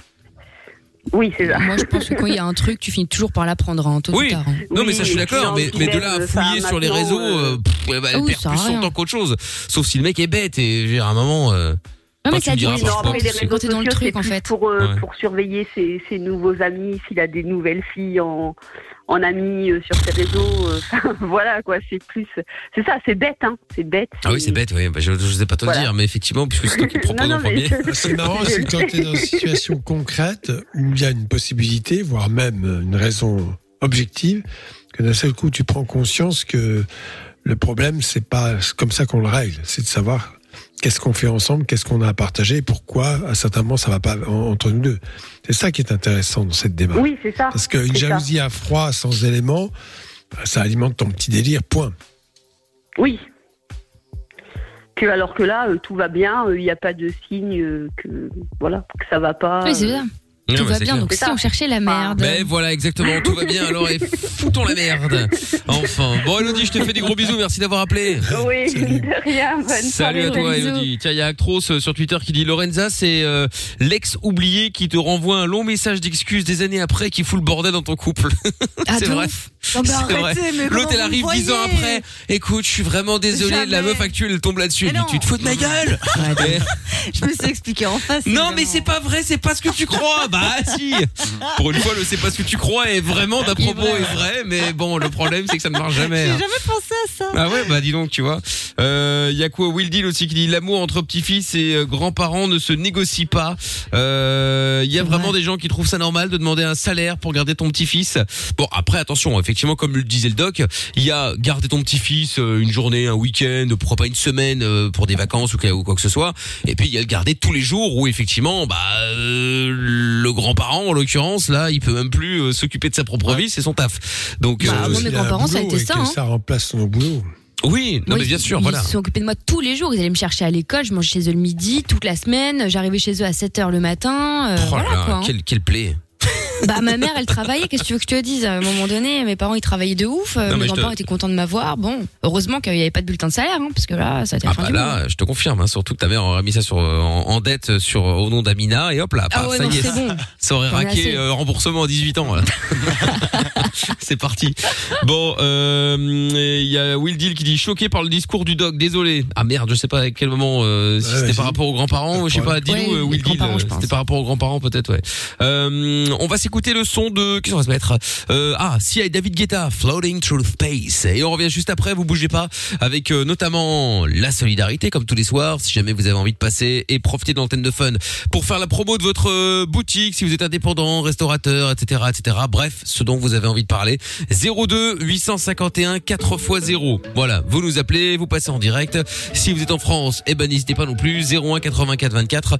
Speaker 16: Oui, c'est ça.
Speaker 4: Moi, je pense que quand il y a un truc, tu finis toujours par l'apprendre, hein, tôt ou
Speaker 2: Oui,
Speaker 4: tard. hein.
Speaker 2: non mais ça je suis d'accord, mais, mais de là à fouiller sur les réseaux, euh, pff, ouais, bah, elle
Speaker 4: Ah oui,
Speaker 2: perd
Speaker 4: ça sert
Speaker 2: plus
Speaker 4: à
Speaker 2: son
Speaker 4: rien.
Speaker 2: temps qu'autre chose. Sauf si le mec est bête et je veux dire, à un moment... Euh,
Speaker 4: Ah,
Speaker 2: enfin, tu me diras,
Speaker 16: non,
Speaker 2: franchement,
Speaker 16: après, les
Speaker 2: c'est-
Speaker 16: réseaux sociaux, c'est plus pour, euh,
Speaker 2: Ouais.
Speaker 16: pour surveiller ses, ses nouveaux amis, s'il a des nouvelles filles en, en amis euh, sur ses réseaux. euh, enfin, voilà, quoi, c'est plus. C'est ça, c'est bête, hein, c'est bête.
Speaker 2: Ah oui, c'est bête, oui. Bah, je ne sais pas te dire, mais effectivement, puisque c'est toi qui le propose
Speaker 16: Non,
Speaker 2: en
Speaker 16: non, mais-
Speaker 2: premier.
Speaker 3: Ah, C'est marrant, c'est que quand tu es dans une situation concrète où il y a une possibilité, voire même une raison objective, que d'un seul coup tu prends conscience que le problème, c'est pas comme ça qu'on le règle, c'est de savoir qu'est-ce qu'on fait ensemble, qu'est-ce qu'on a à partager, et pourquoi à certains moments ça va pas en- entre nous deux. C'est ça qui est intéressant dans cette démarche.
Speaker 16: Oui, c'est ça.
Speaker 3: Parce qu'une
Speaker 16: c'est ça.
Speaker 3: jalousie à froid, sans éléments, bah, ça alimente ton petit délire, point.
Speaker 16: Oui. Que alors que là, euh, tout va bien, euh, il n'y a pas de signe euh, que voilà que ça va pas.
Speaker 4: Oui, c'est
Speaker 16: euh.
Speaker 4: ça.
Speaker 2: Ouais,
Speaker 4: Tout
Speaker 2: bah,
Speaker 4: va
Speaker 2: c'est
Speaker 4: bien,
Speaker 2: clair.
Speaker 4: donc si on cherchait la merde.
Speaker 2: Mais voilà, exactement, tout va bien, alors et foutons la merde. Enfin. Bon, Elodie, je te fais des gros bisous, merci d'avoir appelé.
Speaker 16: Oui, de rien. Bonne
Speaker 2: Salut
Speaker 16: soirée,
Speaker 2: à toi,
Speaker 16: bisous.
Speaker 2: Elodie. Tiens, il y a Actros euh, sur Twitter qui dit Lorenza, c'est euh, l'ex oublié qui te renvoie un long message d'excuses des années après qui fout le bordel dans ton couple.
Speaker 5: Ah,
Speaker 2: c'est
Speaker 5: de
Speaker 2: vrai.
Speaker 5: ouf. Non, mais
Speaker 2: C'est
Speaker 5: arrêtez,
Speaker 2: vrai.
Speaker 5: mais comment
Speaker 2: L'autre, elle
Speaker 5: vous
Speaker 2: arrive
Speaker 5: me
Speaker 2: dix ans
Speaker 5: voyez
Speaker 2: après. Écoute, je suis vraiment désolé. La
Speaker 5: Jamais.
Speaker 2: meuf actuelle elle tombe là-dessus. Elle dit, tu te fous de ma gueule.
Speaker 5: Ah, Je me suis expliqué en face.
Speaker 2: Non, mais c'est pas vrai, c'est pas ce que tu crois. Bah, si. Pour une fois, le c'est pas ce que tu crois est vraiment d'un propos est vrai, mais bon, le problème, c'est que ça ne marche jamais.
Speaker 5: J'ai
Speaker 2: hein.
Speaker 5: jamais pensé à ça.
Speaker 2: Ah ouais, bah dis donc, tu vois. Euh, y a quoi Will Deal aussi qui dit l'amour entre petits-fils et euh, grands-parents ne se négocie pas. Euh, y a vraiment des gens qui trouvent ça normal de demander un salaire pour garder ton petit-fils. Bon, après attention, effectivement, comme le disait le doc, il y a garder ton petit-fils euh, une journée, un week-end, pourquoi pas une semaine euh, pour des vacances ou, quoi- ou quoi que ce soit. Et puis il y a le garder tous les jours où effectivement, bah euh, le grand-parent en l'occurrence là, il peut même plus euh, s'occuper de sa propre vie, c'est son taf. Donc euh,
Speaker 4: Bah, moi, mes
Speaker 3: Il a un
Speaker 4: grands-parents, ça a
Speaker 3: boulot
Speaker 4: été
Speaker 3: et
Speaker 4: ça,
Speaker 3: que
Speaker 4: hein.
Speaker 3: Ça remplace son boulot.
Speaker 2: Oui, non
Speaker 4: Moi,
Speaker 2: mais bien
Speaker 4: ils-
Speaker 2: sûr,
Speaker 4: ils
Speaker 2: voilà.
Speaker 4: se sont euh, occupés de moi tous les jours. Ils allaient me chercher à l'école. Je mangeais chez eux le midi, toute la semaine. J'arrivais chez eux à 7h le matin. euh,
Speaker 2: Oh là
Speaker 4: voilà,
Speaker 2: là,
Speaker 4: quoi, hein.
Speaker 2: quel, quel plaie.
Speaker 4: Bah, ma mère, elle travaillait. Qu'est-ce que tu veux que je te dise À un moment donné, mes parents, ils travaillaient de ouf. euh,
Speaker 2: Non,
Speaker 4: mes
Speaker 2: mais je te-
Speaker 4: grands-parents étaient contents de m'avoir. Bon, heureusement qu'il n'y avait pas de bulletin de salaire, hein, parce que là, ça a été la
Speaker 2: Ah
Speaker 4: fin
Speaker 2: bah
Speaker 4: du monde.
Speaker 2: là, je te confirme, hein, surtout que ta mère aurait mis ça sur, euh, en, en dette sur, euh, au nom d'Amina et hop là,
Speaker 4: Ah
Speaker 2: paf,
Speaker 4: ouais,
Speaker 2: ça
Speaker 4: non,
Speaker 2: y est,
Speaker 4: c'est bon.
Speaker 2: ça aurait
Speaker 4: J'en ai
Speaker 2: raqué
Speaker 4: assez.
Speaker 2: euh, remboursement à 18 ans. voilà. c'est parti. Bon, euh, et il y a Will Deal qui dit choqué par le discours du doc, désolé. Ah merde, je sais pas à quel moment, euh, si
Speaker 3: Ouais,
Speaker 2: c'était
Speaker 3: vas-y.
Speaker 2: par rapport aux grands-parents, je sais pas, dis-nous
Speaker 4: Ouais,
Speaker 2: euh,
Speaker 4: les
Speaker 2: Will Deal,
Speaker 4: grands-parents,
Speaker 2: euh,
Speaker 4: je pense.
Speaker 2: c'était par rapport aux grands-parents peut-être, ouais. Euh, on va s'écouter le son de qu'est-ce qu'on va se mettre euh, Ah, si et David Guetta, Floating Through Space. Et on revient juste après. Vous bougez pas avec euh, notamment la solidarité comme tous les soirs. Si jamais vous avez envie de passer et profiter de l'antenne de Fun pour faire la promo de votre euh, boutique, si vous êtes indépendant, restaurateur, etc., etc. Bref, ce dont vous avez envie de parler. 02 851 4 x 0. Voilà, vous nous appelez, vous passez en direct. Si vous êtes en France, eh ben n'hésitez pas non plus 01 84 24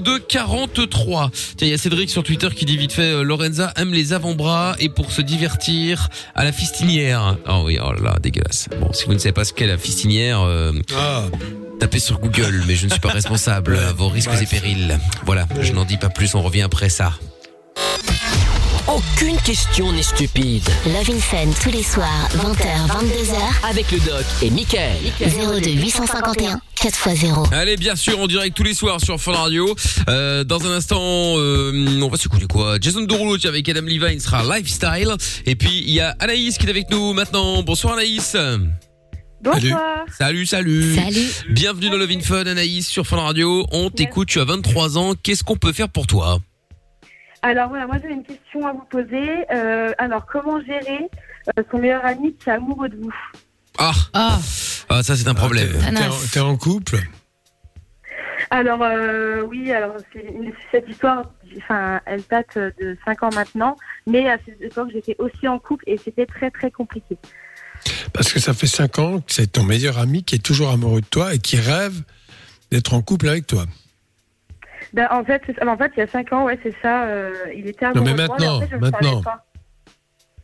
Speaker 2: 02 43. Tiens, il y a Cédric sur Twitter qui dit vite fait euh, Lorenza aime les avant-bras et pour se divertir à la fistinière. Ah oui, oh là là, dégueulasse. Bon, si vous ne savez pas ce qu'est la fistinière, euh, tapez sur Google, mais je ne suis pas responsable à vos risques et périls. Voilà, je n'en dis pas plus, on revient après ça.
Speaker 1: Aucune question n'est stupide.
Speaker 7: Love in Fun tous les soirs, 20h, 22h.
Speaker 1: Avec le doc et Michael.
Speaker 7: 02 851 4x0.
Speaker 2: Allez, bien sûr, en direct tous les soirs sur Fun Radio. Euh, dans un instant, euh, on va s'écouter quoi Jason Derulo tiens, avec Adam Levine sera Lifestyle. Et puis, il y a Anaïs qui est avec nous maintenant. Bonsoir Anaïs.
Speaker 10: Bonsoir.
Speaker 2: Salut, salut.
Speaker 10: Salut.
Speaker 2: Bienvenue dans Love in Fun, Anaïs, sur Fun Radio. On t'écoute, tu as 23 ans. Qu'est-ce qu'on peut faire pour toi
Speaker 10: Alors voilà, moi j'avais une question à vous poser. Euh, alors comment gérer euh, son meilleur ami qui est amoureux de vous
Speaker 2: Ah, Ah, ça c'est un problème.
Speaker 10: Thanos.
Speaker 3: T'es en couple
Speaker 10: Alors euh, oui, alors c'est une- cette histoire, enfin, elle date euh, de 5 ans maintenant, mais à cette époque j'étais aussi en couple et c'était très très compliqué.
Speaker 3: Parce que ça fait 5 ans que c'est ton meilleur ami qui est toujours amoureux de toi et qui rêve d'être en couple avec toi.
Speaker 10: Ben, en fait, c'est ça. en fait, il y a 5 ans, ouais, c'est ça. euh, il était amoureux
Speaker 3: mais
Speaker 10: de moi,
Speaker 3: maintenant,
Speaker 10: mais après, je le
Speaker 3: maintenant.
Speaker 10: savais pas.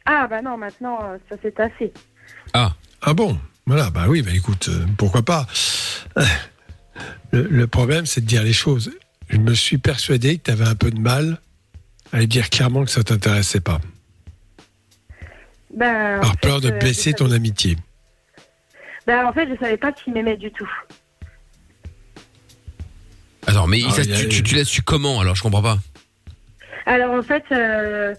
Speaker 10: Ah bah non, maintenant euh, ça s'est tassé.
Speaker 2: Ah.
Speaker 3: Ah bon Voilà, bah oui, bah écoute, euh, pourquoi pas le, le problème, c'est de dire les choses. Je me suis persuadé que tu avais un peu de mal à lui dire clairement que ça t'intéressait pas,
Speaker 10: Ben, en
Speaker 3: par
Speaker 10: fait,
Speaker 3: peur de
Speaker 10: euh, je
Speaker 3: blesser ton
Speaker 10: savais-
Speaker 3: amitié.
Speaker 10: Ben, en fait, je savais pas qu'il m'aimait du tout.
Speaker 2: Attends, mais
Speaker 3: Ah,
Speaker 2: ça,
Speaker 3: il y a-
Speaker 2: tu, tu, tu l'as su comment alors Je comprends pas.
Speaker 10: Alors en fait, euh,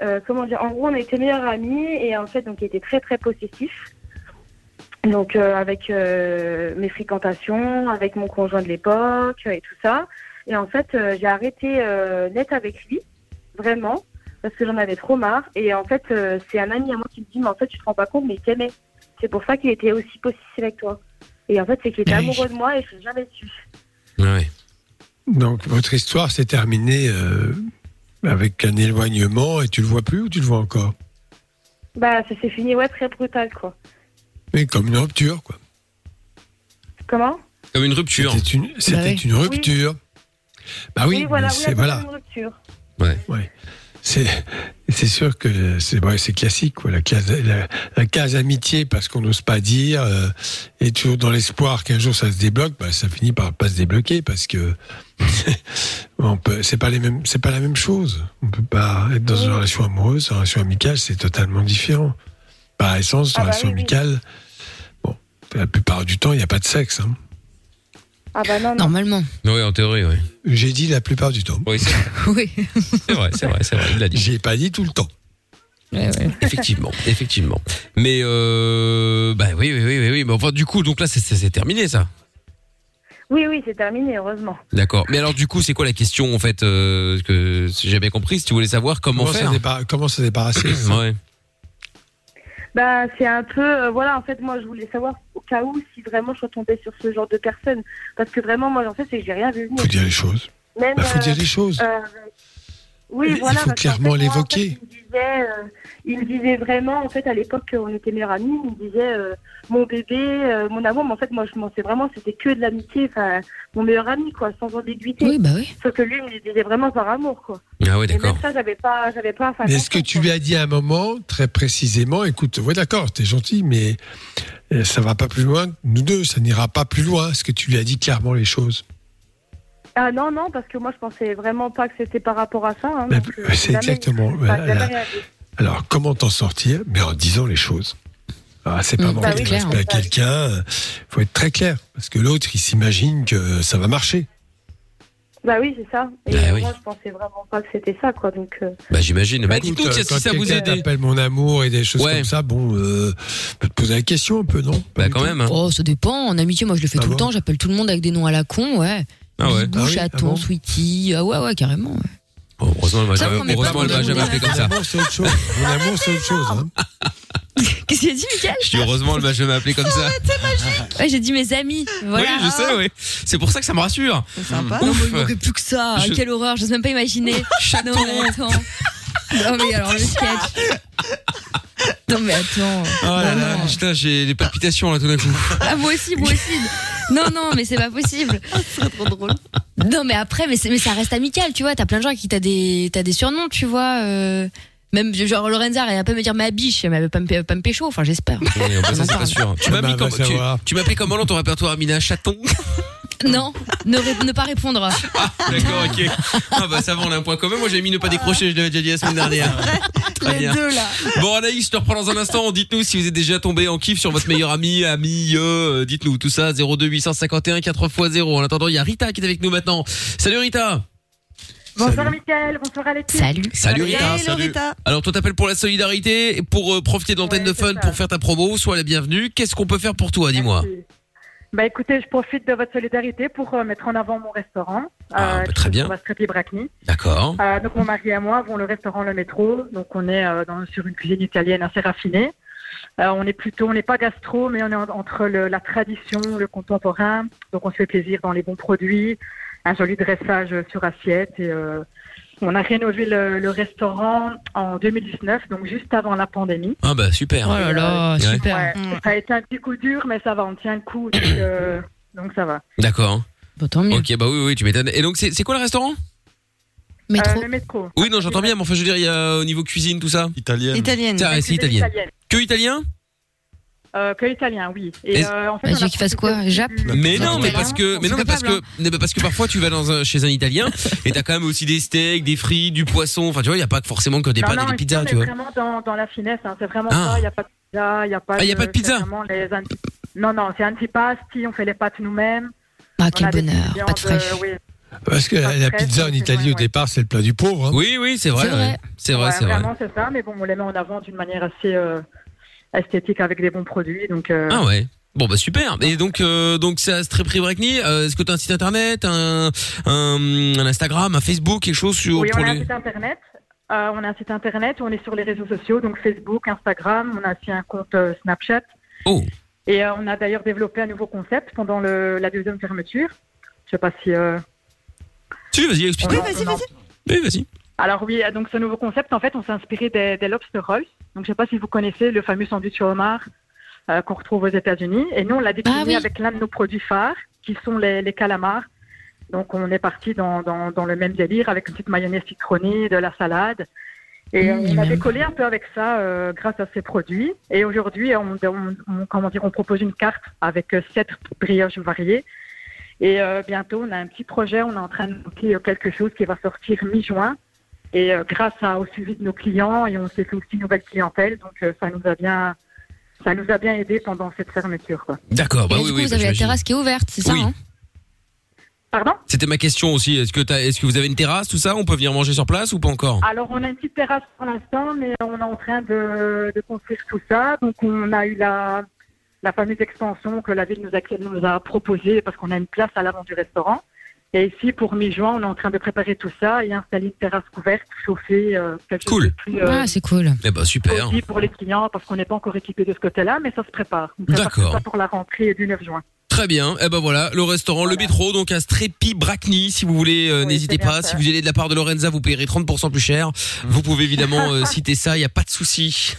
Speaker 10: euh, comment dire, en gros, on était meilleurs amis et en fait, donc, il était très très possessif. Donc euh, avec euh, mes fréquentations, avec mon conjoint de l'époque euh, et tout ça. Et en fait, euh, j'ai arrêté euh, net avec lui, vraiment, parce que j'en avais trop marre. Et en fait, euh, c'est un ami à moi qui me dit, mais en fait, tu te rends pas compte, mais il t'aimait. C'est pour ça qu'il était aussi possessif avec toi. Et en fait, c'est qu'il était amoureux de moi et je l'ai jamais su.
Speaker 3: Donc, votre histoire s'est terminée euh, avec un éloignement et tu le vois plus ou tu le vois encore
Speaker 10: Bah, ça s'est fini, ouais, très brutal, quoi.
Speaker 3: Mais comme une rupture, quoi.
Speaker 10: Comment
Speaker 2: Comme une rupture.
Speaker 3: C'était une, c'était
Speaker 10: Bah oui.
Speaker 3: une rupture. Bah oui,
Speaker 10: voilà,
Speaker 3: mais
Speaker 10: oui,
Speaker 3: c'est
Speaker 10: attends,
Speaker 3: voilà.
Speaker 10: une rupture.
Speaker 2: Ouais.
Speaker 3: C'est c'est sûr que c'est ouais, c'est classique quoi, la case la, la case amitié parce qu'on n'ose pas dire euh, et toujours dans l'espoir qu'un jour ça se débloque, bah, ça finit par pas se débloquer parce que on peut c'est pas les mêmes c'est pas la même chose. On peut pas être dans une relation amoureuse, une relation amicale, c'est totalement différent. Par essence,
Speaker 10: Ah bah
Speaker 3: relation
Speaker 10: oui, oui.
Speaker 3: amicale, bon, la plupart du temps, il n'y a pas de sexe. hein.
Speaker 10: Ah bah non, non.
Speaker 4: Normalement.
Speaker 2: Oui, en théorie, oui.
Speaker 3: J'ai dit la plupart du temps.
Speaker 2: Oui, c'est vrai.
Speaker 4: Oui.
Speaker 2: C'est vrai, c'est vrai, c'est vrai, il l'a dit.
Speaker 3: J'ai pas dit tout le temps.
Speaker 2: Effectivement, effectivement. Mais euh, bah oui, oui, oui, oui, oui. Mais enfin, du coup, donc là, c'est- c'est c'est terminé, ça.
Speaker 10: Oui, oui, c'est terminé, heureusement.
Speaker 2: D'accord. Mais alors, du coup, c'est quoi la question, en fait, euh, que si j'ai bien compris, si tu voulais savoir comment,
Speaker 3: Comment,
Speaker 2: faire.
Speaker 3: se débar- comment se débarrasser c'est ça
Speaker 2: Ouais.
Speaker 10: Bah, c'est un peu. euh, voilà, en fait, moi, je voulais savoir au cas où si vraiment je retombais sur ce genre de personne. Parce que vraiment, moi, en fait, c'est que j'ai rien vu venir.
Speaker 3: Faut dire les choses.
Speaker 10: Même,
Speaker 3: Bah, faut
Speaker 10: euh,
Speaker 3: dire les choses.
Speaker 10: euh, oui,
Speaker 3: Il- il
Speaker 10: voilà.
Speaker 3: faut
Speaker 10: parce qu'en
Speaker 3: clairement
Speaker 10: fait, moi, en fait,
Speaker 3: l'évoquer.
Speaker 10: il, me disait, euh, il me disait vraiment, en fait, à l'époque, on était meilleurs amis. Il me disait euh, mon bébé, euh, mon amour. Mais en fait, moi, je pensais vraiment, c'était que de l'amitié. Enfin, mon meilleur ami, quoi, sans ambiguïté.
Speaker 4: Oui, bah oui.
Speaker 10: Sauf que lui, il me disait vraiment par amour, quoi.
Speaker 2: Ah ouais,
Speaker 10: Et
Speaker 2: d'accord.
Speaker 10: même ça, j'avais pas, j'avais pas. enfin,
Speaker 3: Mais Est-ce que tu lui as dit à un moment, très précisément, écoute, ouais, d'accord, t'es gentil, mais euh, ça va pas plus loin, nous deux, ça n'ira pas plus loin. Est-ce que tu lui as dit clairement les choses
Speaker 10: Ah non, non, parce que moi je pensais vraiment pas que c'était par rapport à ça. hein,
Speaker 3: Mais-
Speaker 10: donc, euh,
Speaker 3: c'est
Speaker 10: j'ai jamais-
Speaker 3: exactement,
Speaker 10: enfin,
Speaker 3: voilà,
Speaker 10: j'ai jamais
Speaker 3: là.
Speaker 10: réagi.
Speaker 3: Alors, comment t'en sortir Mais en disant les choses. Ah, c'est pas
Speaker 4: Mm, bah
Speaker 3: manquer
Speaker 4: oui,
Speaker 3: de
Speaker 4: clair,
Speaker 3: respect à
Speaker 4: hein.
Speaker 3: quelqu'un. euh, faut être très clair, parce que l'autre, il s'imagine que ça va marcher.
Speaker 10: Bah oui, c'est ça. Et
Speaker 2: Bah
Speaker 10: euh,
Speaker 2: oui.
Speaker 10: moi je pensais vraiment pas que c'était ça, quoi. Donc, euh,
Speaker 2: Bah j'imagine. Bah dites-nous
Speaker 3: Écoute,
Speaker 2: si
Speaker 3: euh, quand
Speaker 2: ça vous
Speaker 3: quelqu'un
Speaker 2: aide.
Speaker 3: t'appelle mon amour et des choses
Speaker 2: Ouais.
Speaker 3: comme ça, bon, euh, peut te poser la question un peu, non Pas
Speaker 2: Bah
Speaker 3: du
Speaker 2: quand
Speaker 3: tout.
Speaker 2: même. hein.
Speaker 4: Oh, ça dépend. En amitié, moi, je le fais tout le temps. J'appelle tout le monde avec des noms à la con, ouais.
Speaker 2: Ah ouais.
Speaker 4: Bibou,
Speaker 3: Ah oui, ah
Speaker 4: chaton,
Speaker 3: bon
Speaker 4: sweetie. Ah ouais, ouais, carrément. ouais.
Speaker 2: Bon, heureusement, elle m'a jamais,
Speaker 3: qu'on est pas
Speaker 2: heureusement, elle m'a
Speaker 3: condamné.
Speaker 2: jamais appelé comme ça.
Speaker 3: L'amour, Oh, c'est autre chose. Mon amour, c'est autre chose. hein.
Speaker 4: Qu'est-ce que tu as dit, Michael Ah,
Speaker 2: Je dis heureusement, elle m'a jamais appelé comme ça.
Speaker 4: Ouais, j'ai dit mes amis. Voilà.
Speaker 2: Oui, je sais, oui. C'est pour ça que ça me rassure.
Speaker 4: Sympa.
Speaker 2: Ouf.
Speaker 4: Oh, mais il manquait plus que ça.
Speaker 2: Je-
Speaker 4: Quelle horreur, j'ose même pas imaginer.
Speaker 2: Chaton.
Speaker 4: Non, mais attends. Non, mais alors le sketch. Non, mais attends.
Speaker 2: Oh là là, putain, j'ai des palpitations là tout d'un coup.
Speaker 4: Ah, moi aussi, moi aussi. Non, non, mais c'est pas possible. C'est trop drôle. Non, mais après, mais, c'est- mais ça reste amical, tu vois. T'as plein de gens à qui t'as des, t'as des surnoms, tu vois. euh, même genre Lorenza, elle va pas me dire ma biche, mais elle va pas me, pas me pécho, enfin j'espère.
Speaker 2: Oui, bah, ça, c'est pas sûr. Tu m'as
Speaker 3: Bah,
Speaker 2: mis
Speaker 3: on
Speaker 2: comme-
Speaker 3: va
Speaker 2: tu-
Speaker 3: savoir.
Speaker 2: tu m'appelais comment dans ton répertoire, Amina Chaton
Speaker 4: Non, ne, ré- ne pas répondre.
Speaker 2: D'accord, ok. Ah bah ça va, on a un point quand même. Moi j'ai mis ne pas décrocher, je l'avais déjà dit la semaine dernière. Très bien. Bon Anaïs, je te reprends dans un instant. Dites-nous si vous êtes déjà tombé en kiff sur votre meilleur ami, ami, euh, dites-nous tout ça. 02 851 4x0. En attendant, il y a Rita qui est avec nous maintenant. Salut Rita.
Speaker 14: Bonsoir Mickaël, bonsoir à l'équipe.
Speaker 4: Salut.
Speaker 2: Salut Rita. salut. Alors toi t'appelles pour la solidarité, et pour euh, profiter de l'antenne de fun, pour faire ta promo, sois la bienvenue. Qu'est-ce qu'on peut faire pour toi, dis-moi
Speaker 14: Bah écoutez, je profite de votre solidarité pour euh, mettre en avant mon restaurant. euh,
Speaker 2: Ah, bah, très bien.
Speaker 14: Strepy Bracni.
Speaker 2: D'accord.
Speaker 14: Euh, donc mon mari et moi avons le restaurant Le Métro. Donc on est euh, dans- sur une cuisine italienne assez raffinée. Euh, on est plutôt, on n'est pas gastro, mais on est en- entre le- la tradition, le contemporain. Donc on se fait plaisir dans les bons produits, un joli dressage sur assiette. Et euh, on a rénové le, le restaurant en 2019, donc juste avant la pandémie.
Speaker 2: Ah bah super.
Speaker 14: Oh là là,
Speaker 2: Ouais.
Speaker 14: Ouais, Ça a été un petit coup dur, mais ça va, on tient le coup. Donc, euh, donc ça va.
Speaker 2: D'accord.
Speaker 4: tant mieux.
Speaker 2: Ok, bah oui, oui, tu m'étonnes. Et donc c'est c'est quoi le restaurant
Speaker 14: Métro. Euh, le métro.
Speaker 2: Oui, non, j'entends bien, mais enfin, je veux dire, il y a au niveau cuisine, tout ça Italienne.
Speaker 14: Italienne. Ah,
Speaker 2: Tiens, c'est italienne.
Speaker 14: Italienne.
Speaker 2: Que italien
Speaker 14: Euh, que italien, oui. Et,
Speaker 2: Et-
Speaker 14: euh, en fait,
Speaker 4: Bah,
Speaker 14: on
Speaker 4: tu veux
Speaker 14: a
Speaker 4: qu'il fasse quoi Jap
Speaker 2: Mais non,
Speaker 4: Italien,
Speaker 2: mais parce que,
Speaker 4: on
Speaker 2: mais non,
Speaker 4: est
Speaker 2: mais parce que,
Speaker 4: capable,
Speaker 2: mais parce que parfois tu vas dans un, chez un Italien et t'as quand même aussi des steaks, des frites, du poisson. Enfin, tu vois, il y a pas que forcément que des
Speaker 14: Non,
Speaker 2: pâtes
Speaker 14: non,
Speaker 2: et des
Speaker 14: ici,
Speaker 2: pizzas,
Speaker 14: on
Speaker 2: tu
Speaker 14: est
Speaker 2: vois.
Speaker 14: vraiment dans, dans la finesse, hein. c'est vraiment
Speaker 2: Ah.
Speaker 14: ça, il n'y a pas de pizza, il n'y a pas
Speaker 2: Ah, il y a pas de pizza
Speaker 14: c'est vraiment les anti- Non, non, c'est antipasti, on fait les pâtes nous-mêmes.
Speaker 4: Ah,
Speaker 14: quel bonheur,
Speaker 4: pâtes fraîches.
Speaker 3: Parce que la, la
Speaker 14: fraîche,
Speaker 3: pizza en
Speaker 14: c'est-
Speaker 3: Italie,
Speaker 14: ouais,
Speaker 3: au départ, c'est le plat du pauvre. hein.
Speaker 2: Oui, oui, c'est vrai.
Speaker 14: C'est vrai.
Speaker 2: ouais. C'est vrai,
Speaker 14: Ouais,
Speaker 2: c'est vrai.
Speaker 14: Vraiment, c'est ça, mais bon, on les met en avant d'une manière assez euh, esthétique avec des bons produits. Donc, euh,
Speaker 2: Ah ouais. Bon bah super. Et donc euh, donc c'est à Strepri Bracni. Euh, Est-ce que t'as un site internet, un, un un Instagram, un Facebook, quelque chose sur
Speaker 14: Oui, on
Speaker 2: pour
Speaker 14: a un
Speaker 2: les-
Speaker 14: site internet. Euh, on a un site internet, on est sur les réseaux sociaux, donc Facebook, Instagram, on a aussi un compte euh, Snapchat.
Speaker 2: Oh.
Speaker 14: Et euh, on a d'ailleurs développé un nouveau concept pendant le- la deuxième fermeture. Je sais pas si. euh,
Speaker 2: Si, vas-y, explique.
Speaker 14: Oui, vas-y, vas-y.
Speaker 2: Oui, vas-y.
Speaker 14: Alors oui, euh, donc ce nouveau concept, en fait, on s'est inspiré des, des lobster rolls. Donc je sais pas si vous connaissez le fameux sandwich au homard euh, qu'on retrouve aux États-Unis. Et nous, on l'a décliné avec l'un de nos produits phares, qui sont les, les calamars. Donc on est parti dans, dans- dans le même délire avec une petite mayonnaise citronnée, de la salade. Et euh, on a décollé un peu avec ça euh, grâce à ces produits. Et aujourd'hui, on, on- on- comment dire, on propose une carte avec euh, sept brioches variées. Et euh, bientôt, on a un petit projet. On est en train de monter euh, quelque chose qui va sortir mi-juin. Et euh, grâce à- au suivi de nos clients, et on s'est fait aussi une nouvelle clientèle. Donc euh, ça nous a bien, ça nous a bien aidé pendant cette fermeture. Quoi.
Speaker 2: D'accord. Bah
Speaker 4: Et
Speaker 2: oui,
Speaker 4: du coup,
Speaker 2: oui.
Speaker 4: vous
Speaker 2: bah,
Speaker 4: avez la
Speaker 2: j'imagine.
Speaker 4: terrasse qui est ouverte, c'est ça
Speaker 2: Oui.
Speaker 4: hein
Speaker 14: Pardon
Speaker 2: C'était ma question aussi. Est-ce que t'as- est-ce que vous avez une terrasse, tout ça On peut venir manger sur place ou pas encore
Speaker 14: Alors, on a une petite terrasse pour l'instant, mais on est en train de, de construire tout ça. Donc, on a eu la, la fameuse extension que la ville nous a, nous a proposée parce qu'on a une place à l'avant du restaurant. Et ici, pour mi-juin, on est en train de préparer tout ça et installer une terrasse couverte, chauffée, euh, quelque chose
Speaker 2: Cool.
Speaker 14: de plus, euh,
Speaker 4: Ah, c'est cool.
Speaker 2: Eh bah super.
Speaker 14: aussi pour les clients parce qu'on n'est pas encore équipé de ce côté-là, mais ça se prépare. On prépare
Speaker 2: D'accord.
Speaker 14: tout ça pour la rentrée du 9 juin.
Speaker 2: Très bien. Eh ben voilà, le restaurant Le Métro, donc à Strépy Bracni. Si vous voulez, euh, n'hésitez pas. Si vous allez de la part de Lorenza, vous payerez 30% plus cher. Vous pouvez évidemment euh, citer ça. Il n'y a pas de souci.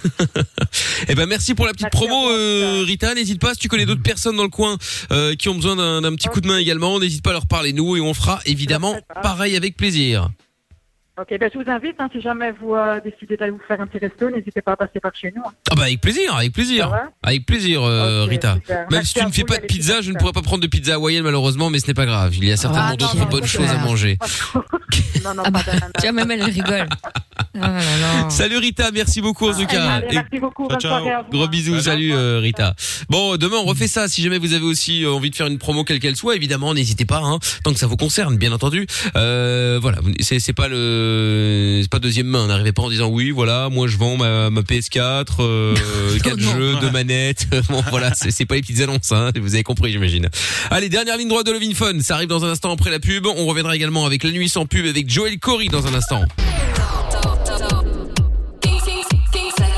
Speaker 2: eh ben merci pour la petite promo, euh, Rita. N'hésite pas. Si tu connais d'autres personnes dans le coin euh, qui ont besoin d'un d'un petit coup de main également, n'hésite pas à leur parler nous et on fera évidemment pareil avec plaisir.
Speaker 14: Ok, ben, je vous invite, hein, si jamais vous euh, décidez d'aller vous faire un petit resto, n'hésitez pas à passer par chez nous. hein.
Speaker 2: Ah bah avec plaisir, avec plaisir. Avec plaisir, euh, Rita.
Speaker 14: super.
Speaker 2: Même
Speaker 14: Merci
Speaker 2: si tu
Speaker 14: à
Speaker 2: ne fais
Speaker 14: vous,
Speaker 2: pas de
Speaker 14: allez,
Speaker 2: pizza,
Speaker 14: c'est
Speaker 2: je ne
Speaker 14: ça.
Speaker 2: pourrais pas prendre de pizza hawaïenne malheureusement, mais ce n'est pas grave. Il y a certainement
Speaker 4: non,
Speaker 2: d'autres
Speaker 4: non,
Speaker 2: bonnes
Speaker 4: ça,
Speaker 2: choses à
Speaker 4: c'est-
Speaker 2: manger.
Speaker 14: non, non,
Speaker 4: Ah
Speaker 14: pas de-
Speaker 4: bah, tu vois, même elle rigole.
Speaker 2: Salut Rita, merci beaucoup en tout cas.
Speaker 14: Ah, Allez, merci beaucoup, bonne soirée, au revoir.
Speaker 2: Gros bisous, salut euh, Rita. Bon, demain on refait ça. Si jamais vous avez aussi euh, envie de faire une promo quelle qu'elle soit, évidemment, n'hésitez pas, hein, tant que ça vous concerne, bien entendu. Euh, voilà, vous- c'est c'est pas le, c'est pas deuxième main. N'arrivez pas en disant oui, voilà, moi je vends ma, ma PS4, euh, quatre jeux, deux manettes. Bon, voilà, c'est c'est pas les petites annonces. Hein, vous avez compris, j'imagine. Allez, dernière ligne droite de Lovin Fun. Ça arrive dans un instant après la pub. On reviendra également avec la nuit sans pub avec Joël Cory dans un instant.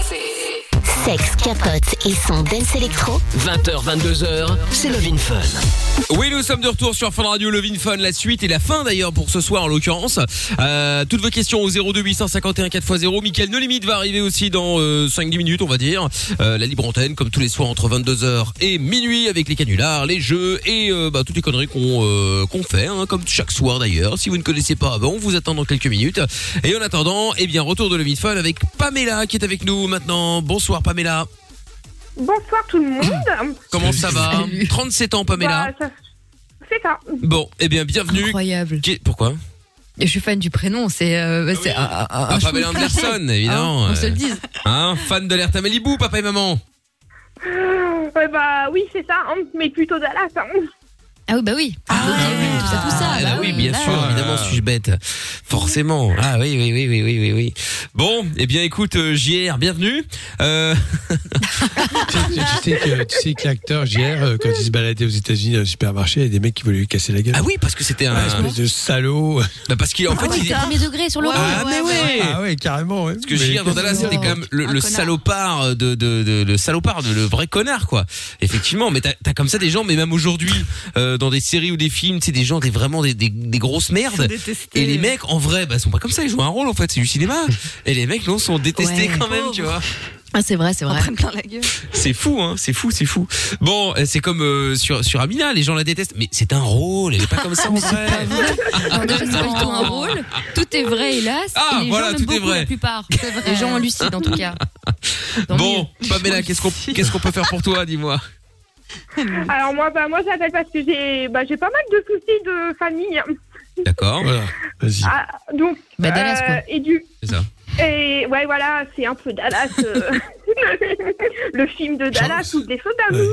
Speaker 7: Sexe, capote et son dance électro.
Speaker 1: 20h, 22h, c'est Love in Fun.
Speaker 2: Oui, nous sommes de retour sur Fun Radio Levin Fun. La suite et la fin d'ailleurs pour ce soir en l'occurrence. Euh, toutes vos questions au 02 851 4x0. Mickaël No Limite va arriver aussi dans 5-10 minutes, on va dire. Euh, la libre antenne, comme tous les soirs entre 22h et minuit avec les canulars, les jeux et euh, bah, toutes les conneries qu'on euh, qu'on fait, hein, comme chaque soir d'ailleurs. Si vous ne connaissez pas avant, on vous attend dans quelques minutes. Et en attendant, eh bien, retour de Levin Fun avec Pamela qui est avec nous maintenant. Bonsoir Pamela.
Speaker 17: Bonsoir tout le monde.
Speaker 2: Comment ça va 37 Bah, ans Pamela.
Speaker 17: Bah, ça- C'est ça.
Speaker 2: Bon, eh bien, bienvenue.
Speaker 4: Incroyable.
Speaker 2: Qui- Pourquoi
Speaker 4: Je suis fan du prénom, c'est. euh, bah, c'est un- un-
Speaker 2: Ah,
Speaker 4: un
Speaker 2: Pamela
Speaker 4: cheveu de flatterie.
Speaker 2: Anderson, évidemment.
Speaker 4: Hein, on se le
Speaker 2: Euh,
Speaker 4: dise.
Speaker 2: Hein, fan de l'air Malibu, papa et maman.
Speaker 17: Ouais, bah oui, c'est ça, hein, mais plutôt Dallas. hein.
Speaker 4: Ah oui, bah oui.
Speaker 2: Ah, bah oui, bien sûr, évidemment, suis-je bête. Forcément. Ah oui, oui, oui, oui, oui, oui, oui. Bon, eh bien, écoute, euh, JR, bienvenue. Euh,
Speaker 3: Tu sais que, tu sais que l'acteur, JR, euh, quand il se baladait aux États-Unis dans le supermarché, il y a des mecs qui voulaient lui casser la gueule. Ah
Speaker 2: oui, parce que c'était un.
Speaker 3: espèce de salaud.
Speaker 2: Bah parce qu'en
Speaker 4: Ah oui, c'est premier degré sur le
Speaker 3: Ah,
Speaker 4: rôle, ouais,
Speaker 3: mais
Speaker 4: ouais.
Speaker 3: oui Ah ouais, carrément, ouais.
Speaker 2: Parce que JR dans Dallas, c'était quand même le, le salopard de, de, de- le salopard, de, le vrai connard, quoi. Effectivement, mais t'as as comme ça des gens, mais même aujourd'hui, euh, dans des séries ou des films, c'est des gens, des vraiment des, des, des grosses merdes. Et les mecs, en vrai, bah, sont pas comme ça. Ils jouent un rôle, en fait, c'est du cinéma. Et les mecs, non, sont détestés
Speaker 4: Ouais.
Speaker 2: quand même, tu vois.
Speaker 4: Ah, c'est vrai, c'est vrai.
Speaker 2: C'est fou, hein, c'est fou, c'est fou. Bon, euh, c'est comme euh, sur sur Amina, les gens la détestent, mais c'est un rôle. Elle est pas comme ça en
Speaker 4: Mais c'est
Speaker 2: vrai.
Speaker 4: pas vrai. Alors déjà, c'est pas du tout un rôle. Tout est vrai, hélas.
Speaker 2: Ah,
Speaker 4: et les
Speaker 2: voilà,
Speaker 4: gens
Speaker 2: tout
Speaker 4: l'aiment
Speaker 2: est
Speaker 4: beaucoup,
Speaker 2: vrai.
Speaker 4: La plupart. Les gens lucides, en tout cas.
Speaker 2: Bon, Pamela, qu'est-ce qu'on qu'est-ce qu'on peut faire pour toi, dis-moi.
Speaker 17: Alors moi, bah moi j'appelle parce que j'ai bah, j'ai pas mal de soucis de famille. hein.
Speaker 2: D'accord. Vas-y.
Speaker 17: Ah, donc, euh,
Speaker 2: Bah, Dallas, quoi.
Speaker 17: Et du.
Speaker 2: C'est ça.
Speaker 17: Et ouais, voilà, c'est un peu Dallas. euh, le film de Dallas ou des feux d'amour.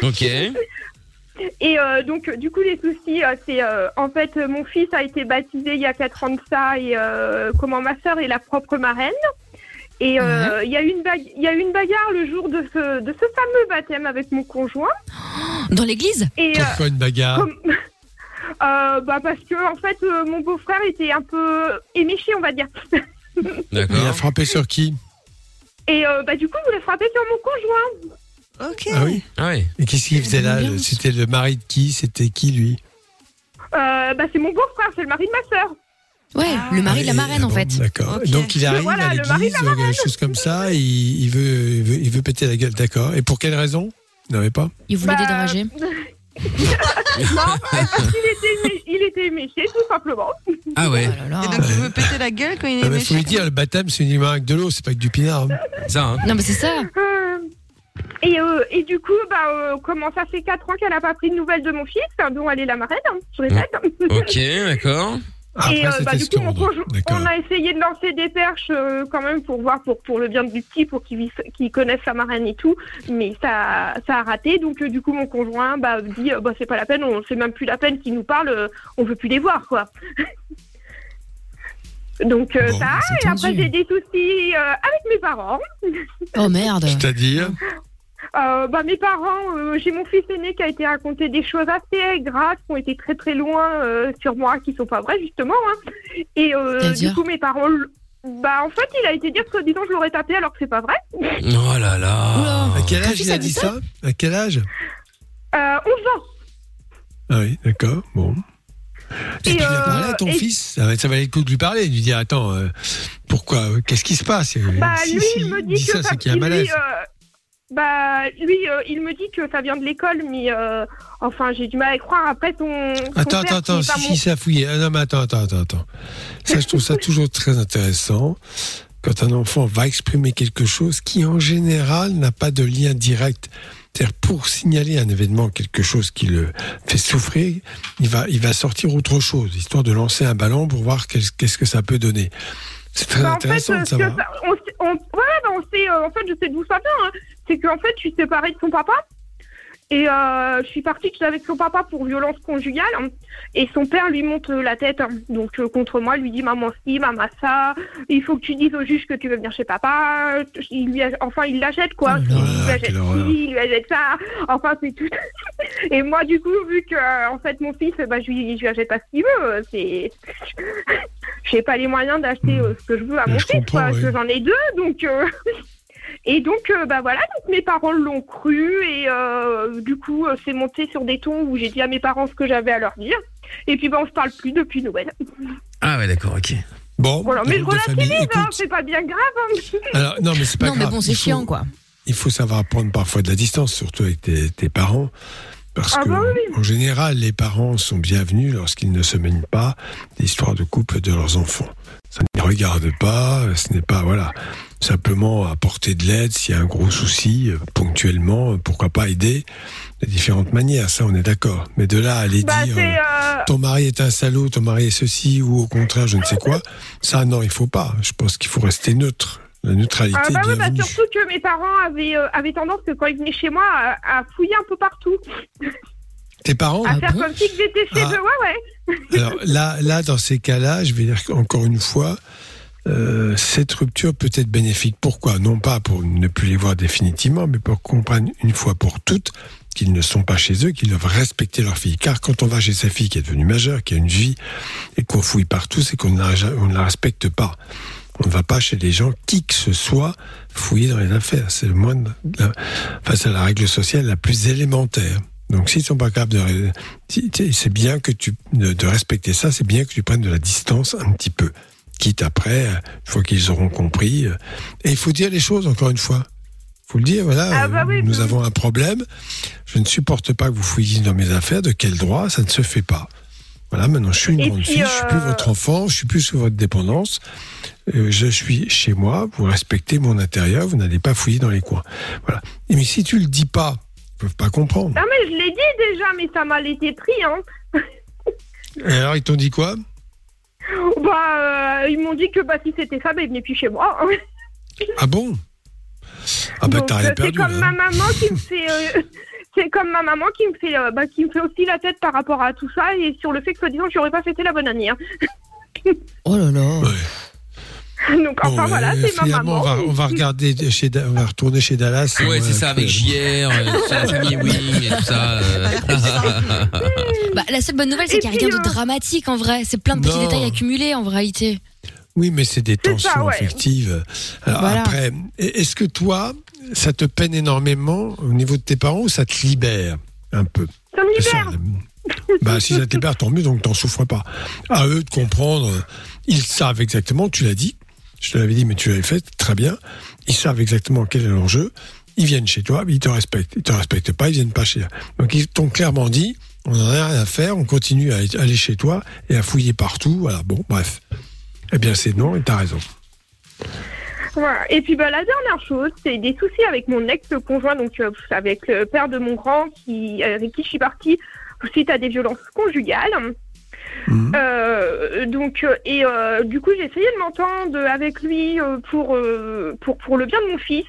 Speaker 2: Ok.
Speaker 17: Et euh, donc, du coup, les soucis, euh, c'est euh, en fait, euh, mon fils a été baptisé il y a 4 ans de ça, et euh, comment ma soeur est la propre marraine. Et euh, il y a eu une bague- il y a eu une bagarre le jour de ce, de ce fameux baptême avec mon conjoint.
Speaker 4: Dans l'église
Speaker 17: Et, euh,
Speaker 3: Pourquoi une bagarre
Speaker 17: euh, bah parce que en fait euh, mon beau-frère était un peu éméché on va dire.
Speaker 2: D'accord.
Speaker 3: Il a frappé sur qui
Speaker 17: Et euh, bah du coup il voulait frapper sur mon conjoint.
Speaker 5: Ok.
Speaker 3: Ah oui Et qu'est-ce qu'il faisait là
Speaker 17: Ambiance.
Speaker 3: C'était le mari de qui C'était qui, lui
Speaker 17: Euh, bah c'est mon beau-frère, c'est le mari de ma sœur.
Speaker 4: Ouais, le mari de la marraine, en fait.
Speaker 3: Ah D'accord. Donc il arrive euh,
Speaker 17: Voilà,
Speaker 3: à
Speaker 17: le mari
Speaker 3: l'église, ou quelque chose comme ça, et il, il veut, il, veut, il veut péter la gueule, d'accord. Et pour quelle raison Vous n'avez pas
Speaker 4: Il voulait dédrager.
Speaker 17: Bah, non, parce qu'il était, émé- il était éméché tout simplement.
Speaker 2: Ah ouais.
Speaker 4: Et
Speaker 3: donc
Speaker 5: il veut péter la gueule quand
Speaker 3: Il
Speaker 5: il est
Speaker 3: Ah bah, ben, faut lui
Speaker 5: méchant.
Speaker 3: dire, le baptême, c'est uniquement avec de l'eau, c'est pas avec du pinard. hein.
Speaker 2: Ça, hein.
Speaker 4: Non, mais c'est ça.
Speaker 17: Euh, Et, euh, et du coup, bah, euh, comment ça fait 4 ans qu'elle n'a pas pris de nouvelles de mon fils, hein, dont elle est la marraine, hein, je répète.
Speaker 2: Ok, d'accord.
Speaker 17: et euh, bah, du coup, mon conjoint- on a essayé de lancer des perches euh, quand même pour voir, pour, pour le bien du petit, pour qu'il vive- qu'il connaisse sa marraine et tout, mais ça, ça a raté. Donc, euh, du coup, mon conjoint bah, dit euh, bah, c'est pas la peine, on c'est même plus la peine qu'ils nous parlent, euh, on veut plus les voir, quoi. Donc, euh,
Speaker 3: Bon,
Speaker 17: ça,
Speaker 3: c'est
Speaker 17: et après,
Speaker 3: tendu.
Speaker 17: j'ai des soucis euh, avec mes parents.
Speaker 4: Oh merde.
Speaker 3: C'est-à-dire
Speaker 17: Euh, bah, mes parents, euh, j'ai mon fils aîné qui a été raconté des choses assez graves, qui ont été très très loin euh, sur moi, qui sont pas vraies justement. hein. Et euh, du
Speaker 2: C'est-à-dire
Speaker 17: coup, mes parents, l- bah en fait, il a été dire que disons je l'aurais tapé alors que c'est pas vrai.
Speaker 2: Oh là là.
Speaker 3: À quel
Speaker 17: Ton
Speaker 3: âge
Speaker 17: fils
Speaker 3: il
Speaker 17: a
Speaker 3: a
Speaker 17: dit
Speaker 3: dit
Speaker 17: ça
Speaker 3: ça À quel âge
Speaker 17: Euh, 11 ans.
Speaker 3: Ah oui, d'accord, bon. Et,
Speaker 17: Et,
Speaker 3: puis il a
Speaker 17: euh,
Speaker 3: parlé à ton
Speaker 17: et-
Speaker 3: fils, ça, va- ça valait le coup de lui parler, de lui dire, attends, euh, pourquoi euh, Qu'est-ce qui se passe Et,
Speaker 17: Bah
Speaker 3: si,
Speaker 17: lui,
Speaker 3: si,
Speaker 17: il me dit,
Speaker 3: dis
Speaker 17: que
Speaker 3: ça,
Speaker 17: ça-
Speaker 3: c'est qu'il y a un
Speaker 17: il- lui,
Speaker 3: malaise.
Speaker 17: euh, bah lui, euh, il me dit que ça vient de l'école, mais euh, enfin j'ai du mal à y croire. Après ton. ton
Speaker 3: Attends, attends,
Speaker 17: père, qui est
Speaker 3: attends,
Speaker 17: pas
Speaker 3: si,
Speaker 17: mon-
Speaker 3: si, ça fouillé. Ah non, mais attends, attends, attends, attends. Ça, je trouve ça toujours très intéressant. Quand un enfant va exprimer quelque chose qui, en général, n'a pas de lien direct. C'est-à-dire, pour signaler un événement, quelque chose qui le fait souffrir, il va, il va sortir autre chose, histoire de lancer un ballon pour voir qu'est-ce qu'est-ce que ça peut donner. C'est très
Speaker 17: Bah, en fait,
Speaker 3: intéressant
Speaker 17: euh,
Speaker 3: de
Speaker 17: ce que
Speaker 3: savoir.
Speaker 17: ça- on, sait- on- ouais, bah, on sait, euh, en fait, je sais d'où ça vient. hein. C'est qu'en fait, je suis séparée de son papa. Et euh, je suis partie que avec son papa pour violence conjugale. hein. Et son père lui monte euh, la tête. hein. Donc, euh, contre moi, lui dit Maman, si, maman, ça. Il faut que tu dises au juge que tu veux venir chez papa. Il lui a- enfin, il l'achète, quoi.
Speaker 3: Oh
Speaker 17: il lui achète ci, il lui achète ça. Enfin, c'est tout. et moi, du coup, vu que, euh, en fait, mon fils, bah, je, lui, je lui achète pas ce qu'il veut. euh, C'est. j'ai pas les moyens d'acheter
Speaker 3: Hmm.
Speaker 17: euh, ce que je veux à mon fils, quoi, parce que j'en ai deux, donc. euh, Et donc, euh, bah voilà, donc mes parents l'ont cru et euh, du coup, euh, c'est monté sur des tons où j'ai dit à mes parents ce que j'avais à leur dire. Et puis, bah, on se parle plus depuis Noël.
Speaker 2: Ah ouais, d'accord, ok.
Speaker 3: Bon,
Speaker 17: Voilà, mais je
Speaker 3: Oh, de famille,
Speaker 17: relativise, hein,
Speaker 3: écoute.
Speaker 17: c'est pas bien grave. hein.
Speaker 3: Alors, non, mais c'est pas grave. Il faut- Il faut savoir prendre parfois de la distance, surtout avec tes, tes parents. Parce
Speaker 17: Ah
Speaker 3: que,
Speaker 17: bah oui.
Speaker 3: en général, les parents sont bienvenus lorsqu'ils ne se mêlent pas des histoires de couple de leurs enfants. Ça ne les regarde pas, ce n'est pas, voilà. Simplement apporter de l'aide s'il y a un gros souci, euh, ponctuellement, euh, pourquoi pas aider de différentes manières, ça on est d'accord. Mais de là à aller
Speaker 17: Bah,
Speaker 3: dire
Speaker 17: c'est,
Speaker 3: euh,
Speaker 17: euh,
Speaker 3: ton mari est un salaud, ton mari est ceci, ou au contraire, je ne sais quoi, ça non, il faut pas. Je pense qu'il faut rester neutre. La neutralité
Speaker 17: Ah,
Speaker 3: est
Speaker 17: bah oui, bah,
Speaker 3: bienvenue.
Speaker 17: surtout que mes parents avaient, euh, avaient tendance, que quand ils venaient chez moi, à, à fouiller un peu partout,
Speaker 3: Tes parents
Speaker 17: à faire comme si que j'étais chez
Speaker 3: Oh. Ah.
Speaker 17: eux. Ouais, ouais.
Speaker 3: Alors là, là, dans ces cas-là, je vais dire encore une fois, euh, cette rupture peut être bénéfique. Pourquoi Non pas pour ne plus les voir définitivement, mais pour qu'on comprenne une fois pour toutes qu'ils ne sont pas chez eux, qu'ils doivent respecter leur fille. Car quand on va chez sa fille qui est devenue majeure, qui a une vie, et qu'on fouille partout, c'est qu'on ne la, on ne la respecte pas. On ne va pas chez les gens, qui que ce soit, fouiller dans les affaires. C'est le moindre, la- enfin, c'est la règle sociale la plus élémentaire. Donc, s'ils sont pas capables de, ré- si- tu sais, c'est bien que tu, de, de respecter ça, c'est bien que tu prennes de la distance un petit peu. Quitte après, euh, une fois qu'ils auront compris. euh, Et il faut dire les choses, encore une fois. Faut le dire, voilà.
Speaker 17: Ah bah
Speaker 3: euh,
Speaker 17: oui,
Speaker 3: nous
Speaker 17: bah
Speaker 3: avons un problème. Je ne supporte pas que vous fouilliez dans mes affaires. De quel droit? Ça ne se fait pas. Voilà, maintenant je suis une
Speaker 17: Et
Speaker 3: grande
Speaker 17: puis,
Speaker 3: fille, je suis plus
Speaker 17: euh,
Speaker 3: votre enfant, je suis plus sous votre dépendance. Euh, je suis chez moi, vous respectez mon intérieur, vous n'allez pas fouiller dans les coins. Voilà. Et mais si tu le dis pas, ils peuvent pas comprendre.
Speaker 17: Non, mais je l'ai dit déjà, mais ça m'a été pris, hein.
Speaker 3: Et alors ils t'ont dit quoi
Speaker 17: Bah, euh, ils m'ont dit que bah, si c'était ça, bah, ils venaient plus chez moi. hein.
Speaker 3: Ah bon Ah bah
Speaker 17: Donc,
Speaker 3: t'as
Speaker 17: euh,
Speaker 3: rien
Speaker 17: c'est
Speaker 3: perdu.
Speaker 17: comme
Speaker 3: là,
Speaker 17: ma
Speaker 3: hein.
Speaker 17: maman qui me fait. euh, c'est comme ma maman qui me fait, euh, bah, qui me fait aussi la tête par rapport à tout ça et sur le fait que soi-disant j'aurais pas fêté la bonne année. hein.
Speaker 3: Oh là là.
Speaker 17: Donc enfin
Speaker 3: Bon,
Speaker 17: voilà,
Speaker 3: euh,
Speaker 17: c'est ma
Speaker 3: finalement,
Speaker 17: maman.
Speaker 3: on va, on va regarder chez, Da- on va retourner chez Dallas.
Speaker 2: Ouais, c'est ça, avec
Speaker 3: J.
Speaker 2: JR, euh, c'est la famille Wing et tout ça. euh.
Speaker 4: Bah, la seule bonne nouvelle, c'est qu'il n'y a rien de dramatique en vrai. C'est plein de petits
Speaker 3: Non.
Speaker 4: détails accumulés en réalité.
Speaker 3: Oui, mais c'est des
Speaker 4: C'est ça,
Speaker 3: tensions
Speaker 4: ouais.
Speaker 3: affectives. Alors
Speaker 4: Voilà.
Speaker 3: après, e- est-ce que toi, ça te peine énormément au niveau de tes parents ou ça te libère un peu
Speaker 17: Ça me libère.
Speaker 3: Bah, si ça te libère, tant mieux, donc t'en souffres pas. À eux de comprendre, euh, ils savent exactement, tu l'as dit, je te l'avais dit, mais tu l'avais fait, très bien. Ils savent exactement quel est l'enjeu. Ils viennent chez toi, mais ils te respectent. Ils te respectent pas, ils viennent pas chez toi. Donc ils t'ont clairement dit, on n'en a rien à faire, on continue à aller chez toi et à fouiller partout. Voilà, bon, bref. Eh bien, c'est non, et t'as raison.
Speaker 17: Voilà. Et puis bah, la dernière chose, c'est des soucis avec mon ex-conjoint, donc euh, avec le père de mon grand, qui, euh, avec qui je suis partie suite à des violences conjugales.
Speaker 3: Mhm.
Speaker 17: Euh, donc euh, et euh, du coup j'ai essayé de m'entendre avec lui euh, pour, euh, pour pour le bien de mon fils.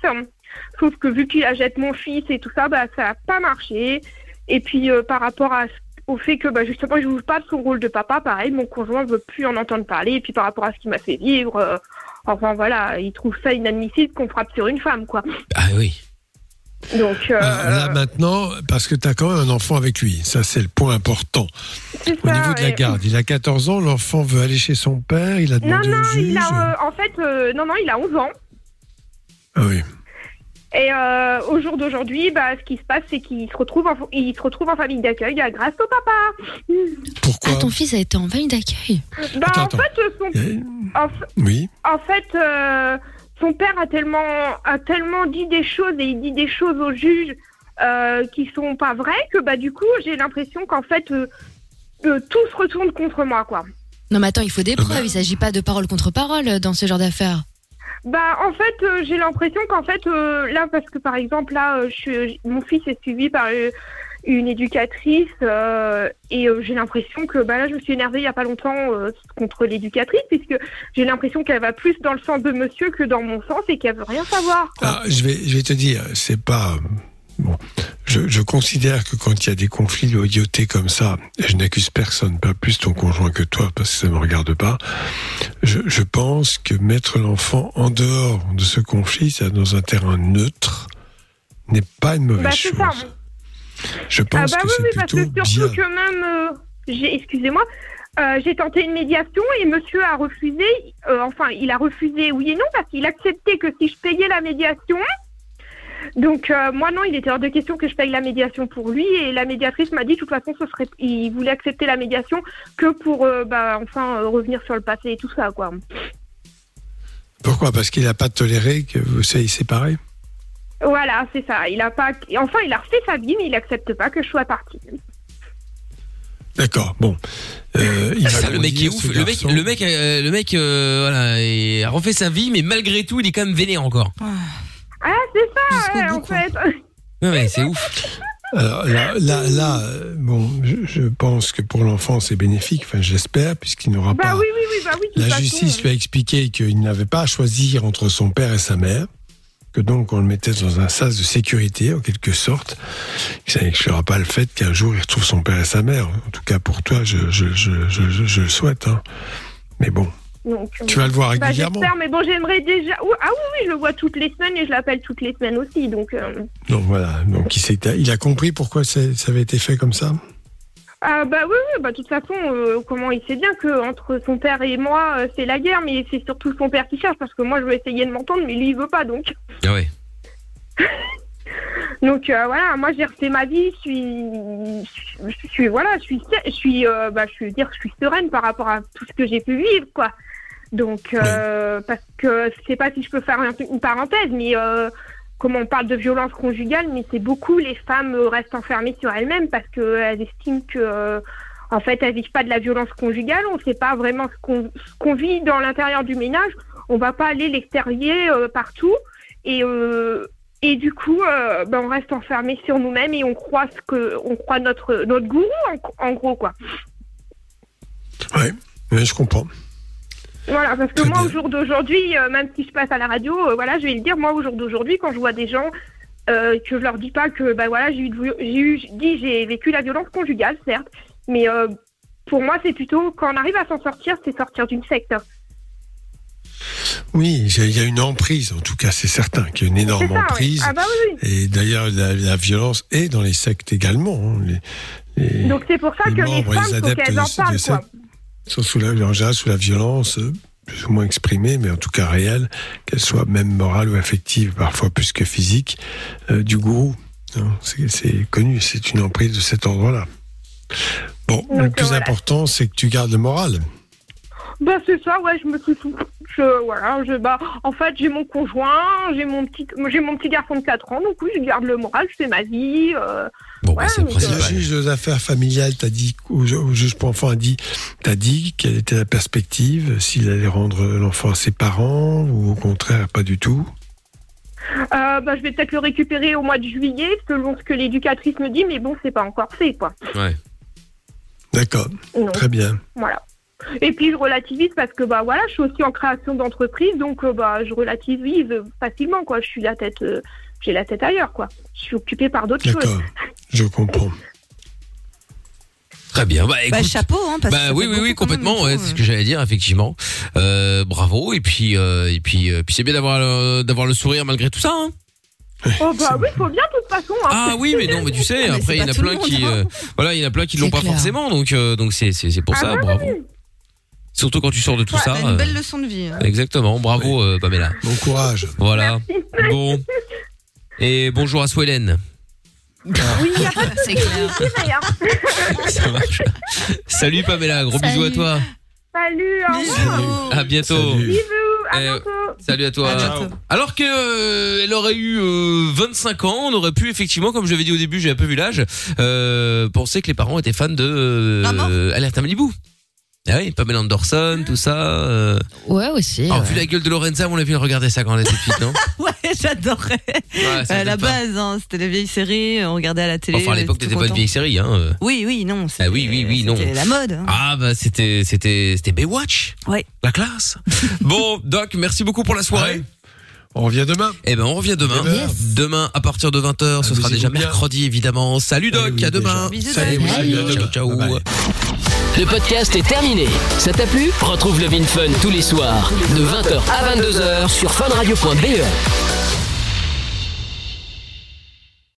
Speaker 17: Sauf que vu qu'il achète mon fils et tout ça, bah ça a pas marché. Et puis euh, par rapport à au fait que bah, justement je joue pas de son rôle de papa, pareil mon conjoint veut plus en entendre parler. Et puis par rapport à ce qu'il m'a fait vivre, euh, enfin voilà, il trouve ça inadmissible qu'on frappe sur une femme quoi.
Speaker 2: Ah oui.
Speaker 17: Donc euh,
Speaker 3: Là maintenant, parce que tu as quand même un enfant avec lui, ça c'est le point important.
Speaker 17: c'est
Speaker 3: Au
Speaker 17: ça,
Speaker 3: niveau de la
Speaker 17: ouais.
Speaker 3: garde, il a 14 ans, l'enfant veut aller chez son père, il a
Speaker 17: Non
Speaker 3: demandé
Speaker 17: non,
Speaker 3: au juge.
Speaker 17: il a euh, en fait euh, non non il a 11 ans.
Speaker 3: Ah oui.
Speaker 17: Et euh, au jour d'aujourd'hui, bah, ce qui se passe, c'est qu'il se retrouve en, il se retrouve en famille d'accueil euh, grâce au papa.
Speaker 3: Pourquoi
Speaker 4: Ah, ton fils a été en famille d'accueil.
Speaker 17: Bah,
Speaker 4: Attends,
Speaker 17: en
Speaker 4: attends.
Speaker 17: fait, euh, son, en, fa-
Speaker 3: Eh, Oui.
Speaker 17: en fait, euh, son père a tellement, a tellement dit des choses et il dit des choses au juge euh, qui sont pas vraies que bah du coup, j'ai l'impression qu'en fait, euh, euh, tout se retourne contre moi, quoi.
Speaker 4: Non, mais attends, il
Speaker 2: Eh
Speaker 4: faut des
Speaker 2: ben.
Speaker 4: preuves. Il s'agit pas de parole contre parole euh, dans ce genre d'affaires.
Speaker 17: Bah en fait euh, j'ai l'impression qu'en fait euh, là parce que par exemple là euh, je suis- mon fils est suivi par euh, une éducatrice euh, et euh, j'ai l'impression que bah, là je me suis énervée il y a pas longtemps euh, contre l'éducatrice puisque j'ai l'impression qu'elle va plus dans le sens de monsieur que dans mon sens et qu'elle veut rien savoir. quoi.
Speaker 3: Ah, je, vais, je vais te dire, c'est pas. Bon, je, je considère que quand il y a des conflits de loyauté comme ça, et je n'accuse personne, pas plus ton conjoint que toi, parce que ça ne me regarde pas, je, je pense que mettre l'enfant en dehors de ce conflit, c'est-à-dire dans un terrain neutre, n'est pas une mauvaise
Speaker 17: Bah, c'est
Speaker 3: chose.
Speaker 17: ça.
Speaker 3: Je pense
Speaker 17: ah bah
Speaker 3: que
Speaker 17: oui,
Speaker 3: c'est
Speaker 17: oui, parce
Speaker 3: plutôt
Speaker 17: que surtout
Speaker 3: bien.
Speaker 17: que même, euh, j'ai- excusez-moi, euh, j'ai tenté une médiation et monsieur a refusé, euh, enfin il a refusé oui et non parce qu'il acceptait que si je payais la médiation, donc euh, moi non, il était hors de question que je paye la médiation pour lui et la médiatrice m'a dit de toute façon ce serait, il voulait accepter la médiation que pour euh, bah, enfin euh, revenir sur le passé et tout ça quoi.
Speaker 3: Pourquoi Parce qu'il n'a pas toléré que vous soyez séparés
Speaker 17: Voilà, c'est ça. Il a pas, enfin il a refait sa vie mais il accepte pas que je sois partie.
Speaker 3: D'accord, bon. Euh, il va
Speaker 2: Ça, le mec est
Speaker 3: grandir,
Speaker 2: ouf.
Speaker 3: ce
Speaker 2: Le mec,
Speaker 3: garçon.
Speaker 2: le mec, euh, le mec, euh, voilà, et a refait sa vie, mais malgré tout, il est quand même vénère encore.
Speaker 17: Ah c'est ça, ouais, en fait.
Speaker 2: Ouais, ouais, c'est ouf.
Speaker 3: Alors là, là, là, euh, bon, je, je pense que pour l'enfant c'est bénéfique, enfin j'espère, puisqu'il n'aura
Speaker 17: Bah
Speaker 3: pas.
Speaker 17: oui, oui, oui, bah oui. de toute
Speaker 3: La
Speaker 17: façon,
Speaker 3: justice lui a expliqué qu'il n'avait pas à choisir entre son père et sa mère, que donc on le mettait dans un sas de sécurité en quelque sorte. Ça n'exclura pas le fait qu'un jour il retrouve son père et sa mère. En tout cas pour toi, je, je, je- je- je- je le souhaite. hein. Mais bon,
Speaker 17: Donc,
Speaker 3: Tu vas le voir
Speaker 17: bah,
Speaker 3: régulièrement.
Speaker 17: J'espère, mais bon, j'aimerais déjà. Ouh, ah oui, oui, je le vois toutes les semaines et je l'appelle toutes les semaines aussi. Donc, euh,
Speaker 3: donc voilà, donc il, s'est- il a compris pourquoi c'est- ça avait été fait comme ça.
Speaker 17: ah bah oui, oui, bah de toute façon, euh, comment il sait bien que entre son père et moi, euh, c'est la guerre, mais c'est surtout son père qui cherche parce que moi, je veux essayer de m'entendre, mais lui, il veut pas donc.
Speaker 2: Ah ouais.
Speaker 17: Donc euh, voilà, moi j'ai refait ma vie, je suis, je suis voilà, je suis, se- je suis, euh, bah, je veux dire, je suis sereine par rapport à tout ce que j'ai pu vivre, quoi. Donc euh, parce que je sais pas si je peux faire un- une parenthèse, mais euh, comment on parle de violence conjugale, mais c'est beaucoup les femmes euh, restent enfermées sur elles-mêmes parce qu'elles estiment que euh, en fait elles vivent pas de la violence conjugale, on sait pas vraiment ce qu'on ce qu'on vit dans l'intérieur du ménage, on va pas aller l'extérieur euh, partout et euh, et du coup, euh, ben, on reste enfermé sur nous-mêmes et on croit ce que, on croit notre notre gourou en, en gros quoi.
Speaker 3: Ouais, ouais, je comprends.
Speaker 17: Voilà, parce que moi au jour d'aujourd'hui, euh, même si je passe à la radio, euh, voilà, je vais le dire, moi au jour d'aujourd'hui, quand je vois des gens euh, que je leur dis pas que, ben voilà, j'ai eu, de vi- j'ai eu, j'ai dit j'ai vécu la violence conjugale, certes, mais euh, pour moi c'est plutôt quand on arrive à s'en sortir, c'est sortir d'une secte.
Speaker 3: Oui, j'ai- il y a une emprise, en tout cas, c'est certain qu'il y a une énorme
Speaker 17: C'est ça, ouais.
Speaker 3: emprise.
Speaker 17: Ah bah oui,
Speaker 3: Et d'ailleurs, la, la violence est dans les sectes également. hein. Les- les-
Speaker 17: Donc c'est pour ça
Speaker 3: les
Speaker 17: que les
Speaker 3: membres et
Speaker 17: femmes,
Speaker 3: les
Speaker 17: faut
Speaker 3: adeptes
Speaker 17: qu'elles en
Speaker 3: des-
Speaker 17: parlent
Speaker 3: des
Speaker 17: quoi.
Speaker 3: sectes sont sous la, en général sous la violence, euh, plus ou moins exprimée, mais en tout cas réelle, qu'elle soit même morale ou affective, parfois plus que physique, euh, du gourou. hein. C'est c'est connu, c'est une emprise de cet ordre-là. Bon, le plus important, c'est que tu gardes le moral.
Speaker 17: Bah c'est ça, ouais, je me suis sou- je voilà, je bah en fait j'ai mon conjoint, j'ai mon petit j'ai mon petit garçon de 4 ans, donc oui je garde le moral, je fais ma vie. euh,
Speaker 2: bah,
Speaker 3: Ah,
Speaker 17: voilà, donc, euh,
Speaker 3: La juge aux affaires familiales t'a dit, au ju- au juge pour enfants a dit, t'a dit quelle était la perspective, s'il allait rendre l'enfant à ses parents ou au contraire pas du tout.
Speaker 17: euh, bah, je vais peut-être le récupérer au mois de juillet, selon ce que l'éducatrice me dit, mais bon c'est pas encore fait quoi.
Speaker 2: Ouais.
Speaker 3: D'accord.
Speaker 17: Non.
Speaker 3: Très bien.
Speaker 17: Voilà. Et puis je relativise parce que bah voilà, je suis aussi en création d'entreprise, donc euh, bah je relativise facilement quoi. Je suis la tête, euh, j'ai la tête ailleurs quoi. Je suis occupée par d'autres choses.
Speaker 3: D'accord. Je comprends.
Speaker 2: Très bien. Bah, écoute,
Speaker 5: chapeau, hein, parce que
Speaker 2: bah
Speaker 5: ça
Speaker 2: oui,
Speaker 5: fait
Speaker 2: oui, oui, complètement. ouais, c'est ce que j'allais dire, effectivement. Euh, bravo. Et puis, euh, et puis, euh, puis c'est bien d'avoir, le- d'avoir le sourire malgré tout ça. hein.
Speaker 17: Oh bah oui, faut bien de toute façon. hein.
Speaker 2: Ah oui, mais non, mais tu sais,
Speaker 17: Mais
Speaker 2: après
Speaker 17: c'est
Speaker 2: il y en
Speaker 17: pas
Speaker 2: a
Speaker 17: tout le
Speaker 2: plein
Speaker 17: monde,
Speaker 2: qui,
Speaker 17: hein.
Speaker 2: euh, voilà, il y en a plein qui l'ont pas forcément, donc, euh, donc c'est, c'est, c'est pour
Speaker 5: Ah
Speaker 2: ça.
Speaker 5: bah oui.
Speaker 2: bravo. Surtout quand tu sors de tout
Speaker 5: Ouais,
Speaker 2: ça.
Speaker 5: bah,
Speaker 2: euh,
Speaker 5: Une belle leçon de vie. hein.
Speaker 2: Exactement, bravo euh, Pamela.
Speaker 3: Bon courage.
Speaker 2: Voilà. Bon. Et bonjour à Swellen.
Speaker 17: Oui, y a pas de
Speaker 5: C'est clair.
Speaker 17: souci, d'ailleurs.
Speaker 2: Ça marche. Salut Pamela, gros bisous à
Speaker 17: Salut.
Speaker 2: toi.
Speaker 17: Salut, au revoir.
Speaker 2: À bientôt.
Speaker 17: Bisous, à
Speaker 2: Euh,
Speaker 17: bientôt.
Speaker 2: Salut à toi.
Speaker 17: À bientôt.
Speaker 2: Alors que euh, elle aurait eu euh, 25 ans, on aurait pu effectivement, comme je l'avais dit au début, j'ai un peu vu l'âge, euh, penser que les parents étaient fans de euh, Alerte à Malibu. Ah oui, Pamela Anderson, tout ça. euh. Ah,
Speaker 4: Ouais, aussi.
Speaker 2: Alors,
Speaker 4: ouais.
Speaker 2: vu la gueule de Lorenza, on l'a vu regarder ça quand elle était petite, non
Speaker 4: Ouais.
Speaker 5: J'adorais.
Speaker 2: Ouais, Ah, ça
Speaker 5: Euh, la
Speaker 2: m'étonne pas.
Speaker 5: base, hein, c'était les vieilles séries, on regardait à la télé.
Speaker 2: Enfin, à l'époque,
Speaker 5: tout
Speaker 2: t'étais pas une
Speaker 5: content.
Speaker 2: vieille série, hein. euh.
Speaker 5: Oui, oui, non. c'est-
Speaker 2: Ah oui, oui, oui, non.
Speaker 5: c'était la mode, hein.
Speaker 2: Ah bah c'était, c'était, c'était Baywatch.
Speaker 5: Ouais.
Speaker 2: La classe. bon, Doc, merci beaucoup pour la soirée.
Speaker 3: On revient demain.
Speaker 2: Eh ben, on revient demain. Ah,
Speaker 3: Eh ben. Yes.
Speaker 2: Demain, à partir de 20h, ce sera déjà mercredi, évidemment. Salut, Doc, à demain.
Speaker 1: Bisous, Doc.
Speaker 2: Eh Salut,
Speaker 1: Salut,
Speaker 2: Doc.
Speaker 1: Doc.
Speaker 2: Ciao, ciao.
Speaker 1: Le podcast est terminé. Ça t'a plu E. Retrouve le Vin Fun tous les soirs de 20h à 22h sur funradio.be.